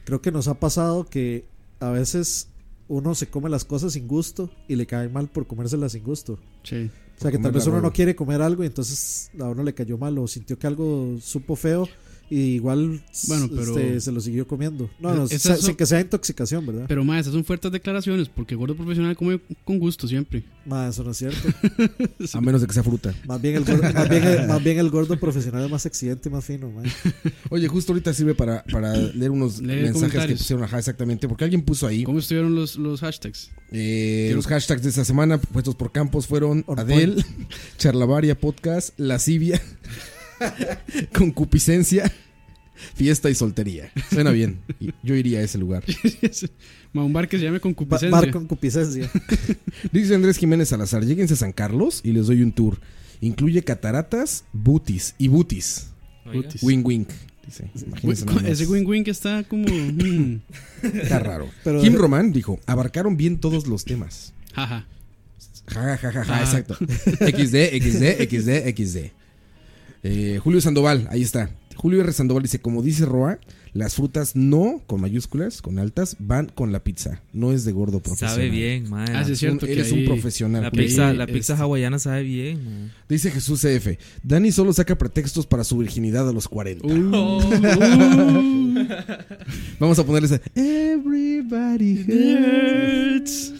creo que nos ha pasado que a veces uno se come las cosas sin gusto y le cae mal por comérselas sin gusto. Sí. O sea, que comerla tal vez uno luego. no quiere comer algo y entonces a uno le cayó mal o sintió que algo supo feo Y igual Bueno, pero- Eh, este, se lo siguió comiendo. No, no, Esas se- son- sin que sea intoxicación, ¿verdad? Pero, ma, esas son fuertes declaraciones porque gordo profesional come con gusto siempre. Ma, eso no es cierto. A menos de que sea fruta. Más bien el gordo, más bien el, más bien el gordo profesional es más exigente y más fino, ma. Oye, justo ahorita sirve para, para leer unos Leer mensajes que comentarios. pusieron. Ajá, exactamente. Porque alguien puso ahí. ¿Cómo estuvieron los, los hashtags? eh, Quiero- los hashtags de esta semana puestos por Campos fueron On Adel, Charlavaria Podcast, Lascivia, Concupiscencia, Fiesta y Soltería. Suena bien. Y Yo iría a ese lugar. ma, un bar que se llame Ba- concupiscencia. Bar concupiscencia. Dice Andrés Jiménez Salazar, lléguense a San Carlos y les doy un tour. Incluye cataratas, butis y butis. Oiga. Putis. Wing wing. Dice. Imagínense nada más. Ese win-win que está como. mm, Está raro. Pero- Jim Román dijo, abarcaron bien todos los temas. jaja. Ja, ja, ja, ja, ja, Ah. exacto. XD, XD, XD, XD. Eh, Julio Sandoval, ahí está. Julio R. Sandoval dice, como dice Roa, las frutas no, con mayúsculas, con altas, van con la pizza. No es de gordo profesional. Sabe bien, madre. Ah, sí, es cierto. Un- que eres ahí- un profesional. La Julio. pizza, ahí, la pizza este- hawaiana sabe bien, man. Dice Jesús CF, Dani solo saca pretextos para su virginidad a los 40. Uh, uh, Vamos a ponerles a- Everybody hurts.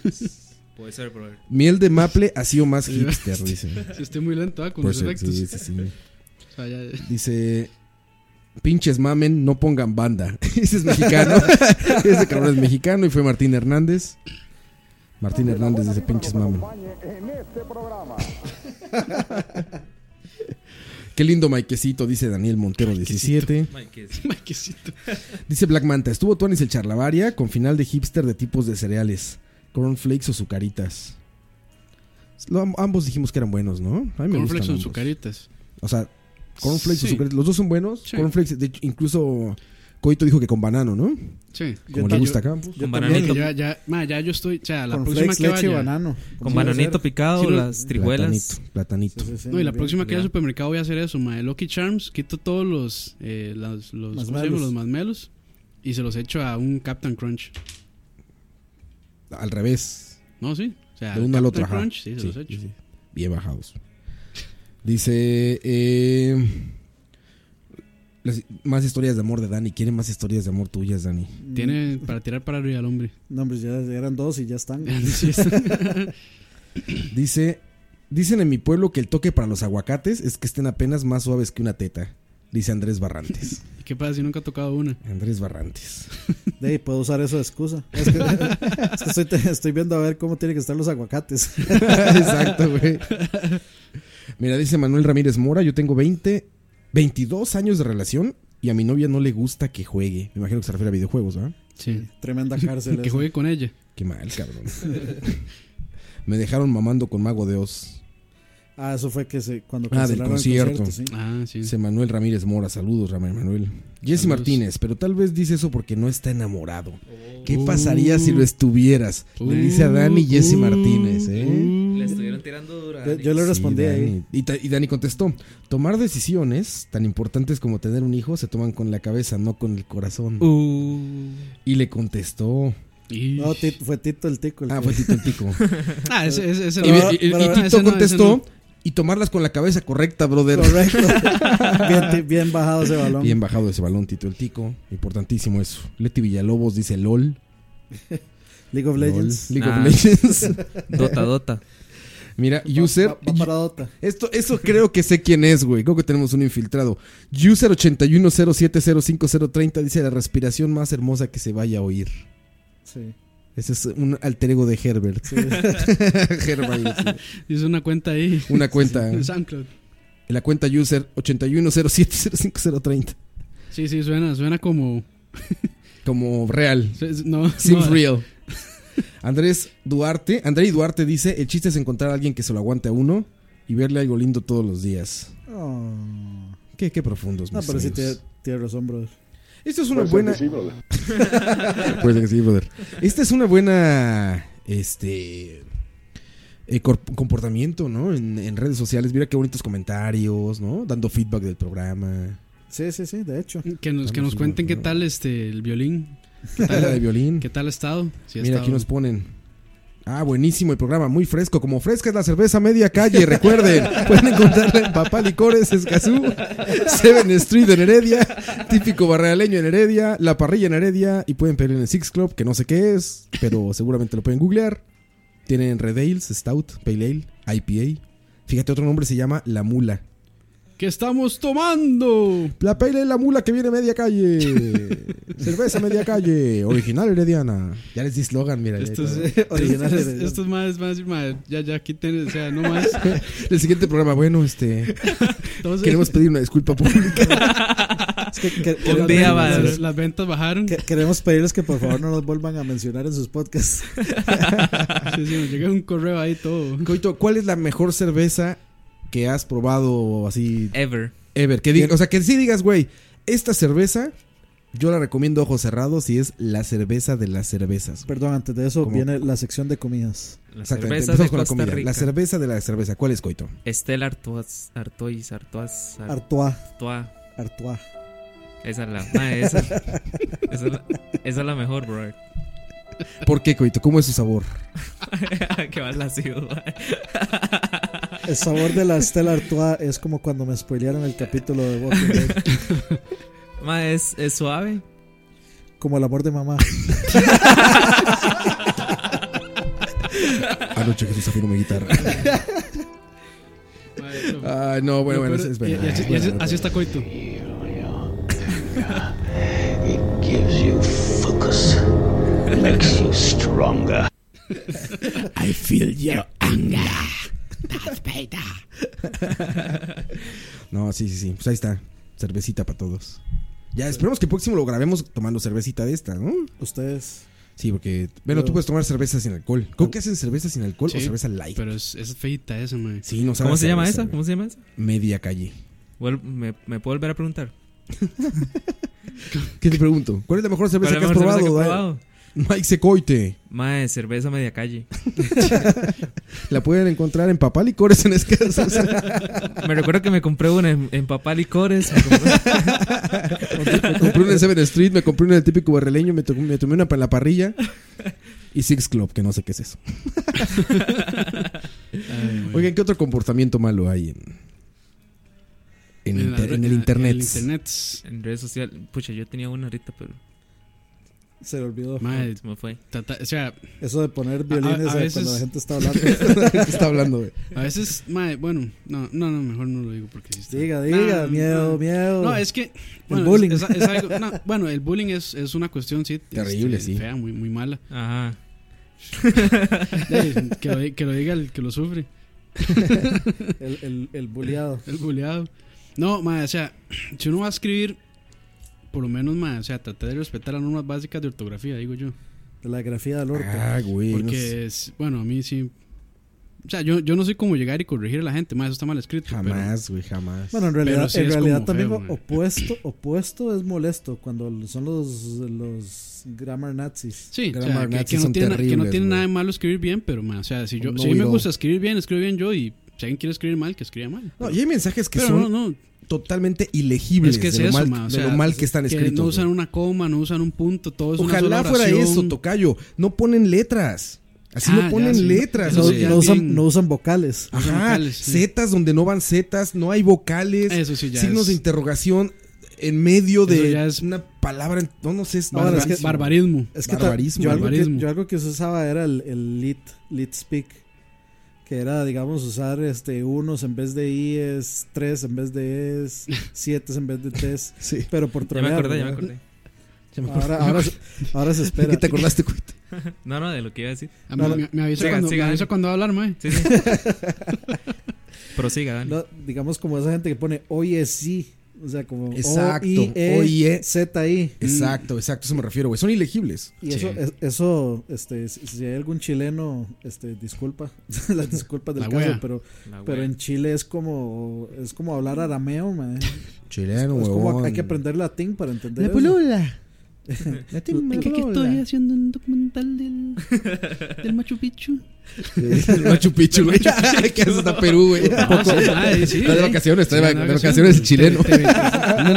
Puede ser, brother. Miel de maple así o más hipster, dice. sí, estoy muy lento ah, con Por los ser- efectos. sí, sí, sí. O sea, ya- Dice. Pinches mamen, no pongan banda. Ese es mexicano. Ese cabrón es mexicano y fue Martín Hernández. Martín Hernández dice pinches mamen. En este programa. Qué lindo Maikecito, dice Daniel Montero 17. Maquecito. Dice Black Manta, estuvo Tuanis el Charlavaria con final de hipster de tipos de cereales. Cornflakes o sucaritas. Lo- am- ambos dijimos que eran buenos, ¿no? A mí me Cornflakes gustan son ambos. sucaritas. O sea, cornflakes o Sí. sucaritas. Los dos son buenos. Sí. Cornflakes, de hecho, incluso Coito dijo que con banano, ¿no? Sí. Como le también- gusta a Campos. Yo Con también. bananito, Que ya, ya, ma, ya yo estoy. O sea, la Con próxima flakes, que leche y vaya. banano. Con bananito picado, Sí, lo- las tribuelas. Platanito, platanito. Sí, sí, No, y la bien. próxima que vaya al ya. supermercado voy a hacer eso, ma. de Lucky Charms, quito todos los. Eh, las- los ¿cómo se llama? Masmelos. Los masmelos. Y se los echo a un Captain Crunch. Al revés. No, sí. O sea, de uno al otro. Captain ajá. Crunch, sí, se los echo. sí, sí. Bien bajados. Dice. eh, las- más historias de amor de Dani. Quieren más historias de amor tuyas, Dani. Tiene Mm. para tirar para arriba al hombre. No, hombre, ya eran dos y ya están. Sí, está. Dice. Dicen en mi pueblo que el toque para los aguacates es que estén apenas más suaves que una teta. Dice Andrés Barrantes. ¿Y ¿Qué pasa si nunca ha tocado una? Andrés Barrantes. De ahí puedo usar eso de excusa. Es que, es que estoy, estoy viendo a ver cómo tienen que estar los aguacates. Exacto, güey. Mira, dice Manuel Ramírez Mora, yo tengo 20, 22 años de relación y a mi novia no le gusta que juegue. Me imagino que se refiere a videojuegos, ¿verdad? Sí. Tremenda cárcel. Que esa. juegue con ella. Qué mal, cabrón. Me dejaron mamando con Mago de Oz. Ah, eso fue que se, cuando Ah, del cancelaron el concierto. sí. Ah, sí. Dice Manuel Ramírez Mora, saludos, Ramón Manuel. Jesse Saludos. Martínez, pero tal vez dice eso porque no está enamorado. ¿Qué Uh. pasaría si lo estuvieras? Uh, Le dice a Dani Jesse uh, Martínez, ¿eh? uh. Le estuvieron tirando dura. Yo, yo le respondí Ah, Sí, ahí. ¿eh? Dani. Y, ta- y Dani contestó: Tomar decisiones tan importantes como tener un hijo se toman con la cabeza, no con el corazón. Uh. Y le contestó: Y- No, Tito- fue Tito el Tico. el Ah, que- fue Tito el Tico. Ah, ese, ese, ese y, no. y- y- y Ah, ese no, Tito ese contestó: no. Y tomarlas con la cabeza correcta, brother. Correcto. bien, ti- bien bajado ese balón. Bien bajado ese balón, Tito el Tico. Importantísimo eso. Leti Villalobos dice: LOL. League of Legends. LOL. League of Nah. Legends. Dota, dota. Mira, user. Va, va para Dota. Esto, eso creo que sé quién es, güey. Creo que tenemos un infiltrado. User 81070530 dice la respiración más hermosa que se vaya a oír. Sí. Ese es un alter ego de Herbert. Herbert, sí. Hizo una cuenta ahí. Una cuenta. En SoundCloud. La cuenta user 81070530. Sí, sí, suena, suena como. Como real. su- No, Seems no, real. Andrés Duarte. André Duarte dice: El chiste es encontrar a alguien que se lo aguante a uno y verle algo lindo todos los días. Oh. Qué, qué profundos. No, mis pero sí amigos. tiene, tiene razón, brother. Esta es una Puede ser buena. que sí, brother. Pues que sí, brother. Esta es una buena. Este. eh, corp- comportamiento, ¿no? En, en redes sociales. Mira qué bonitos comentarios, ¿no? Dando feedback del programa. Sí, sí, sí, de hecho. Que nos, que Vamos, nos cuenten no, qué no. tal este el violín. ¿Qué Tabla de tal, violín. qué tal ha estado? Si ha Mira, aquí estado- nos ponen. Ah, buenísimo el programa, muy fresco. Como fresca es la cerveza media calle, recuerden. Pueden encontrarla en Papá Licores, Escazú, Seven Street en Heredia, típico barrealeño en Heredia, La Parrilla en Heredia y pueden pedir en el Six Club, que no sé qué es, pero seguramente lo pueden googlear. Tienen Red Ales, Stout, Pale Ale, IPA. Fíjate, otro nombre se llama La Mula. ¿Qué estamos tomando? La Pale Ale La Mula que viene media calle. Cerveza media calle, original herediana. Ya les di slogan, mira. ya- Estos, Original estos, de- estos más, más, más, ya, ya, aquí tenés, o sea, no más. El siguiente programa, bueno, este, Entonces, queremos pedir una disculpa pública. Es que, que- que- Un las, día va- ventas, las ventas bajaron. que- queremos pedirles que por favor no nos vuelvan a mencionar en sus podcasts. Sí, sí, me llega un correo ahí todo. Coito, ¿cuál es la mejor cerveza que has probado así Ever. ever? Que di- o sea, que sí digas, güey, esta cerveza yo la recomiendo a ojos cerrados y es la cerveza de las cervezas. güey. Perdón, antes de eso ¿Cómo? viene la sección de comidas. La Exactamente, cerveza empezamos de con la Costa comida. Rica. La cerveza de la cerveza, ¿cuál es, Coito? Estela Artois, Artois, Artois, Ah. Ar- Artois. Artois. Artois. Esa es la, ma, esa, esa es la, esa es la mejor, bro. ¿Por qué, Coito? ¿Cómo es su sabor? que más la ciudad. El sabor de la Estela Artois es como cuando me spoilearon el capítulo de Walking Dead. Ma, es, es suave. Como el amor de mamá. Anoche Jesús afinó mi guitarra. Madre, no. Ay, no, bueno, bueno, No, pero- es- es verdad. y- y así- y Bueno, así- bueno. Así está Coito. It gives you focus, makes you stronger. I feel your anger. no, sí, sí, sí. Pues ahí está. Cervecita para todos. Ya, esperemos que el próximo lo grabemos tomando cervecita de esta, ¿no? Ustedes. Sí, porque. Bueno, Yo- tú puedes tomar cerveza sin alcohol. ¿Cómo que hacen cerveza sin alcohol o Sí, cerveza light? Pero es, es feita esa, man. Sí, no sabe ¿Cómo a se llama cerveza, esa? güey. ¿Cómo se llama esa? Media calle. Vuel- ¿Me, me puedo volver a preguntar? ¿Qué te pregunto? ¿Cuál es la mejor cerveza ¿Cuál que es la has mejor probado? cerveza que he Dai? probado? Mike Secoite. Ma, es cerveza media calle. La pueden encontrar en Papá Licores en Escazos. Me recuerdo que me compré una en, en papá licores. me compré- Me compré una en 7 Street, me compré una del típico barreleño, me, to- me tomé una para la parrilla y Six Club, que no sé qué es eso. Oigan, ¿qué otro comportamiento malo hay en, en, En la inter- re- en el internet? En el internet. en redes sociales. Pucha, yo tenía una ahorita, pero Se le olvidó. Ah. Madre, se me fue. tata- o sea, Eso de poner violines a eh, veces- cuando la gente está hablando. ¿Qué está hablando? güey? a veces, madre, bueno, no, no, no, mejor no lo digo porque sí está- diga, diga. No, miedo, no. miedo. No, es que. Bueno, bullying. es- es- es algo- no, bueno, el bullying es, es una cuestión, sí. Terrible, este, sí. Fea, muy, muy mala. Ajá. Ey, que, lo, di- que lo diga el que lo sufre, El, el, el bulleado. el bulleado. No, madre, o sea, si uno va a escribir, por lo menos, madre, o sea, traté de respetar las normas básicas de ortografía, digo yo. De la grafía del orto. Ah, güey. no sé. Porque, es, bueno, a mí sí. O sea, yo, yo no sé cómo llegar y corregir a la gente, madre, eso está mal escrito. pero- jamás, güey, jamás. Bueno, en realidad, Pero sí en es realidad como también feo, o- man. opuesto, opuesto es molesto cuando son los, los grammar nazis. Sí, o sea, Grammar que- que, Nazis no son tiene, na- que no terribles, tiene güey. nada de malo escribir bien, pero man, o sea, si yo No si a mí me oído. gusta escribir bien, escribo bien yo y si alguien quiere escribir mal, que escriba mal. No, y hay mensajes que pero son no, no, totalmente ilegibles es que es de, lo eso, mal, ma, o de sea, lo mal que están escritos. no usan güey. una coma, no usan un punto, todo es una Ojalá sola fuera oración. eso, Tocayo. No ponen letras. Así Ah, no ya, ponen sí, no- letras. eso No, güey. sí, ya no usan, bien. no usan vocales. No son Ajá, vocales, sí. zetas donde no van zetas, no hay vocales, Eso sí ya signos es- de interrogación en medio Eso de ya es- una palabra, en- no, no sé, es Ahora, Barba- es que- barbarismo. Es que ta- Barbarismo, yo, algo que, barbarismo. yo algo que se usaba era el, el lit, lit speak, que era, digamos, usar este unos en vez de i's, tres en vez de es, siete en vez de tes, Sí. pero por Ya me trolear. acordé, ya me ¿verdad? acordé. Ya me acuerdo. Ahora, ahora, se- ahora se ¿De espera. qué te acordaste, Cuito? No, no, de lo que iba a decir. A mí- no, me, me avisa sigan, cuando, me sigan. avisa cuando va a hablar, mae. Sí, sí. Prosiga, Dani. No, digamos como esa gente que pone oye sí, o sea, como Exacto, oye. oye z i Exacto, exacto, eso me refiero, güey. Son ilegibles. y Sí. eso, es- eso, este, si- si hay algún chileno, este, disculpa, las disculpas del La caso, wea. pero, La pero wea. en Chile es como, es como hablar arameo, man. Chileno, Es como huevón. Pues hay que aprender latín para entender. eso. No te ¿En qué, qué estoy mola. haciendo un documental del, del Machu Picchu? El Machu Picchu, güey. que haces hasta Perú, güey. No, Ah, sí, ay, sí, Está de güey. vacaciones, está de, vacaciones, Sí, anda de vacaciones el chileno. Te- te- andan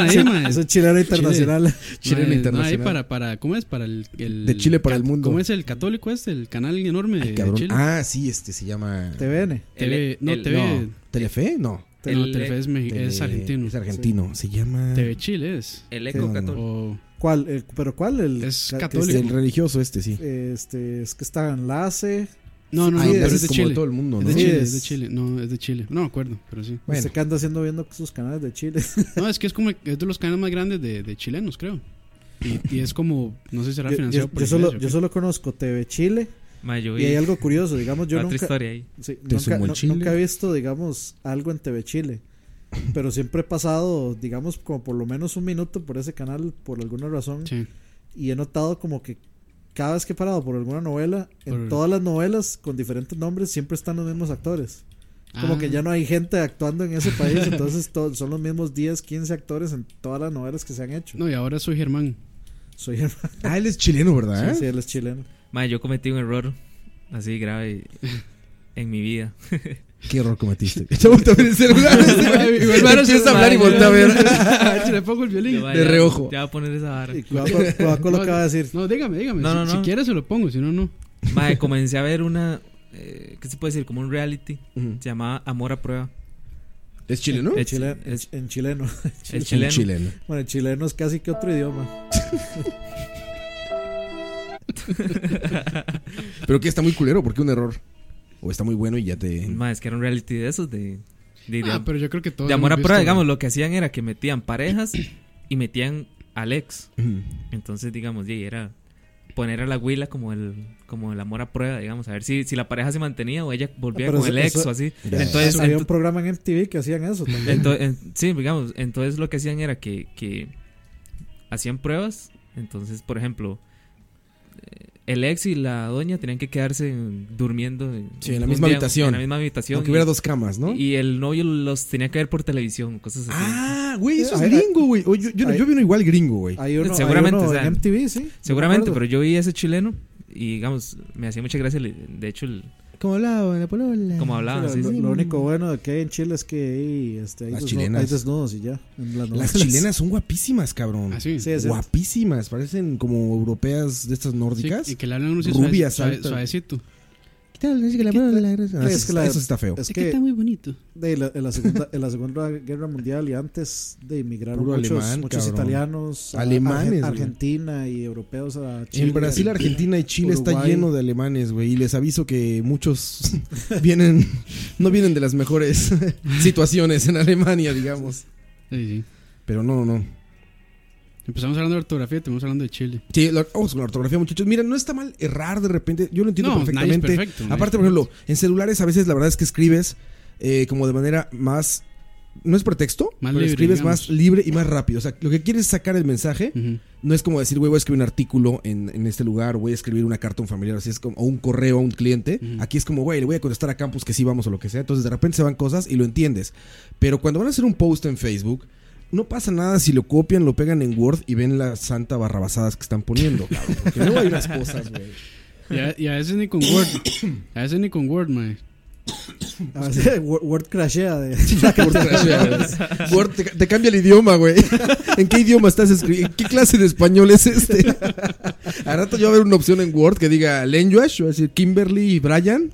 ahí, mae. Es un chileno internacional. Chileno Mae, no, ahí internacional. para, para, ¿cómo es? Para el, el- De Chile para ca- el mundo. ¿Cómo es el católico este? El canal enorme de- de Cabrón. Chile. Ah, sí, este se llama. TVN. TV, no, el- TV, No, ¿Telefe? No. no, el- Telefe es, me- Tele- es argentino. Es argentino. Se llama. Este, TV Chile es. El Sí, eco no, no. católico. O- ¿Cuál? El- ¿Pero cuál? El, Es ca- que católico. El religioso este, sí. Este, es que está enlace. no, no, no, Ah, pero ese es de como Chile. todo el mundo, es ¿no? de Sí, Chile, es- es de Chile. No, es de Chile. No me acuerdo, pero sí. Bueno. Bueno, que anda haciendo viendo sus canales de Chile. No, es que es como es de los canales más grandes de, de chilenos, creo. Y, y es como, no sé si será Yo- financiado yo, por yo Iglesia, solo, ¿o yo qué? solo conozco TV Chile. Mae, yo Y hay vi algo curioso, digamos, yo otra nunca, historia ahí. sí, Te nunca, sumo el nu- chile. nunca he visto, digamos, algo en TV Chile. Pero siempre he pasado, digamos, como por lo menos un minuto por ese canal por alguna razón. Sí. Y he notado como que cada vez que he parado por alguna novela, en Por- todas las novelas con diferentes nombres siempre están los mismos actores. Como Ah. que ya no hay gente actuando en ese país, entonces to- son los mismos 10, 15 actores en todas las novelas que se han hecho. No, y ahora soy Germán. Soy hermano. Ah, él es chileno, ¿verdad? Sí, sí, él es chileno. Mae, yo cometí un error así grave en mi vida. Qué error cometiste. Ya volteó a ver el celular. Igual empieza a hablar y voltea a ver. ver. le pongo el violín. Yo, mae, De ya- reojo. Ya voy a poner esa vara. Y Coaco- Coaco lo que va a decir. No, dígame, dígame. No, si, no, no. si quieres se lo pongo, si no, no. Mae, comencé a ver una. eh, ¿Qué se puede decir? Como un reality. Se llamaba Amor a Prueba. ¿Es chileno? Es- Chile- es- en chileno. es chileno. Un chileno. Bueno, el chileno es casi que otro idioma. Pero que está muy culero, porque un error. O está muy bueno y ya te. Mae, es que era un reality de esos de. de, de- Ah, pero yo creo que todo. de amor a prueba, digamos, lo que hacían era que metían parejas y metían al ex. Ujú. Entonces, digamos, y era poner a la huila como el, como el amor a prueba, digamos, a ver si, si la pareja se mantenía o ella volvía Ah, pero con eso- el ex eso- o así. Ya. Entonces, había ento- un programa en MTV que hacían eso también. Ento- en- sí, digamos, entonces lo que hacían era que, que hacían pruebas. Entonces, por ejemplo, eh, el ex y la doña tenían que quedarse en- durmiendo en, Sí, en la un misma habitación. En la misma habitación. Aunque hubiera y, dos camas, ¿no? y el novio los tenía que ver por televisión, cosas así. Ah, güey, eso es Ay, gringo, güey. O Yo, yo, ay. yo vi uno igual gringo, güey. Hay uno, Seguramente, hay uno o sea, en MTV, sí. Seguramente, pero yo vi a ese chileno y, digamos, me hacía mucha gracia. el- De hecho, el- Como hablaba, la polola. como hablaban. Lo, así, lo único bueno que hay en Chile es que hay, este, hay, Las desnu- chilenas. hay desnudos y ya. en las novelas. Las chilenas son guapísimas, cabrón. Así. Sí, es cierto. guapísimas, parecen como europeas de estas nórdicas. y que le hablan unos Rubias, suave, altas. suavecito. Ah, Es sí, que la- Eso está feo. Es Es que que está muy bonito. de la- en, la segunda, en la Segunda Guerra Mundial y antes de emigrar Puro muchos, alemán, muchos cabrón. italianos, a- Alemanes, Argen- güey. Argentina y europeos a Chile. Ah, en Brasil, Argentina y Chile está Uruguay. lleno de alemanes, güey. Y les aviso que muchos vienen, no vienen de las mejores situaciones en Alemania, digamos. Sí, sí. Pero no, no. Empezamos hablando de ortografía, estamos hablando de Chile. Sí, la- vamos con la ortografía, muchachos. Mira, no está mal errar de repente. Yo lo entiendo No, nadie es perfectamente. perfecto, nadie Aparte, es por ejemplo, en celulares a veces la verdad es que escribes eh, como de manera más. No es pretexto, Más pero libre, escribes digamos. más libre y más rápido. O sea, lo que quieres es sacar el mensaje. Ujú. No es como decir, güey, voy a escribir un artículo en, en este lugar, voy a escribir una carta a un familiar, así es como, o un correo a un cliente. Ujú. Aquí es como, güey, le voy a contestar a Campus que sí vamos o lo que sea. Entonces de repente se van cosas y lo entiendes. Pero cuando van a hacer un post en Facebook, no pasa nada si lo copian, lo pegan en Word y ven las santa barrabasadas que están poniendo, cabrón. Porque luego hay unas cosas, güey. Y a, y a veces ni con Word. A veces ni con Word, mae. A veces Word, Word crashea de- Word, crashea, güey. Word te, te cambia el idioma, güey. ¿En qué idioma estás escribiendo? ¿Qué clase de español es este? A rato yo voy a ver una opción en Word que diga language, voy a decir Kimberly y Brian.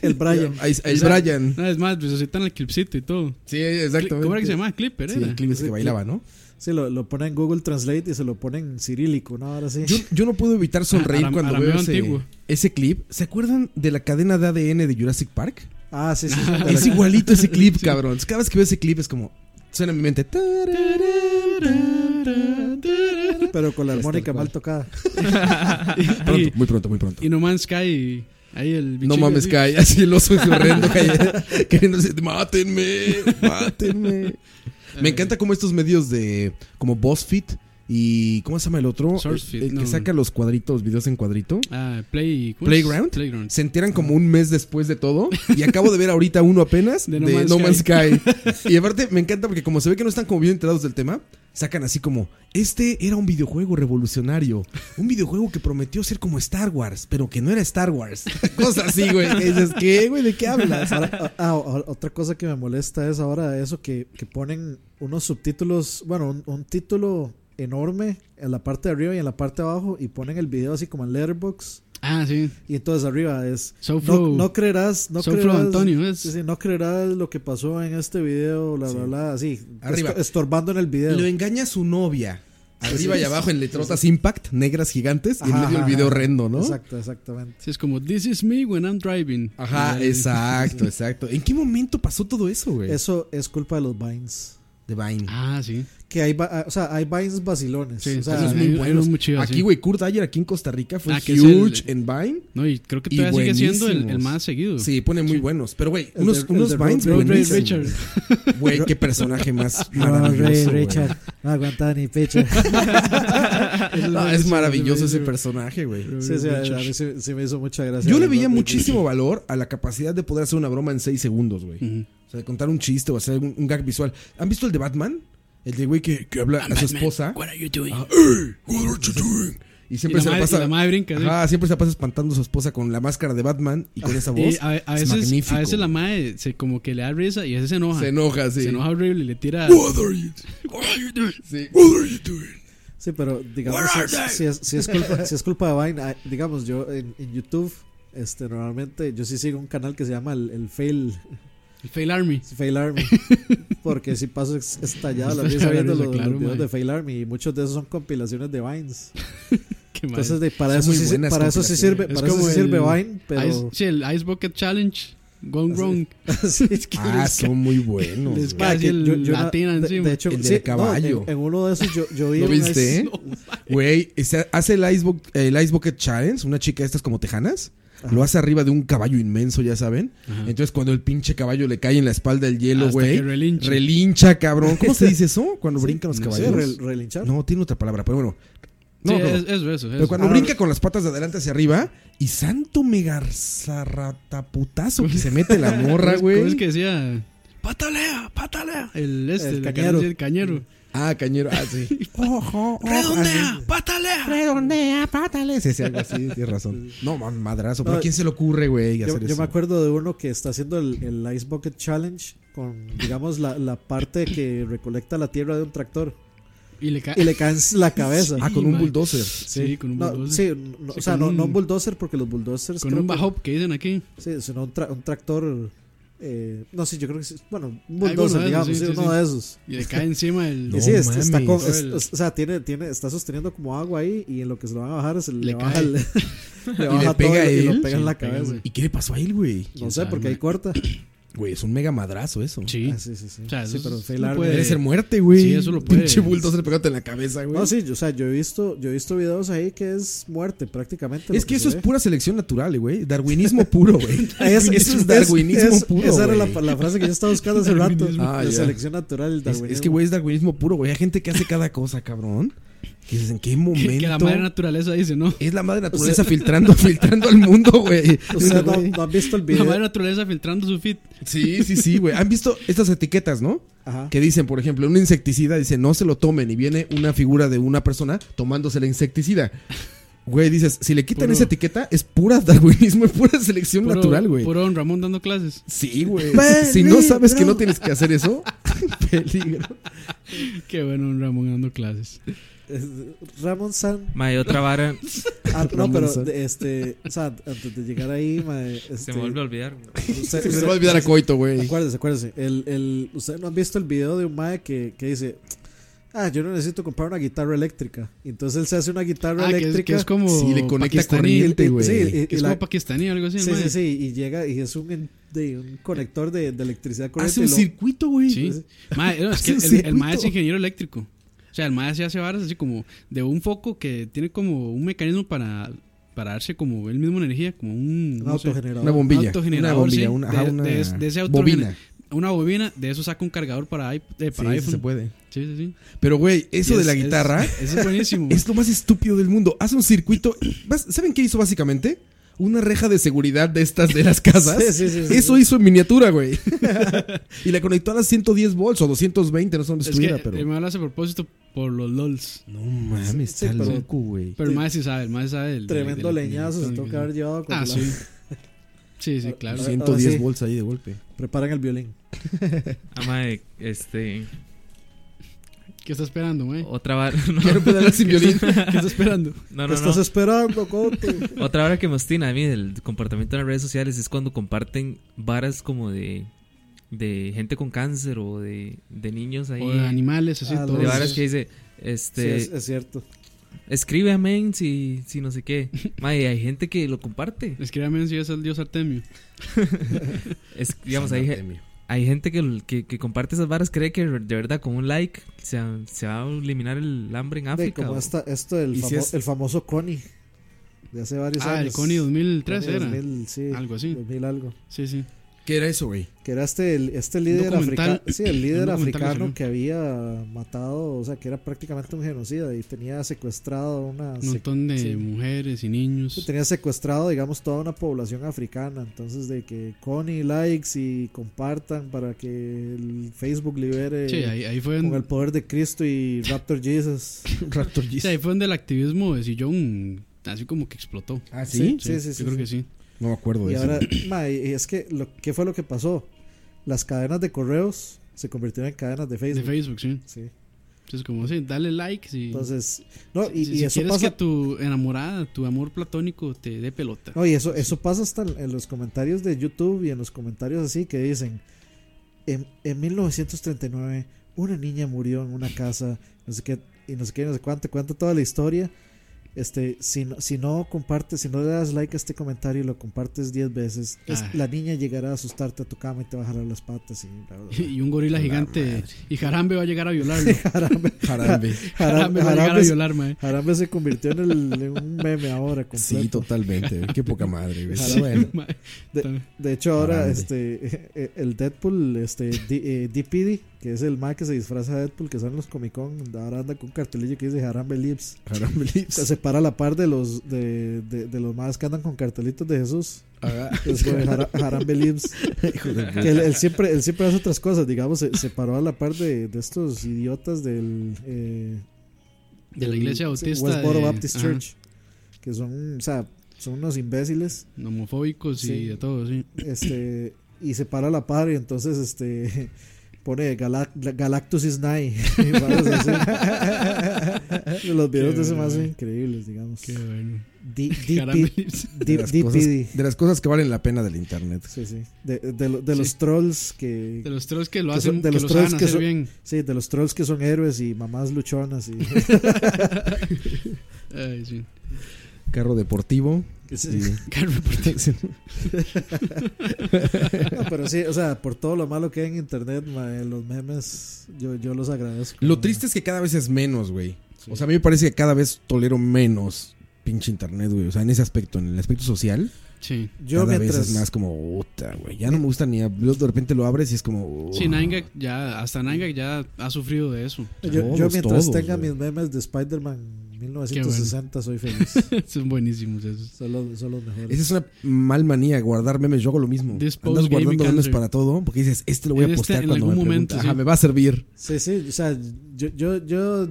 el Brian. Ahí- ahí es Esa- Brian. Una vez más, resucitan el clipcito y todo. Sí, exactamente. ¿Cómo era que se llamaba? Clipper, Sí, era. el clip ese que bailaba, ¿no? Sí, lo, lo ponen en Google Translate y se lo ponen en cirílico, ¿no? Ahora sí. Yo, yo no puedo evitar sonreír Ara- cuando arameo veo ese, antiguo. ese clip. ¿Se acuerdan de la cadena de ADN de Jurassic Park? Ah, sí, sí. Es igualito ese clip, cabrón. Cada vez que veo ese clip es como... Suena en mi mente. Pero con la Es tal armónica mal cual. tocada. Pronto, Y- muy pronto, muy pronto. Y No Man's Sky. y Ahí el No bichillo mames, así. Kai. Así el oso es horrendo. Kai, Queriendo decir, Eh. mátenme, mátenme. Me encanta como estos medios de... Como BuzzFeed y Y ¿cómo se llama el otro? Sourcefeed, el el que no. saca los cuadritos, videos en cuadrito. Ah, Play, ¿cómo es? Playground. Playground. Se enteran como un mes después de todo. Y acabo de ver ahorita uno apenas de No, Man's, Sky. Y aparte me encanta porque como se ve que no están como bien enterados del tema, sacan así como, este era un videojuego revolucionario. Un videojuego que prometió ser como Star Wars, pero que no era Star Wars. Cosas así, güey. que dices, ¿qué, güey? ¿De qué hablas? Ahora, ah, ah, o- otra cosa que me molesta es ahora eso que, que ponen unos subtítulos, bueno, un, un título enorme en la parte de arriba y en la parte de abajo y ponen el video así como en Letterboxd. Ah, sí. Y entonces arriba es Soulflow. no, no creerás, no Soulflow creerás, Antonio, es. sí, sí, no creerás lo que pasó en este video, bla bla bla, así, Arriba. esto- estorbando en el video. Lo engaña su novia. Arriba Sí, y sí, abajo sí, en sí, letrotas sí. Impact, negras gigantes, y en Ajá, medio el ajá, video ajá. horrendo, ¿no? Exacto, exactamente. Sí, es como, This is me when I'm driving. Ajá, Y ahí- exacto, exacto. ¿En qué momento pasó todo eso, güey? Eso es culpa de los Vines. De Vine. Ah, sí. Que hay, va- ah, o sea, hay Vines vacilones. Sí, o sea, eso Esos Ah, muy hay- hay buenos. unos muy chidos, aquí, sí. güey, Kurt Dyer aquí en Costa Rica fue Ah, que es huge el- Uh. en Vine. No, y creo que Y todavía sigue siendo el, el buenísimos. más seguido. Sí, pone muy buenos. Pero, güey, El unos, de- unos el de Vines Road Rage buenísimos. Richard. Güey, qué personaje más No, Ray, maravilloso. güey. Richard, no aguantaba ni pecho. No, Ah, es maravilloso ese personaje, güey. Sí, sí, a a mí sí, sí me hizo mucha gracia. Yo le Ray veía Richard. muchísimo valor a la capacidad de poder hacer una broma en 6 segundos, güey. Ujú. O sea, de contar un chiste o hacer un, un gag visual. ¿Han visto el de Batman? El de güey que, que habla a su esposa. What are you doing? Ah, "Hey, what are you doing?" Y siempre Y se la la madre- pasa. y la madre brinca, sí. Ajá, siempre se la pasa espantando a su esposa con la máscara de Batman y con esa voz. Y a, a es veces, magnífico. a veces la madre se, como que le da risa y a veces se enoja. se enoja, sí. ah, Se enoja horrible y le tira. What are you What are you doing? Sí. What are you doing? Sí, pero digamos, Where are si, they? si es, si es culpa, si es culpa de Vine, ah, digamos, yo en, en YouTube, este, normalmente yo sí sigo un canal que se llama el, el Fail, El Fail Army. Fail Army. Porque si paso es- estallado la risa Estallado la viendo risa, los, los claro, videos mae. de Fail Army y muchos de esos son compilaciones de Vines. Qué madre. Entonces, de, para, Son eso muy sí, buenas para eso sí compilaciones. sirve, Es para eso como sí sirve el Vine, Ice- pero. sí, el Ice Bucket Challenge. Gone Wrong. Sí, es que Ah, les- son muy buenos. Les güey. cae Ah, que el una- latina de- encima. de hecho, El del sí, no, caballo. en, en uno de esos yo, yo vi ¿Lo una viste? vez- Güey, ese- hace el ice, Bucket- el Ice Bucket Challenge, una chica de estas como tejanas. Lo hace arriba de un caballo inmenso, ya saben. Entonces, cuando el pinche caballo le cae en la espalda el hielo, Hasta güey. que relinche. relincha, cabrón. ¿Cómo se dice eso? Cuando brincan los Sí, caballos. rel- relinchar. No, tiene otra palabra, pero bueno. No, Sí, no. es- eso, eso. Pero eso. cuando Ah, brinca con las patas de adelante hacia arriba y santo megarzarrataputazo que se mete la morra, ¿Cómo es- cómo güey. es que decía? Patalea, patalea. El este, El el, cañero. cañero. El cañero. Ah, cañero, ah, sí. Ojo, ojo, Redondea, así. patalea. Redondea, pátale. Sí, sí, algo así, tienes razón. No, mam- madrazo. ¿Pero No, a quién se le ocurre, güey, Yo, hacer yo eso? me acuerdo de uno que está haciendo el, el Ice Bucket Challenge con, digamos, la, la parte que recolecta la tierra de un tractor Y le cae. y le caen la cabeza. Ah, con un man. bulldozer. Sí, con un No, bulldozer. sí, no, Sí, o sea, con no, un- no un bulldozer porque los bulldozers. Con creo un que- bajo que dicen aquí. Sí, sino un, tra- un tractor. eh, no sé, yo creo que sí. Bueno, un Alguno de bulldozer, esos, digamos, sí, sí, sí, uno sí. de esos. Y le cae encima el. No y sí, es- está, mames. con- es- El- o sea, tiene, tiene, está sosteniendo como agua ahí y en lo que se lo van a bajar se le, Le baja, cae. el- le baja le todo pega y lo él. pega en Sí, la le pega, cabeza. güey. ¿Y qué le pasó a él, güey? No Quién sé, sabe, porque man. ahí corta. Güey, es un mega madrazo eso. Sí. Ah, sí, sí, sí. O sea, Sí, eso pero es- Fail no Army- puede- Debe ser muerte, güey. Sí, eso lo Pinche puedes. bulldozer pegándote en la cabeza, güey. No, sí, yo- o sea, yo he visto, yo he visto videos ahí que es muerte prácticamente. Es lo que eso se es pura selección natural, güey. Darwinismo puro, güey. ve. Es- eso es darwinismo es- puro. Esa era la, güey. la frase que yo estaba buscando hace rato. Darwinismo. Ah, la ya. selección natural, el Es, darwinismo. es que, güey, es darwinismo puro, güey. Hay gente que hace cada cosa, cabrón. Que dices, ¿en qué Que, momento? que la madre naturaleza dice, ¿no? es la madre naturaleza filtrando, filtrando al mundo, güey. O sea, no, Güey. no han visto el La madre video. naturaleza filtrando su fit. Sí, sí, sí, güey. ¿Han visto estas etiquetas, no? Ajá. Que dicen, por ejemplo, un insecticida dice, no se lo tomen. Y viene una figura de una persona tomándose la insecticida. Güey, dices, si le quitan Puro- esa etiqueta, es pura darwinismo, es pura selección Puro- natural, güey. Puro don Ramón dando clases. Sí, güey. Si- Si no sabes que no tienes que hacer eso, peligro. Qué bueno don Ramón dando clases. Ramon San. Mae, otra vara Ah, no, Ramon pero San. de- este, o sea, antes de llegar ahí, mae, se este, me vuelve a olvidar. Se usted- le va a olvidar a Coito, güey. Acuérdense, acuérdense. El, el, Ustedes no han visto el video de un mae que, que dice: Ah, yo no necesito comprar una guitarra eléctrica. Y entonces él se hace una guitarra Ah, que es, eléctrica. que es como. Sí, le conecta pakistaní, corriente, güey. Sí, y- Que y es la- como pakistaní o algo así, Sí, madre. sí, sí, y llega y es un, en- de, un conector de, de electricidad corriente. Hace un y lo- circuito, güey. Sí. Mae, no, es que pues, eh. Hace un el, el mae es circuito. ingeniero eléctrico. O sea, el mae se hace varas así como de un foco que tiene como un mecanismo para, para darse como él mismo energía, como un. un no sé, autogenerador. Una bombilla. autogenerador, Una bombilla, sí, una, ajá, de, una de- de ese autogener- bobina. una bobina, de eso saca un cargador para, iP- eh, para Sí, sí iPhone. se puede. Sí, sí, sí. Pero, güey, eso Y de es- la es- guitarra. eso es buenísimo. Es lo más estúpido del mundo. Hace un circuito. ¿Vas- ¿Saben qué hizo básicamente? Una reja de seguridad de estas de las casas. Sí, sí, sí, sí. Eso hizo en miniatura, güey. y la conectó a las 1110 volts o 220, no sé dónde Es que estuviera, pero. eh, el mal hace propósito por los LOLs. No mames, Sí, está pero- Ah, loco, güey. Pero el más sí sabe, el más sabe. del- Tremendo del- del- leñazo se del- tuvo que haber llevado con Ah, la- sí. Sí, sí, claro. ahora sí. 110 volts ahí de golpe. Preparan el violín. Ah, mae, este. ¿Qué está esperando, güey? Otra vara. No, Quiero pedalar sin violín. ¿Qué está esperando? no, ¿Qué no, estás no. esperando, Coto? Otra vara que me ostina a mí del comportamiento en las redes sociales es cuando comparten varas como de. de gente con cáncer o de, de niños ahí. O de animales, así, Ah, todo. de los- varas que dice. Sí, Este. es, es cierto. Escribe amén si, si no sé qué. Mae, hay gente que lo comparte. Escríbame si es el dios Artemio. Es- digamos, hay, ge- hay gente que, que, que comparte esas varas, cree que de verdad con un like se, se va a eliminar el Ah, hambre en De África. como o- está esto del Y si famo- es- el famoso Connie de hace varios Ah, años. el Connie 2003 Connie era. 2000, sí, Algo así. 2000 algo. Sí, sí. ¿Qué era eso, güey? Que era este, el- este líder documental- africano. Sí, el un líder documental que africano salió. que había matado, o sea, que era prácticamente un genocida y tenía secuestrado una. Un montón de sí. mujeres y niños. Tenía secuestrado, digamos, toda una población africana. Entonces, de que Connie likes y compartan para que el Facebook libere Sí, ahí, ahí fue con el donde, poder de Cristo y Raptor Jesus. Raptor sí, ahí fue donde el activismo de Sillón así como que explotó. ¿Ah, sí? Sí, sí, yo sí, creo sí. que sí. No me acuerdo de Y eso. ahora, güey. ma, y- y es que, lo, ¿qué fue lo que pasó? Las cadenas de correos se convirtieron en cadenas de De Facebook. Facebook, sí. Sí. Entonces, como sí, dale like. Si, Entonces, no, y, si, y si eso quieres pasa. que tu enamorada, tu amor platónico te dé pelota. No, y eso, eso pasa hasta en en los comentarios de YouTube y en los comentarios así que dicen: en, en 1939, una niña murió en una casa, no sé qué, y no sé qué, no sé cuánto, cuenta toda la historia. Este, si, no- si no compartes, si no le das like a este comentario y lo compartes 10 veces, es- Ah. la niña llegará a asustarte a tu cama y te va a jalar las patas. Y bla, bla, bla. Y un gorila gigante y Jarambe va a llegar a violarlo. Jarambe, Jarambe. Jarambe, Jarambe va a llegar a Jarambe se- violar, mae. Jarambe se convirtió en, el- en un meme ahora. Sí, Completo. totalmente. güey. Qué poca madre, güey. Sí. Bueno, Mae. de, de hecho, ahora Jarambe. este eh, el Deadpool, este D- eh, DPD, que es el más que se disfraza de Deadpool, que son los Comic Con, ahora anda con un cartelillo que dice Jarambe Lips. Jarambe O sea, Lips. se para a la par de los de, de, de los más que andan con cartelitos de Jesús. Ah, Es como Jara- Jarambe Lips. hijo de puta. Que él, él siempre, él siempre hace otras cosas, digamos, se, se paró a la par de, de estos idiotas del... eh, De la del- iglesia sí, bautista Westboro de- Baptist ajá. Church. Que son, o sea, son unos imbéciles. Homofóbicos Sí. y de todo, sí. Este, y se para a la par y entonces, este... Pone Galac Galactus is Nigh. Los videos Qué de ese bueno, más son güey. increíbles, digamos. Qué bueno. D- Jarambe DP Lips. de, D- las cosas, DPD. de las cosas que valen la pena del internet. Sí, sí. De, de lo- de los trolls que, De los trolls que lo Que hacen, son- de que los lo trolls saben que hacer son- bien. Sí, de los trolls que son héroes y mamás luchonas y Ay, sí. Carro deportivo. Sí. Carmen Portillo. No, pero sí, o sea, por todo lo malo que hay en internet, mae, los memes, yo, yo los agradezco. Lo mae. triste es que cada vez es menos, güey. O sea, a mí me parece que cada vez tolero menos pinche internet, güey. O sea, en ese aspecto, en el aspecto social, Sí. yo cada mientras, vez es más como, puta, güey. Ya no me gusta ni. a- luego De repente lo abres y es como. "Oh, Sí, Nyingak ya, hasta Nyingak ya ha sufrido de eso. yo, yo Todos, mientras todos, tenga güey. mis memes de Spider-Man 1960 soy feliz. Son buenísimos esos. Son los, son los mejores. Esa es una mal manía, guardar memes. Yo hago lo mismo. This Andas post gaming guardando memes cancer. para todo porque dices, este lo voy En a este- postear en cuando me algún momento, momento, sí. Ajá, me va a servir. Sí, sí, o sea, yo, yo, yo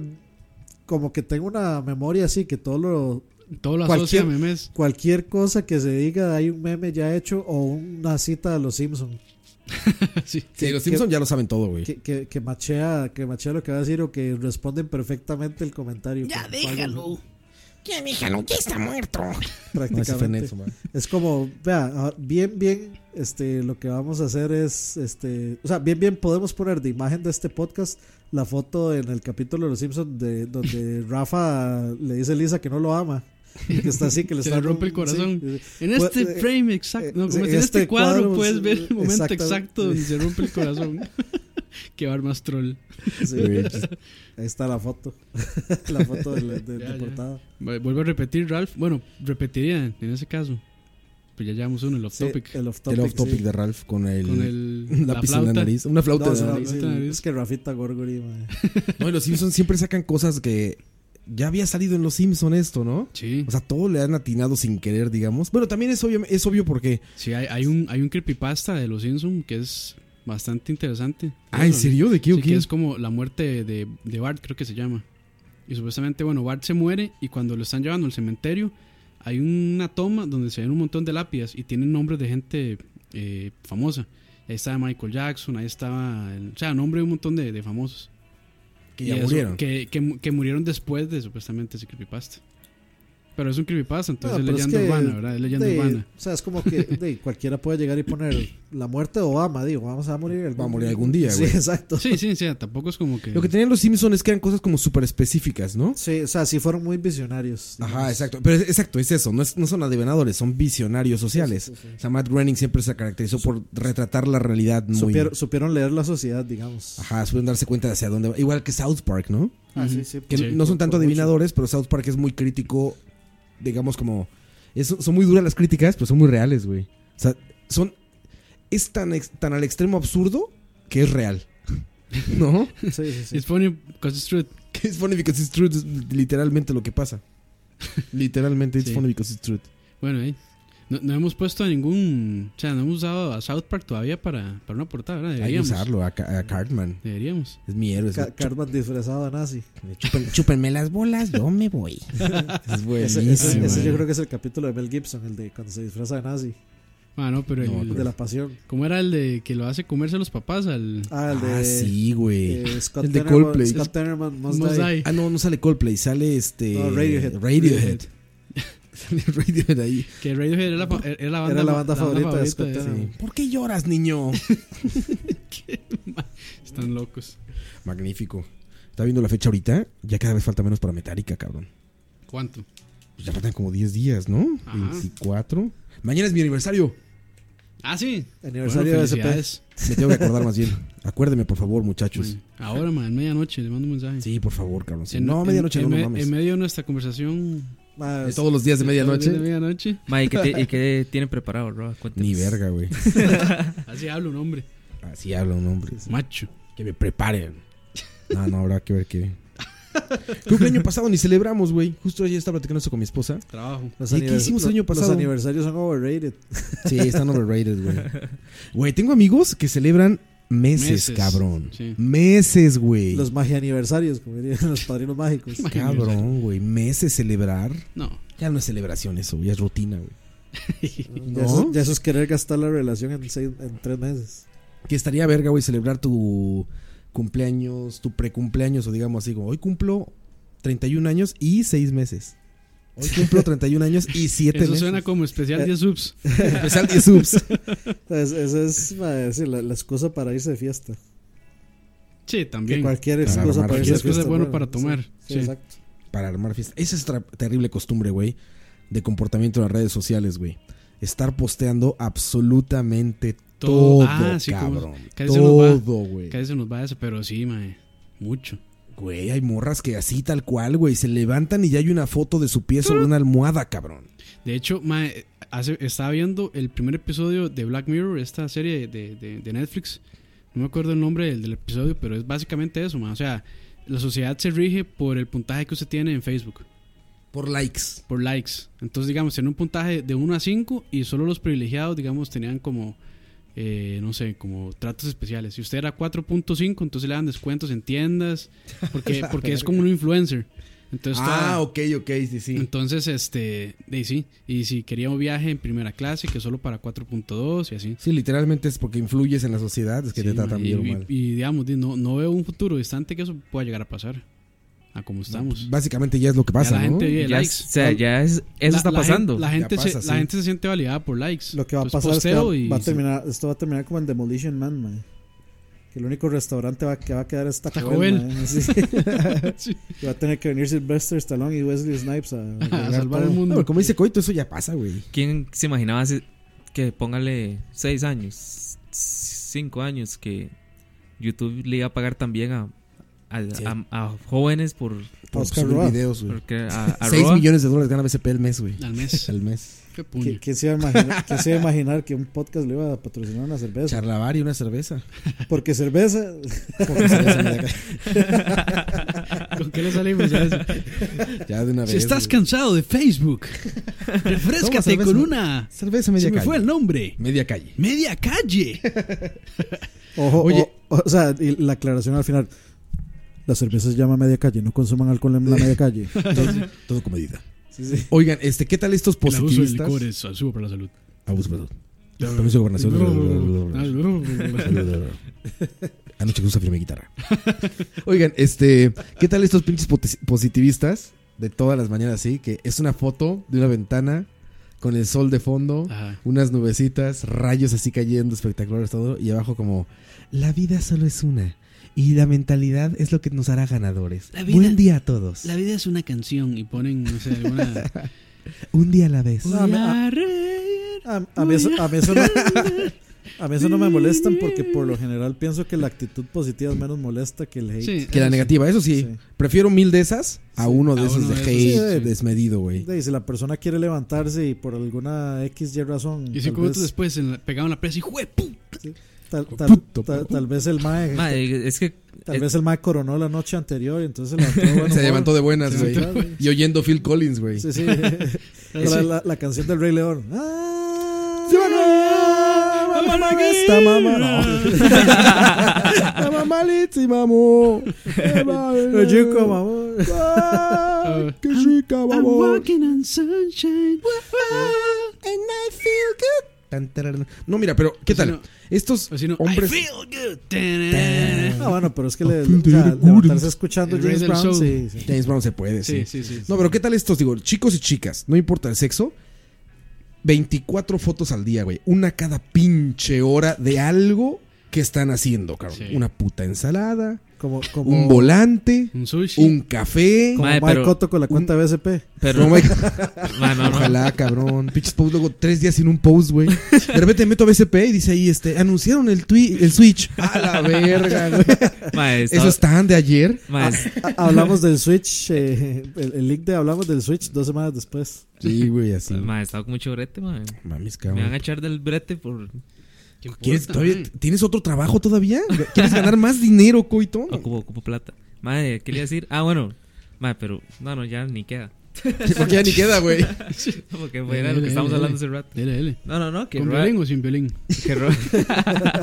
como que tengo una memoria así que todo lo Todo lo asocia Cualquier- a memes. cualquier cosa que se diga hay un meme ya hecho o una cita de los Simpsons. Sí. Sí, los Simpsons ya lo saben todo, güey. que, que, que machea que machea lo que va a decir o que responden perfectamente el comentario. Ya déjalo. No, ese Ya déjalo, ya está fue muerto. Nelson, Prácticamente. man. Es como, vea, ah, bien, bien, este, lo que vamos a hacer es, este, o sea, bien, bien, podemos poner de imagen de este podcast la foto en el capítulo de Los Simpsons de, donde Rafa le dice a Lisa que no lo ama. y Que está así, que le Se está le rompe el corazón. sí, En Pues, este eh, frame exacto, no, eh, como sí, en este este cuadro, cuadro, puedes pues, ver el momento exacto. exacto donde se rompe el corazón. que va a haber más troll. sí, sí. Ahí está la foto. la foto de, la- de- Ya, ya. de portada. Vuelvo a repetir, Ralph. Bueno, repetiría en ese caso. pues ya llevamos uno, el off Sí, topic. el off El topic. off topic sí. de Ralph con el, Con el- la lápiz en la flauta. nariz. Una flauta No, de no, la no, nariz. sí, nariz. es que Rafita Gorgori, mae. No, y los Simpsons siempre sacan cosas que ya había salido en los Simpsons esto, ¿no? Sí, O sea, todo le han atinado sin querer, digamos. Bueno, también es obvio, es obvio porque. sí hay, hay un, hay un creepypasta de los Simpsons que es bastante interesante. Ah, ¿en Eso, serio? ¿De qué o Sí, que qué? es como la muerte de, de Bart, creo que se llama. Y supuestamente, bueno, Bart se muere y cuando lo están llevando al cementerio, hay una toma donde se ven un montón de lápidas y tienen nombres de gente eh, famosa. Ahí estaba Michael Jackson, ahí estaba, el- o sea, nombre de un montón de, de famosos. Que Y ya eso, murieron. Que, que mu- que murieron después de supuestamente ese creepypasta. Pero es un creepypasta, entonces es No, Ah, pero es leyenda que urbana, ¿verdad? Es leyenda de- urbana. O sea, es como que de, cualquiera puede llegar y poner la muerte de Obama. Digo, vamos a morir algún Va a morir algún día, Sí, güey. exacto. Sí, sí, sí, tampoco es como que... Lo que tenían los Simpsons es que eran cosas como súper específicas, ¿no? Sí, o sea, sí fueron muy visionarios. Ajá, digamos. exacto. Pero es- exacto, es eso. No, es- no son adevenadores, son visionarios sociales. O sea, Matt Groening siempre se caracterizó por retratar la realidad muy. Supieron, supieron leer la sociedad, digamos. Ajá, suelen darse cuenta de hacia dónde va. Igual que South Park, ¿no? Ah, sí, sí. Que Sí. no son tanto por- por mucho. adivinadores, pero South Park es muy crítico, digamos como... es- son muy duras las críticas, pero son muy reales, güey. O sea, son... Es tan, ex- tan al extremo absurdo que es real. ¿No? Sí, sí, sí. It's funny because it's true. que es funny because it's true, es literalmente lo que pasa. Literalmente, it's Sí. funny because it's true. Bueno, eh, no, no hemos puesto a ningún... O sea, no hemos usado a South Park todavía para, para una portada, ¿verdad? Hay que Deberíamos. usarlo a, Ca- a Cartman. Deberíamos. Es mi héroe. es- Ca- Cartman disfrazado de nazi. chupen- chúpenme las bolas, yo me voy. es Ese, buenísimo. ese- ese mae. yo creo que es el capítulo de Mel Gibson, el de cuando se disfraza de nazi, Ah, no, pero No, el, de la pasión. ¿Cómo era el de que lo hace comerse a los papás? Al, Ah, el de, Ah, sí, güey. eh, Scott, El de Tenorman- Coldplay. Scott Tenorman Must Must Die. Die. Ah, no, no sale Coldplay, sale este. No, Radiohead. Radiohead. Sale Radiohead ahí. Que Radiohead era la, fa- era la banda, Era la ma- banda favorita de Scott de- Tenorman. ¿Por qué lloras, niño? Están locos. Magnífico. Está viendo la fecha ahorita. Ya cada vez falta menos para Metallica, cabrón. ¿Cuánto? Pues ya faltan como 10 días, ¿no? Ajá. 24. Mañana es mi aniversario. Ah, sí. Aniversario Bueno, de SP. felicidades. Me tengo que acordar más bien. Acuérdeme, por favor, muchachos. Bueno, ahora, man, en medianoche, le mando un mensaje. Pues, Sí, por favor, cabrón. Sí, En- no, en- medianoche en, no, no me- mames. en medio de nuestra conversación. Mae, De todos los días de De medianoche. medianoche. Ma, ¿y qué, te- y qué tienen preparado, Roa? Cuéntenos. Ni verga, güey. Así habla un hombre. Así habla un hombre. Macho. Que me preparen. No, no, habrá que ver qué. Creo que el año pasado ni celebramos, güey. Justo ayer estaba platicando eso con mi esposa. Trabajo. los ¿Y qué anivers- hicimos el año los- pasado? Los aniversarios son overrated. Sí, están overrated, güey. Güey, tengo amigos que celebran meses, Meses, cabrón. sí. Meses, güey. Los magia aniversarios, como dirían los padrinos mágicos. Cabrón, güey. Meses celebrar. No. Ya no es celebración eso, ya es rutina, güey. Ya, eso, ¿No? ya eso es querer gastar la relación en, seis- en tres meses. Que estaría verga, güey, celebrar tu cumpleaños, tu precumpleaños, o digamos así, como hoy cumplo 31 años y 6 meses. Hoy cumplo 31 años y 7 Eso meses. suena como especial 10 subs. Especial 10 subs. Es- Esa es, mae, sí, la, la excusa para irse de fiesta. Sí, Que también. cualquier Para excusa armar para irse fiesta. de Cualquier excusa fiesta. es bueno mae. para tomar, sí. Sí, sí, exacto. para armar fiesta. Esa es otra terrible costumbre, güey, de comportamiento en las redes sociales, güey. Estar posteando absolutamente todo, Todo. Ah, sí, como- cabrón. casi se nos va. Todo, güey. Casi se nos va eso, pero sí, mae. Mucho. Güey, hay morras que así tal cual, güey, se levantan y ya hay una foto de su pie sobre una almohada, cabrón. De hecho, mae, hace- estaba viendo el primer episodio de Black Mirror, esta serie de, de- de Netflix. No me acuerdo el nombre del, del episodio, pero es básicamente eso, mae. O sea, la sociedad se rige por el puntaje que usted tiene en Facebook, Por likes. por likes. Entonces, digamos, tiene un puntaje de 1 a 5 y solo los privilegiados, digamos, tenían como, eh, no sé, como tratos especiales. Si usted era 4.5, entonces le dan descuentos en tiendas, porque, porque es como un influencer. Entonces, Ah, toda- ok, ok, sí, sí. entonces, este, y sí, y si quería un viaje en primera clase, que solo para 4.2 y así. Sí, literalmente es porque influyes en la sociedad, es que te Sí, tratan y, bien o y- mal. y, digamos, di, no, no veo un futuro distante que eso pueda llegar a pasar, a como estamos. Básicamente ya es lo que pasa, Ya la ¿no? gente vive Ya, likes. es- o sea, ya es, eso La- está la pasando. gen- La gente, Ya se, pasa, la sí. gente se siente validada por likes. Lo que va a Entonces, pasar es que Pues posteo va- y- va a terminar, esto va a terminar como el Demolition Man, mae. Que el único restaurante va, que va a quedar es Taco, Taco Bell, Bell. mae. Sí. Sí, Y va a tener que venir Sylvester Stallone y Wesley Snipes a, a arreglar salvar todo. el No, mundo. pero como dice Coito, eso ya pasa, güey. ¿Quién se imaginaba hace, que póngale 6 años, 5 años, que YouTube le iba a pagar también a, a, a- a jóvenes por, por Oscar subir Roa. videos, güey. Porque a, a 6 Roa. millones de dólares gana BCP al mes, güey. Al mes. al mes. Qué ¿Qui- ¿Quién se, iba a imaginar, quién se iba a imaginar que un podcast le iba a patrocinar una cerveza? Charlavar y una cerveza. Porque cerveza. Porque cerveza me da- ¿Con qué le salimos? Ya, Ya de una si vez, estás güey. cansado de Facebook, Toma refrescate cerveza- con una. cerveza media Se me calle. fue el nombre. Media calle. Media calle. Ojo, Oye. O, o sea, y la aclaración al final. La cerveza se llama media calle, no consuman alcohol en la media calle. Todo, todo con medida. Oigan, este, ¿qué tal estos El abuso de positivistas? licores es para la salud. Abuso, perdón. Permiso de gobernación. Anoche que usa firme guitarra. Oigan, este, ¿qué tal estos pinches potes- positivistas de todas las mañanas, sí? Que es una foto de una ventana con el sol de fondo, Ajá. unas nubecitas, rayos así cayendo, espectaculares todo, y abajo como, la vida solo es una, y la mentalidad es lo que nos hará ganadores. La vida- Buen día a todos. La vida es una canción y ponen, no sé, alguna. Un día a la vez. No, a mí- a- A, a mí eso, a mí eso no, a mí eso no me molestan porque por lo general pienso que la actitud positiva es menos molesta que el hate. Sí. Que la negativa, eso sí. Prefiero mil de esas a uno de A esos uno de de hate esos, sí. desmedido, güey. Y si la persona quiere levantarse y por alguna X Y razón. Y tal cinco minutos vez- después en la- pegaban la presa y ¡jue! pu! Tal, tal- Puto, tal- puto. tal vez el mae. Mae, es que Tal eh, vez el mae coronó la noche anterior y entonces se levantó. de buen Se humor. levantó de buenas, Se güey. levantó, güey. Y oyendo Phil Collins, güey. Sí, sí. la, la- la canción del Rey León. Ah, Se van a- mamá, van a mamá, ir. esta mamá. No. La mamá Litsi, mamó. Eh, va, Pero Yuko, eh, mamá. ah, ¡Qué chica, I'm mamó! walking on sunshine. Tan, tararán. No, mira, pero ¿qué Pues no. tal? Estos Así no. hombres... I feel good. Ta-ra. Ah, bueno, pero es que le, feel o sea, very good. levantarse escuchando El Rey James del Brown. Soul. Sí, sí. James Brown se puede, Sí, sí, sí. No, pero ¿qué tal estos? Digo, chicos y chicas, no importa el sexo. 24 fotos al día, güey. Una cada pinche hora de algo que están haciendo, cabrón. Sí. Una puta ensalada, Como, como, un volante, Un sushi. un café. como Mae, Mike pero- Cotto con la cuenta BSP. pero No, güey, mae, no, no. Ojalá, cabrón. Pinches posts, luego tres días sin un post, güey. De repente meto a BCP y dice ahí, este, anunciaron el, twi- el Switch. A la verga, güey. Mae, estaba- Eso ah, están de ayer. mae, Ha- Hablamos del Switch, eh, el, el link de Hablamos del Switch dos semanas después. Sí, güey, así. mae, estaba con mucho brete, mae. Mames, Pues, Me van cabrón. a echar del brete por ¿Qué importa, ¿Quieres, todavía- man? ¿Tienes otro trabajo todavía? ¿Quieres ganar más dinero, Coito? ocupo, ocupo plata. Mae, ¿qué le iba a decir? Ah, bueno. Mae, pero no, no, ya ni queda. Porque ya ni queda, güey. Porque fue era lo Dele, que estábamos dele, hablando hace dele. rato. Dele, dele. No, no, no, que ¿Con Roa- violín o sin violín? que Roa,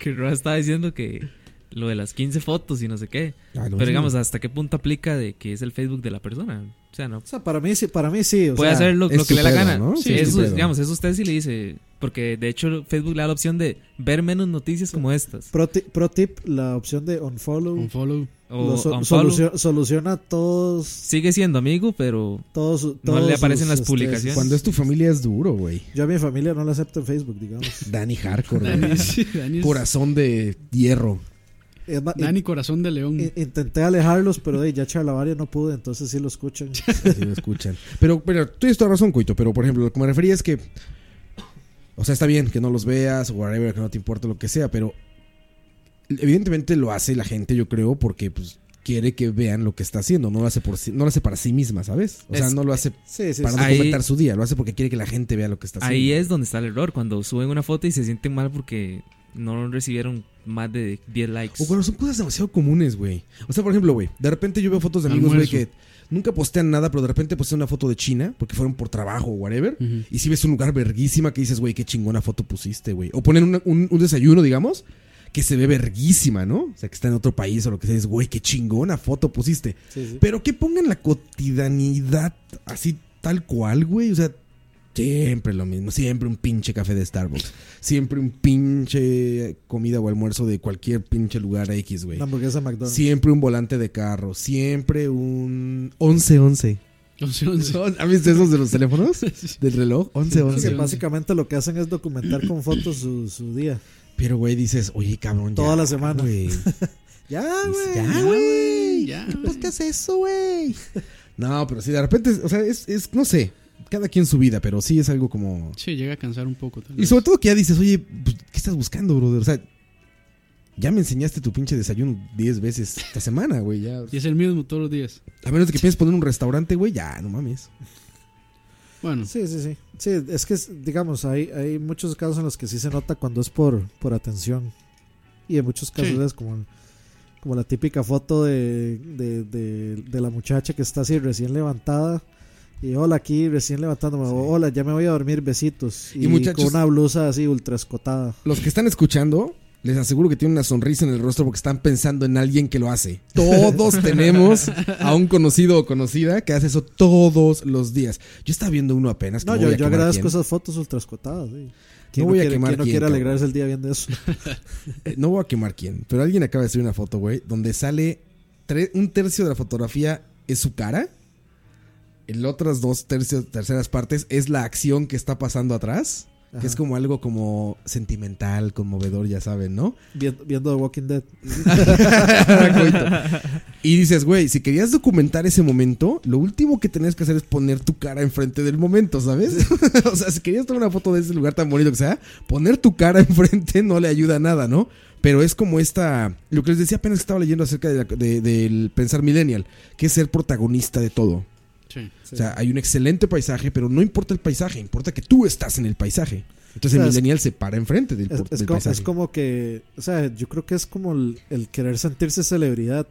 que Roa estaba diciendo que lo de las 15 fotos y no sé qué. Pero digamos, ¿hasta qué punto aplica de que es el Facebook de la persona? O sea, no. O sea, para mí sí, para mí sí. o Puede sea, hacer lo, es lo que tu le dé la pedo, gana. ¿no? Sí, es tu eso, pedo. digamos, eso usted sí le dice. Porque de hecho Facebook le da la opción de ver menos noticias como estas. Pro, ti- pro tip, la opción de unfollow, Un follow. O lo so- unfollow. solucio- soluciona todos, Sigue siendo amigo, pero todos, No le todos aparecen sus las estreses. publicaciones. Cuando es tu familia es duro, güey. Yo a mi familia no la acepto en Facebook, digamos. Dani Hardcore, Dani, güey. sí, Dani es- Corazón de hierro. Es más, Dani Corazón de León. in- Eh, in- intenté alejarlos, pero de, ya charlavaria no pude, entonces sí lo escuchan. Si lo escuchan. Pero, pero tú tienes toda razón, Coito. Pero, por ejemplo, lo que me refería es que. O sea, está bien que no los veas o whatever, que no te importa lo que sea, pero. Evidentemente lo hace la gente, yo creo, porque pues quiere que vean lo que está haciendo. No lo hace, por sí, no lo hace para sí misma, ¿sabes? O sea, Es- no lo hace Sí, sí, para sí. no Ahí- comentar su día. Lo hace porque quiere que la gente vea lo que está haciendo. ahí es donde está el error. Cuando suben una foto y se sienten mal porque no recibieron más de 10 likes. O cuando son cosas demasiado comunes, güey. O sea, por ejemplo, güey, de repente yo veo fotos de amigos, güey, que Almuerzo. nunca postean nada, pero de repente postean una foto de China, porque fueron por trabajo o whatever. Ujú. Y si ves un lugar verguísima que dices, güey, qué chingona foto pusiste, güey. O ponen una- un, un desayuno, digamos, que se ve verguísima, ¿no? O sea, que está en otro país o lo que sea, y dices, güey, qué chingona foto pusiste. Sí, sí. Pero que pongan la cotidianidad así tal cual, güey. O sea, siempre lo mismo. Siempre un pinche café de Starbucks. Siempre un pinche comida o almuerzo de cualquier pinche lugar X, güey. Una hamburguesa McDonald's. Siempre un volante de carro. Siempre un 11-11. Once, once. ¿Han visto esos de los teléfonos? Del reloj. Es que 11-11. básicamente lo que hacen es documentar con fotos su, su día. Pero, güey, dices, oye, cabrón. ya, Toda la semana. güey. Ya, Dices, güey. Ah, Ya, güey. ya, ¿Qué güey. podcast es eso, güey? No, pero si de repente, o sea, es, es, no sé, cada quien su vida, pero sí es algo como... Sí, llega a cansar un poco. tal Y vez. sobre todo que ya dices, oye, pues, ¿qué estás buscando, brother? O sea, Ya me enseñaste tu pinche desayuno 10 veces esta semana, güey. Ya. Y es el mismo todos los días. A menos de que pienses poner un restaurante, güey, ya, no mames. Bueno. Sí, sí, sí. Sí, es que, digamos, hay, hay muchos casos en los que sí se nota cuando es por, por atención. Y en muchos casos Sí. es como, como la típica foto de, de, de- de la muchacha que está así recién levantada. Y hola, aquí recién levantándome. o Hola, ya me voy a dormir, besitos. Y Y, muchachos- con una blusa así ultra escotada. Los que están escuchando, les aseguro que tienen una sonrisa en el rostro porque están pensando en alguien que lo hace. Todos tenemos a un conocido o conocida que hace eso todos los días. Yo estaba viendo uno apenas. que No, no yo, voy a yo quemar agradezco quién. esas fotos ultra escotadas. sí. ¿Quién No voy a quiere, quemar quién no quién, quiere cabrón. alegrarse el día viendo eso? Eh, No voy a quemar quién, pero alguien acaba de subir una foto, güey, donde sale tre- un tercio de la fotografía es su cara. El otras dos tercios, terceras partes es la acción que está pasando atrás. Que Ajá. es como algo como sentimental, conmovedor, ya saben, ¿no? Viendo, viendo The Walking Dead. Coito. y dices, güey, si querías documentar ese momento, lo último que tenías que hacer es poner tu cara enfrente del momento, ¿sabes? o sea, si querías tomar una foto de ese lugar tan bonito que sea, poner tu cara enfrente no le ayuda a nada, ¿no? Pero es como esta, lo que les decía apenas que estaba leyendo acerca de la- de- del pensar millennial, que es ser protagonista de todo. Sí. O sea, hay un excelente paisaje, pero no importa el paisaje, importa que tú estás en el paisaje. Entonces O sea, el es- millennial se para enfrente del, Es, por- es del como, paisaje. es como que, o sea, yo creo que es como el, el querer sentirse celebridad.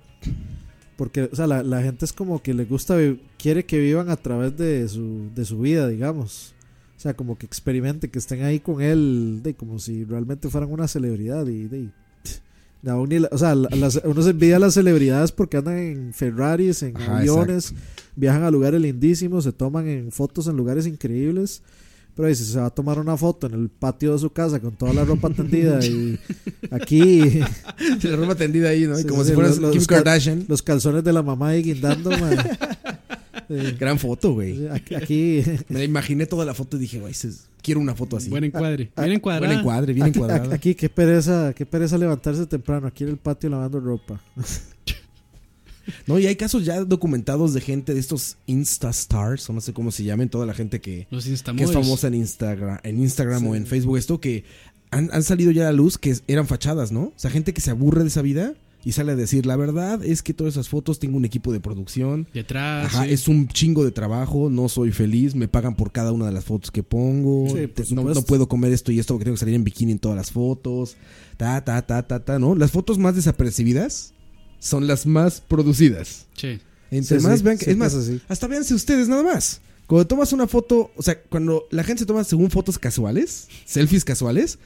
Porque, o sea, la, la gente es como que le gusta, vi- quiere que vivan a través de su, de su vida, digamos. O sea, como que experimenten, que estén ahí con él, de, como si realmente fueran una celebridad. Y, de, a uno, y la- o sea, la- las- uno se envidia a las celebridades porque andan en Ferraris, en Ajá, aviones, viajan a lugares lindísimos, se toman en fotos en lugares increíbles. Pero ahí, si se va a tomar una foto en el patio de su casa con toda la ropa tendida y aquí la ropa tendida ahí, ¿no? Y Sí, como si sí, sí, fueras los- Kim los cal- Kardashian. los calzones de la mamá ahí guindando, man. Sí, Gran foto, güey. sí, aquí, aquí, Me la imaginé toda la foto y dije, güey, se- quiero una foto así. Ah, Buen encuadre. Bien encuadrada. Buen encuadre, bien encuadrada. aquí- qué pereza, qué pereza levantarse temprano aquí en el patio lavando ropa. No, y hay casos ya documentados de gente de estos Insta Stars, o no sé cómo se llamen, toda la gente que, Los que instamóviles. es famosa en Instagram, en Instagram o en Facebook, esto que han, han salido ya a la luz que es- eran fachadas, ¿no? O sea, gente que se aburre de esa vida y sale a decir, la verdad es que todas esas fotos tengo un equipo de producción. Ah, Detrás. Ajá, sí. es un chingo de trabajo, no soy feliz, me pagan por cada una de las fotos que pongo, Sí, por te- no, supuesto. no puedo comer esto y esto porque tengo que salir en bikini en todas las fotos, ta, ta, ta, ta, ta, ¿no? Las fotos más desapercibidas son las más producidas. Che. Entre Sí, más sí, vean que, sí es más, pasa así. hasta véanse ustedes nada más. Cuando tomas una foto, o sea, cuando la gente se toma según fotos casuales, selfies casuales,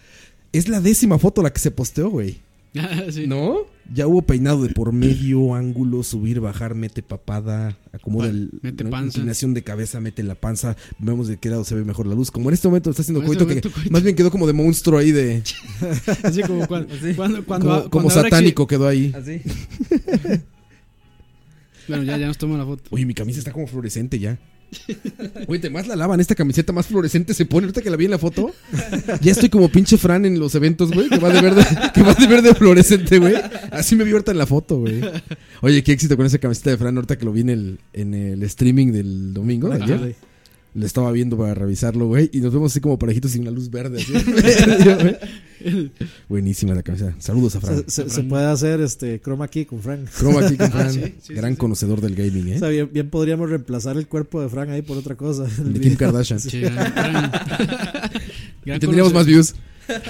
es la décima foto la que se posteó, güey. Ah, Sí. ¿No? Ya hubo peinado de por medio, ángulo, subir, bajar, mete papada, acomoda Pa- el- mete ¿no? panza. inclinación de cabeza, mete la panza, vemos de qué lado se ve mejor la luz. Como en este momento está haciendo Como en coito este que momento, coito. más bien quedó como de monstruo ahí de Así como cuando, cuando, cuando- como, cuando como ahora exhi- satánico quedó ahí. Así. Bueno, ya, ya nos tomó la foto. Oye, mi camisa está como fluorescente ya. Oye, te más la lavan esta camiseta, más fluorescente se pone. Ahorita que la vi en la foto, ya estoy como pinche Fran en los eventos, güey. Que va de verde, que va de verde fluorescente, güey. Así me vi ahorita en la foto, güey. Oye, qué éxito con esa camiseta de Fran. Ahorita que lo vi en el, en el streaming del domingo, de ayer. Sí. Lo estaba viendo para revisarlo, güey. Y nos vemos así como parejitos sin una luz verde. así. Buenísima la camisa. Saludos a Fran. Se, se- se puede hacer este chroma key con Frank. Chroma aquí con Fran. Ah, sí, sí, gran sí. conocedor del gaming, O ¿eh? sea, bien, bien podríamos reemplazar el cuerpo de Frank ahí por otra cosa. El De Kim video. Kardashian. Che, gran, gran- gran Y tendríamos más conoce- views.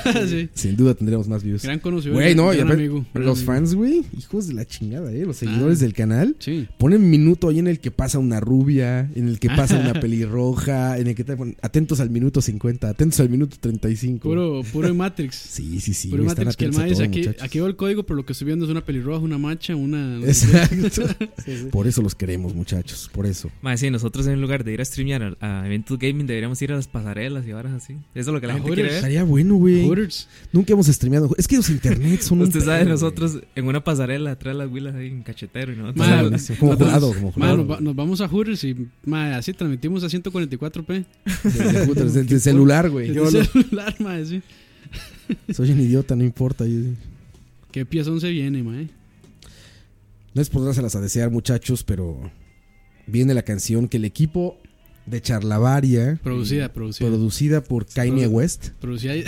sí. Sin duda tendríamos más views. Gran conocido. Güey, no, y gran aparte, amigo, gran los amigo. Ah. fans, güey, hijos de la chingada, eh, los seguidores del canal. Sí. Ponen minuto ahí en el que pasa una rubia, en Ah. el que pasa una pelirroja, en el que te ponen atentos al minuto 50, atentos al minuto 35. Puro, puro en Matrix. Sí, sí, sí. puro en güey, están Matrix que el atentos a mae dice todo, aquí, muchachos. aquí veo el código, pero lo que estoy viendo es una pelirroja, una mancha, una. Exacto. Sí, sí. Por eso los queremos, muchachos. Por eso. Eh. Mae, sí, nosotros en lugar de ir a streamear a, a eventos gaming deberíamos ir a las pasarelas y varas así. Eso es lo que Ah, la A gente Hooters. quiere ver. Estaría bueno, güey. Hooters. Nunca hemos streameado. Es que los internet Pues son. un Usted sabe, pedo, güey. nosotros en una pasarela atrás de las huilas ahí en cachetero y no. Estaría Mae, buenísimo. Como nos vamos- jurado, como mae, jurado. nos, va- nos vamos a Hooters y mae, así transmitimos a 144p. De- de- de- de celular, güey. Desde el celular, mae, sí. Soy un idiota, no importa. yo- ¿Qué piezón se viene, mae? No es por dárselas a desear, muchachos, pero viene la canción que el equipo de Charlavaria. Producida, producida. Producida por Kanye Produ- West. Producida y-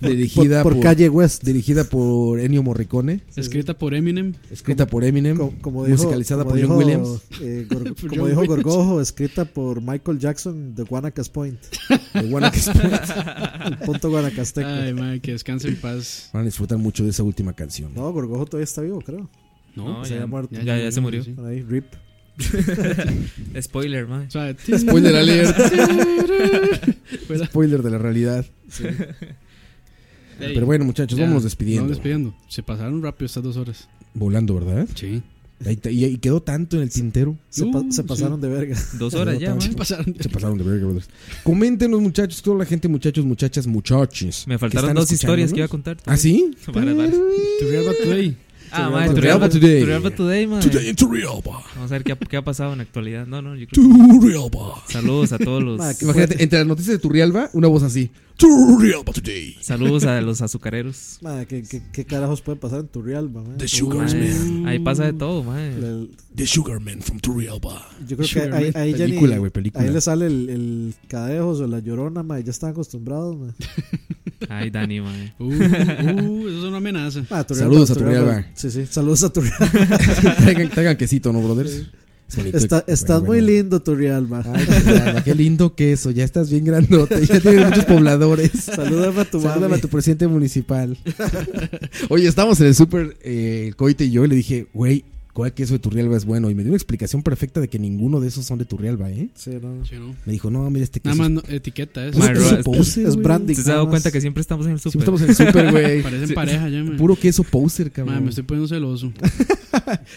Dirigida por, por Calle West. Dirigida por Ennio Morricone. escrita por Eminem. Escrita por Eminem. Co- como dijo- musicalizada como por John dijo, Williams. eh, Por Gor- como John dijo Williams. Gorgojo, escrita por Michael Jackson de Guanacas Point. de Guanacaste. el punto guanacasteco. Ay, madre, que descanse en paz. Van a disfrutar mucho de esa última canción. no, Gorgojo todavía está vivo, creo. No. No, se ya, había muerto. ya- ya- ya se murió. Sí. Por ahí, RIP. Spoiler, man. O sea, Spoiler alert. Fuera. Spoiler de la realidad. Ey, Pero bueno, muchachos, ya, vámonos despidiendo. Vámonos despidiendo. Se pasaron rápido estas dos horas. Volando, ¿verdad? Sí. Ahí te- y, y quedó tanto en el tintero. Se, pa- Uh, se sí. pasaron de verga. Dos horas ya, Se man. Se pasaron. Se pasaron de verga, brothers. Coméntenos, muchachos, toda la gente, muchachos, muchachas, muchachos. Me que faltaron están dos historias que iba a escuchándonos. contar. ¿Ah, sí? Varas, varas. Turrialba Today. Ah, Turrialba man, Today. Turrialba Today. Turrialba Today, man. Today in Turrialba. Vamos a ver qué ha, qué ha pasado en la actualidad. No, no, yo creo Turrialba. que- Saludos a todos los. Ma, qué Imagínate, entre las noticias de Turrialba, una voz así. Turrialba today. Saludos a los azucareros. Madre, ¿qué, qué, qué carajos puede pasar en tu real, man? The Uh, Sugar mae, Man. ahí pasa de todo, man. Le- The Sugar Man from Turrialba. Yo creo Sugar que ahí, ahí ya ni- Película, güey, película. Ahí le sale el, el cadejos o la llorona, ma, y ya están acostumbrados, ma. Ay, Dani, man. Uh, uh, eso es una amenaza. Ah, Turrialba, Saludos a Turrialba. Turrialba. Sí, sí, saludos a Turrialba. traigan, traigan quesito, ¿no, brothers? Es bonito. Está, Bueno, estás muy bueno. lindo, Turrialba. Ay, Turrialba, qué lindo queso. Ya estás bien grandote. Ya tienes muchos pobladores. Salúdame a tu Salúdame mami. a tu presidente municipal. Oye, estábamos en el súper, eh, el coite y yo, y le dije, güey, ¿cuál queso de Turrialba es bueno? Y me dio una explicación perfecta de que ninguno de esos son de Turrialba, ¿eh. Sí, no. Sí, ¿no? Me dijo, no, mira este Nada queso. más es- no- etiqueta ¿eh? eso. Ma, es- es Ro- poser, es güey. branding. ¿Te has dado Nada más. cuenta que siempre estamos en el Siempre súper? pues, estamos en el súper, güey. Parecen pareja ya, man. Puro queso poser, cabrón. Ma, me estoy poniendo celoso.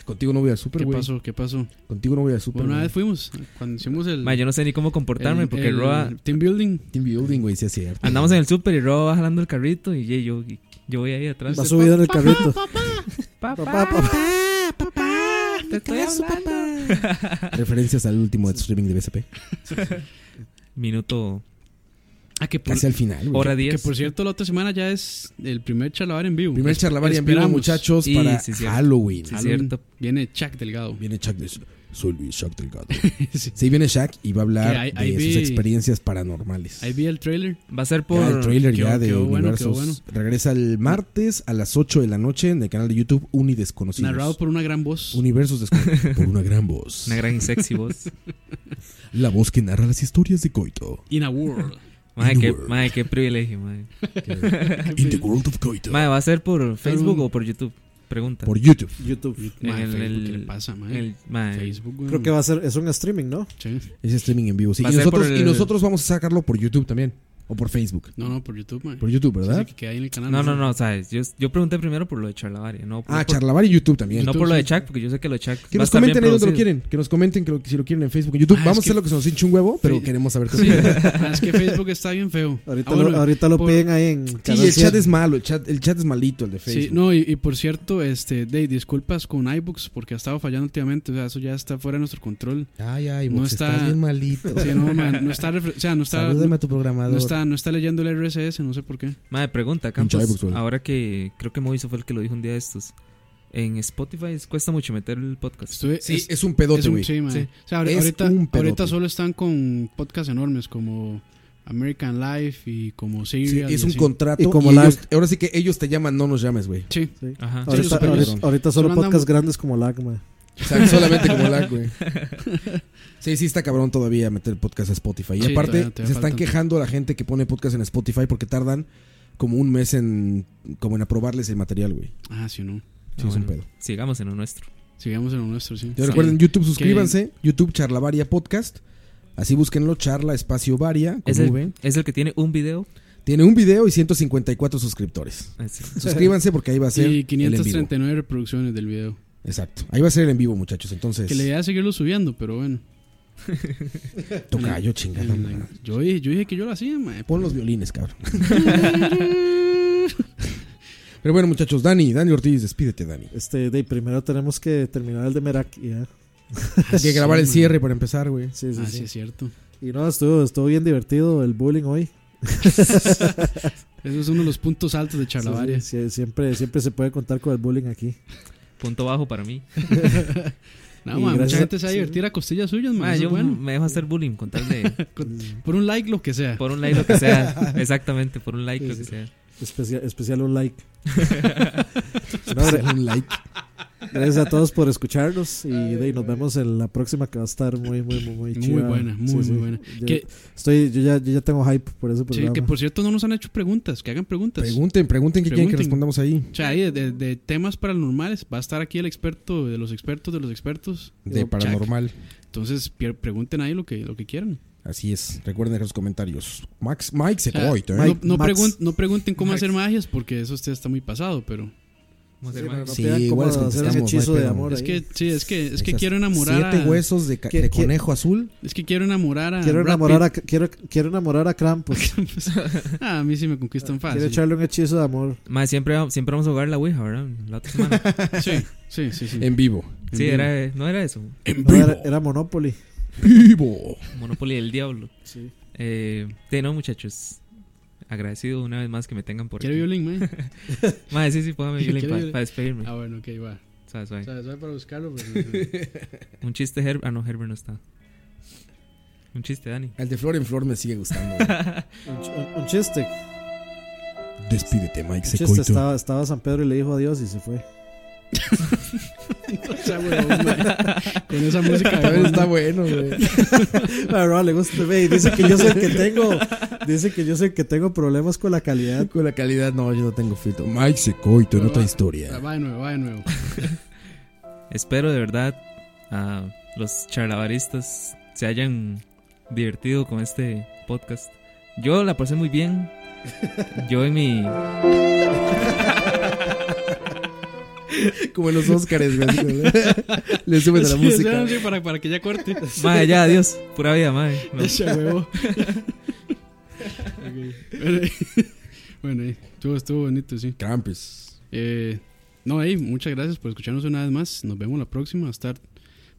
Contigo no voy al súper, ¿Qué güey. pasó? ¿Qué pasó? Contigo no voy al súper. Bueno, una güey. vez fuimos. Cuando hicimos el. Ma, yo no sé ni cómo comportarme el- porque el Roa. Team building. Team building, güey, sí es cierto. Andamos en el súper y Roa va jalando el carrito y ye, yo, yo voy ahí atrás. Va subido en el carrito. Papá, Papá, papá. te estoy hablando. Referencias al último streaming de BSP. Minuto, Ah, que por, Casi al final, güey. hora que 10. por cierto, la otra semana ya es el primer chalabar en vivo. Primer Es- charlavaria en vivo, esperamos. muchachos, Sí, para sí, cierto. Halloween. Sí, Halloween. cierto. Viene Chuck Delgado. Viene Chuck de- Soy Luis Chuck Delgado. Sí. Sí, viene Shaq y va a hablar Que ahí- ahí de sus vi- experiencias paranormales. Ahí vi el trailer. Va a ser Ya el por. trailer qué- ya qué de bueno, qué Universos. bueno. Regresa el martes a las 8 de la noche en el canal de YouTube Unidesconocidos. Narrado por una gran voz. Universos Desconocidos. por una gran voz. Una gran y sexy voz. La voz que narra las historias de Coito. In a World. Madre, In the qué, world. madre, qué privilegio, madre. In the world of Coito. Madre, ¿va a ser por Facebook un- o por YouTube? Pregunta. Por YouTube. YouTube. En Ma, el- Facebook, ¿Qué el- le pasa, man? El, madre, Facebook, güey. Creo que va a ser, es un streaming, ¿no? Sí. Es streaming en vivo. sí. Va a Y ser nosotros, por y el- nosotros vamos a sacarlo por YouTube también. O por Facebook. No, no, por YouTube, man. Por YouTube, ¿verdad? Sí, sí, que queda ahí en el canal. No, no, no, sabes, yo, yo pregunté primero por lo de Charlavaria, no, por- Ah, por- charlavar y YouTube también. no YouTube, por lo de sí. Chuck, porque yo sé que lo de Chuck Que va a nos estar bien comenten ahí donde lo producido. quieren. Que nos comenten que lo- si lo quieren en Facebook, en YouTube. Ah, Vamos a es hacer que- lo que se nos hinche un huevo, pero Sí. queremos saber qué Sí. opinan. Ah, es que Facebook está bien feo. Ahorita, Ah, bueno, lo, ahorita lo por- piden ahí en Sí, Canal el chat 100. es malo. El chat, el chat es malito, el de Facebook. Sí, no, y, y por cierto, este, Dave, disculpas con iBooks porque ha estado fallando últimamente. O sea, eso ya está fuera de nuestro control. Ay, ay, No vos está- estás bien malito. Sí, no, man, no está, refre- o sea, no está, Salúdame no, a tu programador. está, no está leyendo el RSS, no sé por qué. Madre, pregunta, Pinche Campos, iBooks, güey. ahora que creo que Moviso fue el que lo dijo un día de estos, en Spotify es- cuesta mucho meter el podcast. Estuve- Sí, es- es un es pedote, un- güey. sí, man. Sí. O sea, ahor- Es ahorita, un pedote. ahorita solo están con podcasts enormes como American Life y como Sí, Serial. es y un así. contrato. Y como y la- ellos- ahora sí que ellos te llaman, no nos llames, güey. Sí, Ajá. Sí, Ahorita, super ahorita- cabrón. ahorita solo Solo andamos- podcasts grandes como Lagma. O sea, solamente como lag, güey. Sí, sí está cabrón todavía meter podcast a Spotify. Y Sí, aparte, todavía- todavía se están faltan. quejando a la gente que pone podcast en Spotify porque tardan como un mes en como en aprobarles el material, güey. ah, sí, no. Sí, Ah, es un bueno. pedo. Sigamos en lo nuestro. Sigamos en lo nuestro, sí. Ya Sí. recuerden, YouTube, suscríbanse. YouTube Charlavaria Podcast. Así búsquenlo, Charla Espacio Varia. con Es el, V. es el que tiene un video. Tiene un video y 154 suscriptores. Ah, sí. Suscríbanse porque ahí va a ser el Y en vivo. 539 reproducciones del video. Exacto. Ahí va a ser el en vivo, muchachos. Entonces, Que la idea es seguirlo subiendo, pero bueno. tocayo, chingada. madre. Yo, dije- yo dije que yo lo hacía, ma. Pon los violines, cabrón. Pero bueno, muchachos, Dani, Dani Ortiz, despídete, Dani. Este, de primero tenemos que terminar el de Merak. y ya. Hay que grabar el cierre para empezar, güey. Sí, sí, Ah, sí. sí, es cierto. Y no, estuvo, estuvo bien divertido el bullying hoy. Eso es uno de los puntos altos de Charlavaria. Sí, sí, sí, siempre, siempre se puede contar con el bullying aquí. Punto bajo para mí. No, Y ma, mucha gracias a- gente se va a divertir a costillas suyas, ma, Ah, eso yo es bueno. me dejo hacer bullying con tal de. Por un like, lo que sea. Por un like, lo que sea. Exactamente, por un like, Sí, lo que sí. sea. Especial, especial un like. No, hombre, Especial un like. Gracias a todos por escucharnos y, de ahí, nos vemos en la próxima que va a estar muy, muy, muy, muy Muy chida. buena, muy, muy buena. Yo, Que- estoy, yo, ya, yo ya tengo hype por ese Sí, programa. que por cierto no nos han hecho preguntas, que hagan preguntas. Pregunten, pregunten qué quieren que Pregunten. respondamos ahí. o sea, ahí de, de- de temas paranormales va a estar aquí el experto de los expertos de los expertos. De Chuck. paranormal. Entonces pier- pregunten ahí lo que, lo que quieran. Así es. Recuerden dejar los comentarios. Max, Mike se O sea, coit, ¿eh? Ah, no, no Max. pregun- no pregunten cómo hacer magias porque eso usted está muy pasado, pero Vamos a Sí, hacer pero mal. no Sí, te dan igual les cómo hacer un contestamos, hechizo no hay de pedo. amor es ahí. que sí, es que es que Esas quiero enamorar a Siete huesos de, ca- ¿Qué- de qué- conejo azul. Es que quiero enamorar a Quiero Brad enamorar a, Pitt. quiero, quiero enamorar a Krampus. Ah, a mí sí me conquistan Quiero fácil. echarle un hechizo de amor. Mae, siempre, va- siempre vamos a jugar la Ouija, ¿verdad? La otra semana. Sí, sí, sí, sí. En vivo. Sí, era, eh, no era eso. No, era, era Monopoly. Vivo. Monopoly del Diablo. Eh, sí, no, muchachos. Agradecido una vez más que me tengan por ¿Quiere aquí. violín, man? Mae, sí, sí, póngame ¿Quiere violín para violín? despedirme. Ah, bueno, ok, va. Suave, suave. O sea, suave para buscarlo. pues, pero- Un chiste, Herb. Ah, no, Herbert no está. Un chiste, Dani. El de flor en flor me sigue gustando. güey. Un, ch- un- un chiste. Un Despídete, Mike se chiste. Estaba, estaba San Pedro y le dijo adiós y se fue. O sea, huevón, man. Con esa música. de fondo. Está bueno, güey. A Roa le gusta. ve, y dice que yo soy el que tengo. Dice que yo soy el que tengo problemas con la calidad. Con la calidad, no, yo no tengo filtro. Mike se coito en Pero otra va- historia. Va de nuevo, va de nuevo. Espero de verdad a los charlavaristas se hayan divertido con este podcast. Yo la pasé muy bien. Yo en mi. Como en los Oscars, güey. así como, Le subes a la Sí, música. sí, sí, para, para que ya corte. Mae, ya, adiós. Pura vida, mae. No. Ese huevo. Ok. Bueno, ahí- Bueno, ahí, estuvo, estuvo bonito, sí. Krampus. Eh, no, ahí, muchas gracias por escucharnos una vez más. Nos vemos la próxima. Va a estar, va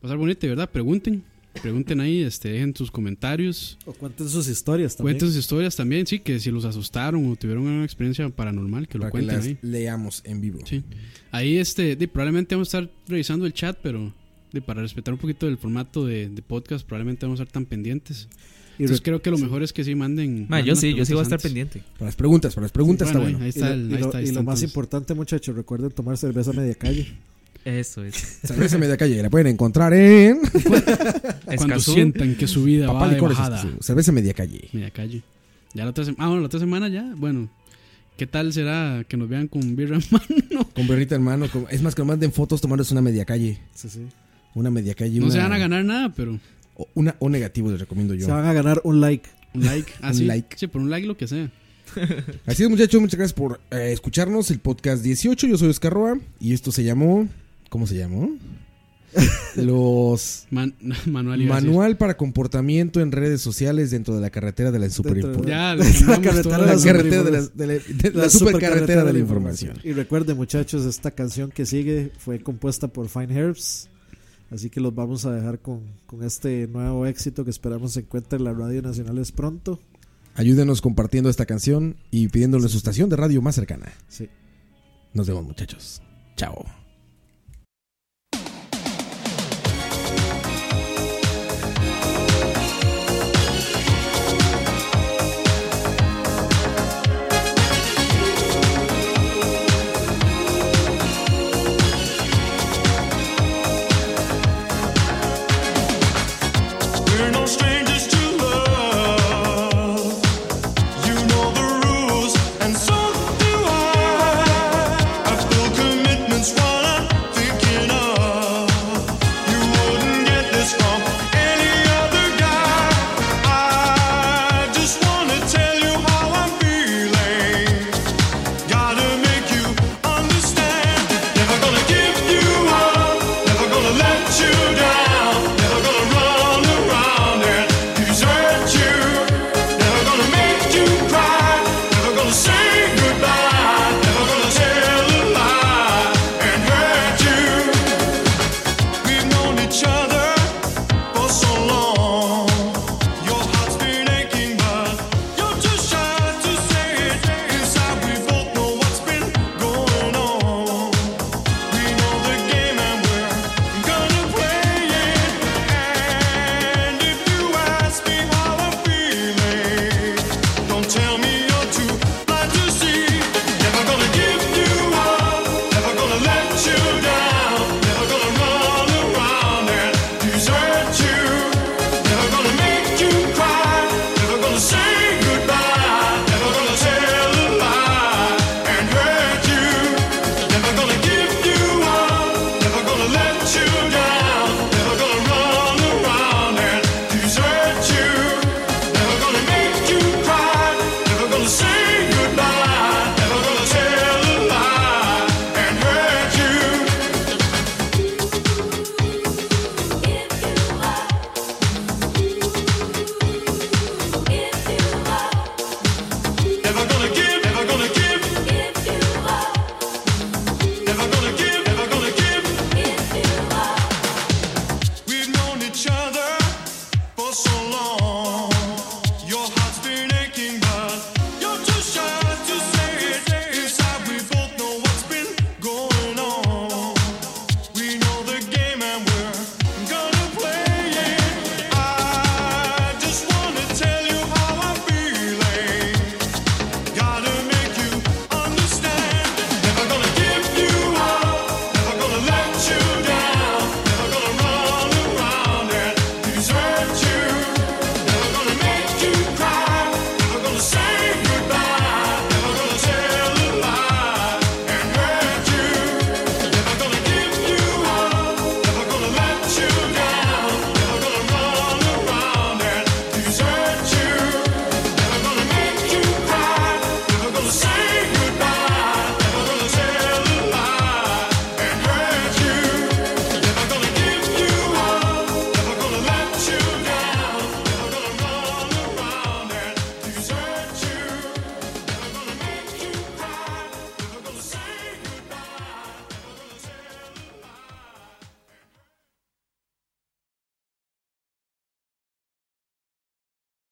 a estar bonito, ¿verdad? Pregunten. Pregunten ahí, este, dejen sus comentarios, O cuenten sus historias también. cuenten sus historias también, sí, que si los asustaron o tuvieron una experiencia paranormal, que lo Para que cuenten las ahí. leamos en vivo. Sí. Ahí este, de, probablemente vamos a estar revisando el chat, pero de, para respetar un poquito el formato de, de podcast, probablemente vamos a estar tan pendientes. Y Entonces re- creo que lo mejor es que sí manden. Mae, manden yo las sí, yo sí voy a preguntas estar antes. pendiente. Para las preguntas, para las preguntas Bueno, está bueno. Ahí y está, lo- el- y ahí lo- está, ahí y está, lo más entonces. importante, muchachos, recuerden tomar cerveza a media calle. Eso es. Cerveza media calle, la pueden encontrar en. Cuando Escazú. sientan que su vida Papá va de Licores. bajada. Cerveza media calle. Media calle. Ya la otra semana. Ah, bueno, la otra semana ya. Bueno, ¿qué tal será que nos vean con birra en mano? Con berrita en mano. con- Es más, que nos manden fotos tomándose una media calle. Sí, sí. Una media calle. No una- se van a ganar nada, pero o- Una O negativo les recomiendo yo. Se van a ganar un like. un like. Un Así. like. Sí, por un like lo que sea. Así es, muchachos, muchas gracias por eh, escucharnos. El podcast 18, yo soy Oscar Roa y esto se llamó. ¿Cómo se llamó? Los. Man- manual iba a decir. Manual para comportamiento en redes sociales dentro de la carretera de la Dentro de- superimportación. Ya, La la carretera de La la carretera de la, de la- de la supercarretera de la información. Y recuerden, muchachos, esta canción que sigue fue compuesta por Fine Herbs. Así que los vamos a dejar con, con este nuevo éxito que esperamos se encuentre en las radios nacionales pronto. Ayúdenos compartiendo esta canción y pidiéndole su estación de radio más cercana. Sí. Nos vemos, muchachos. Chao.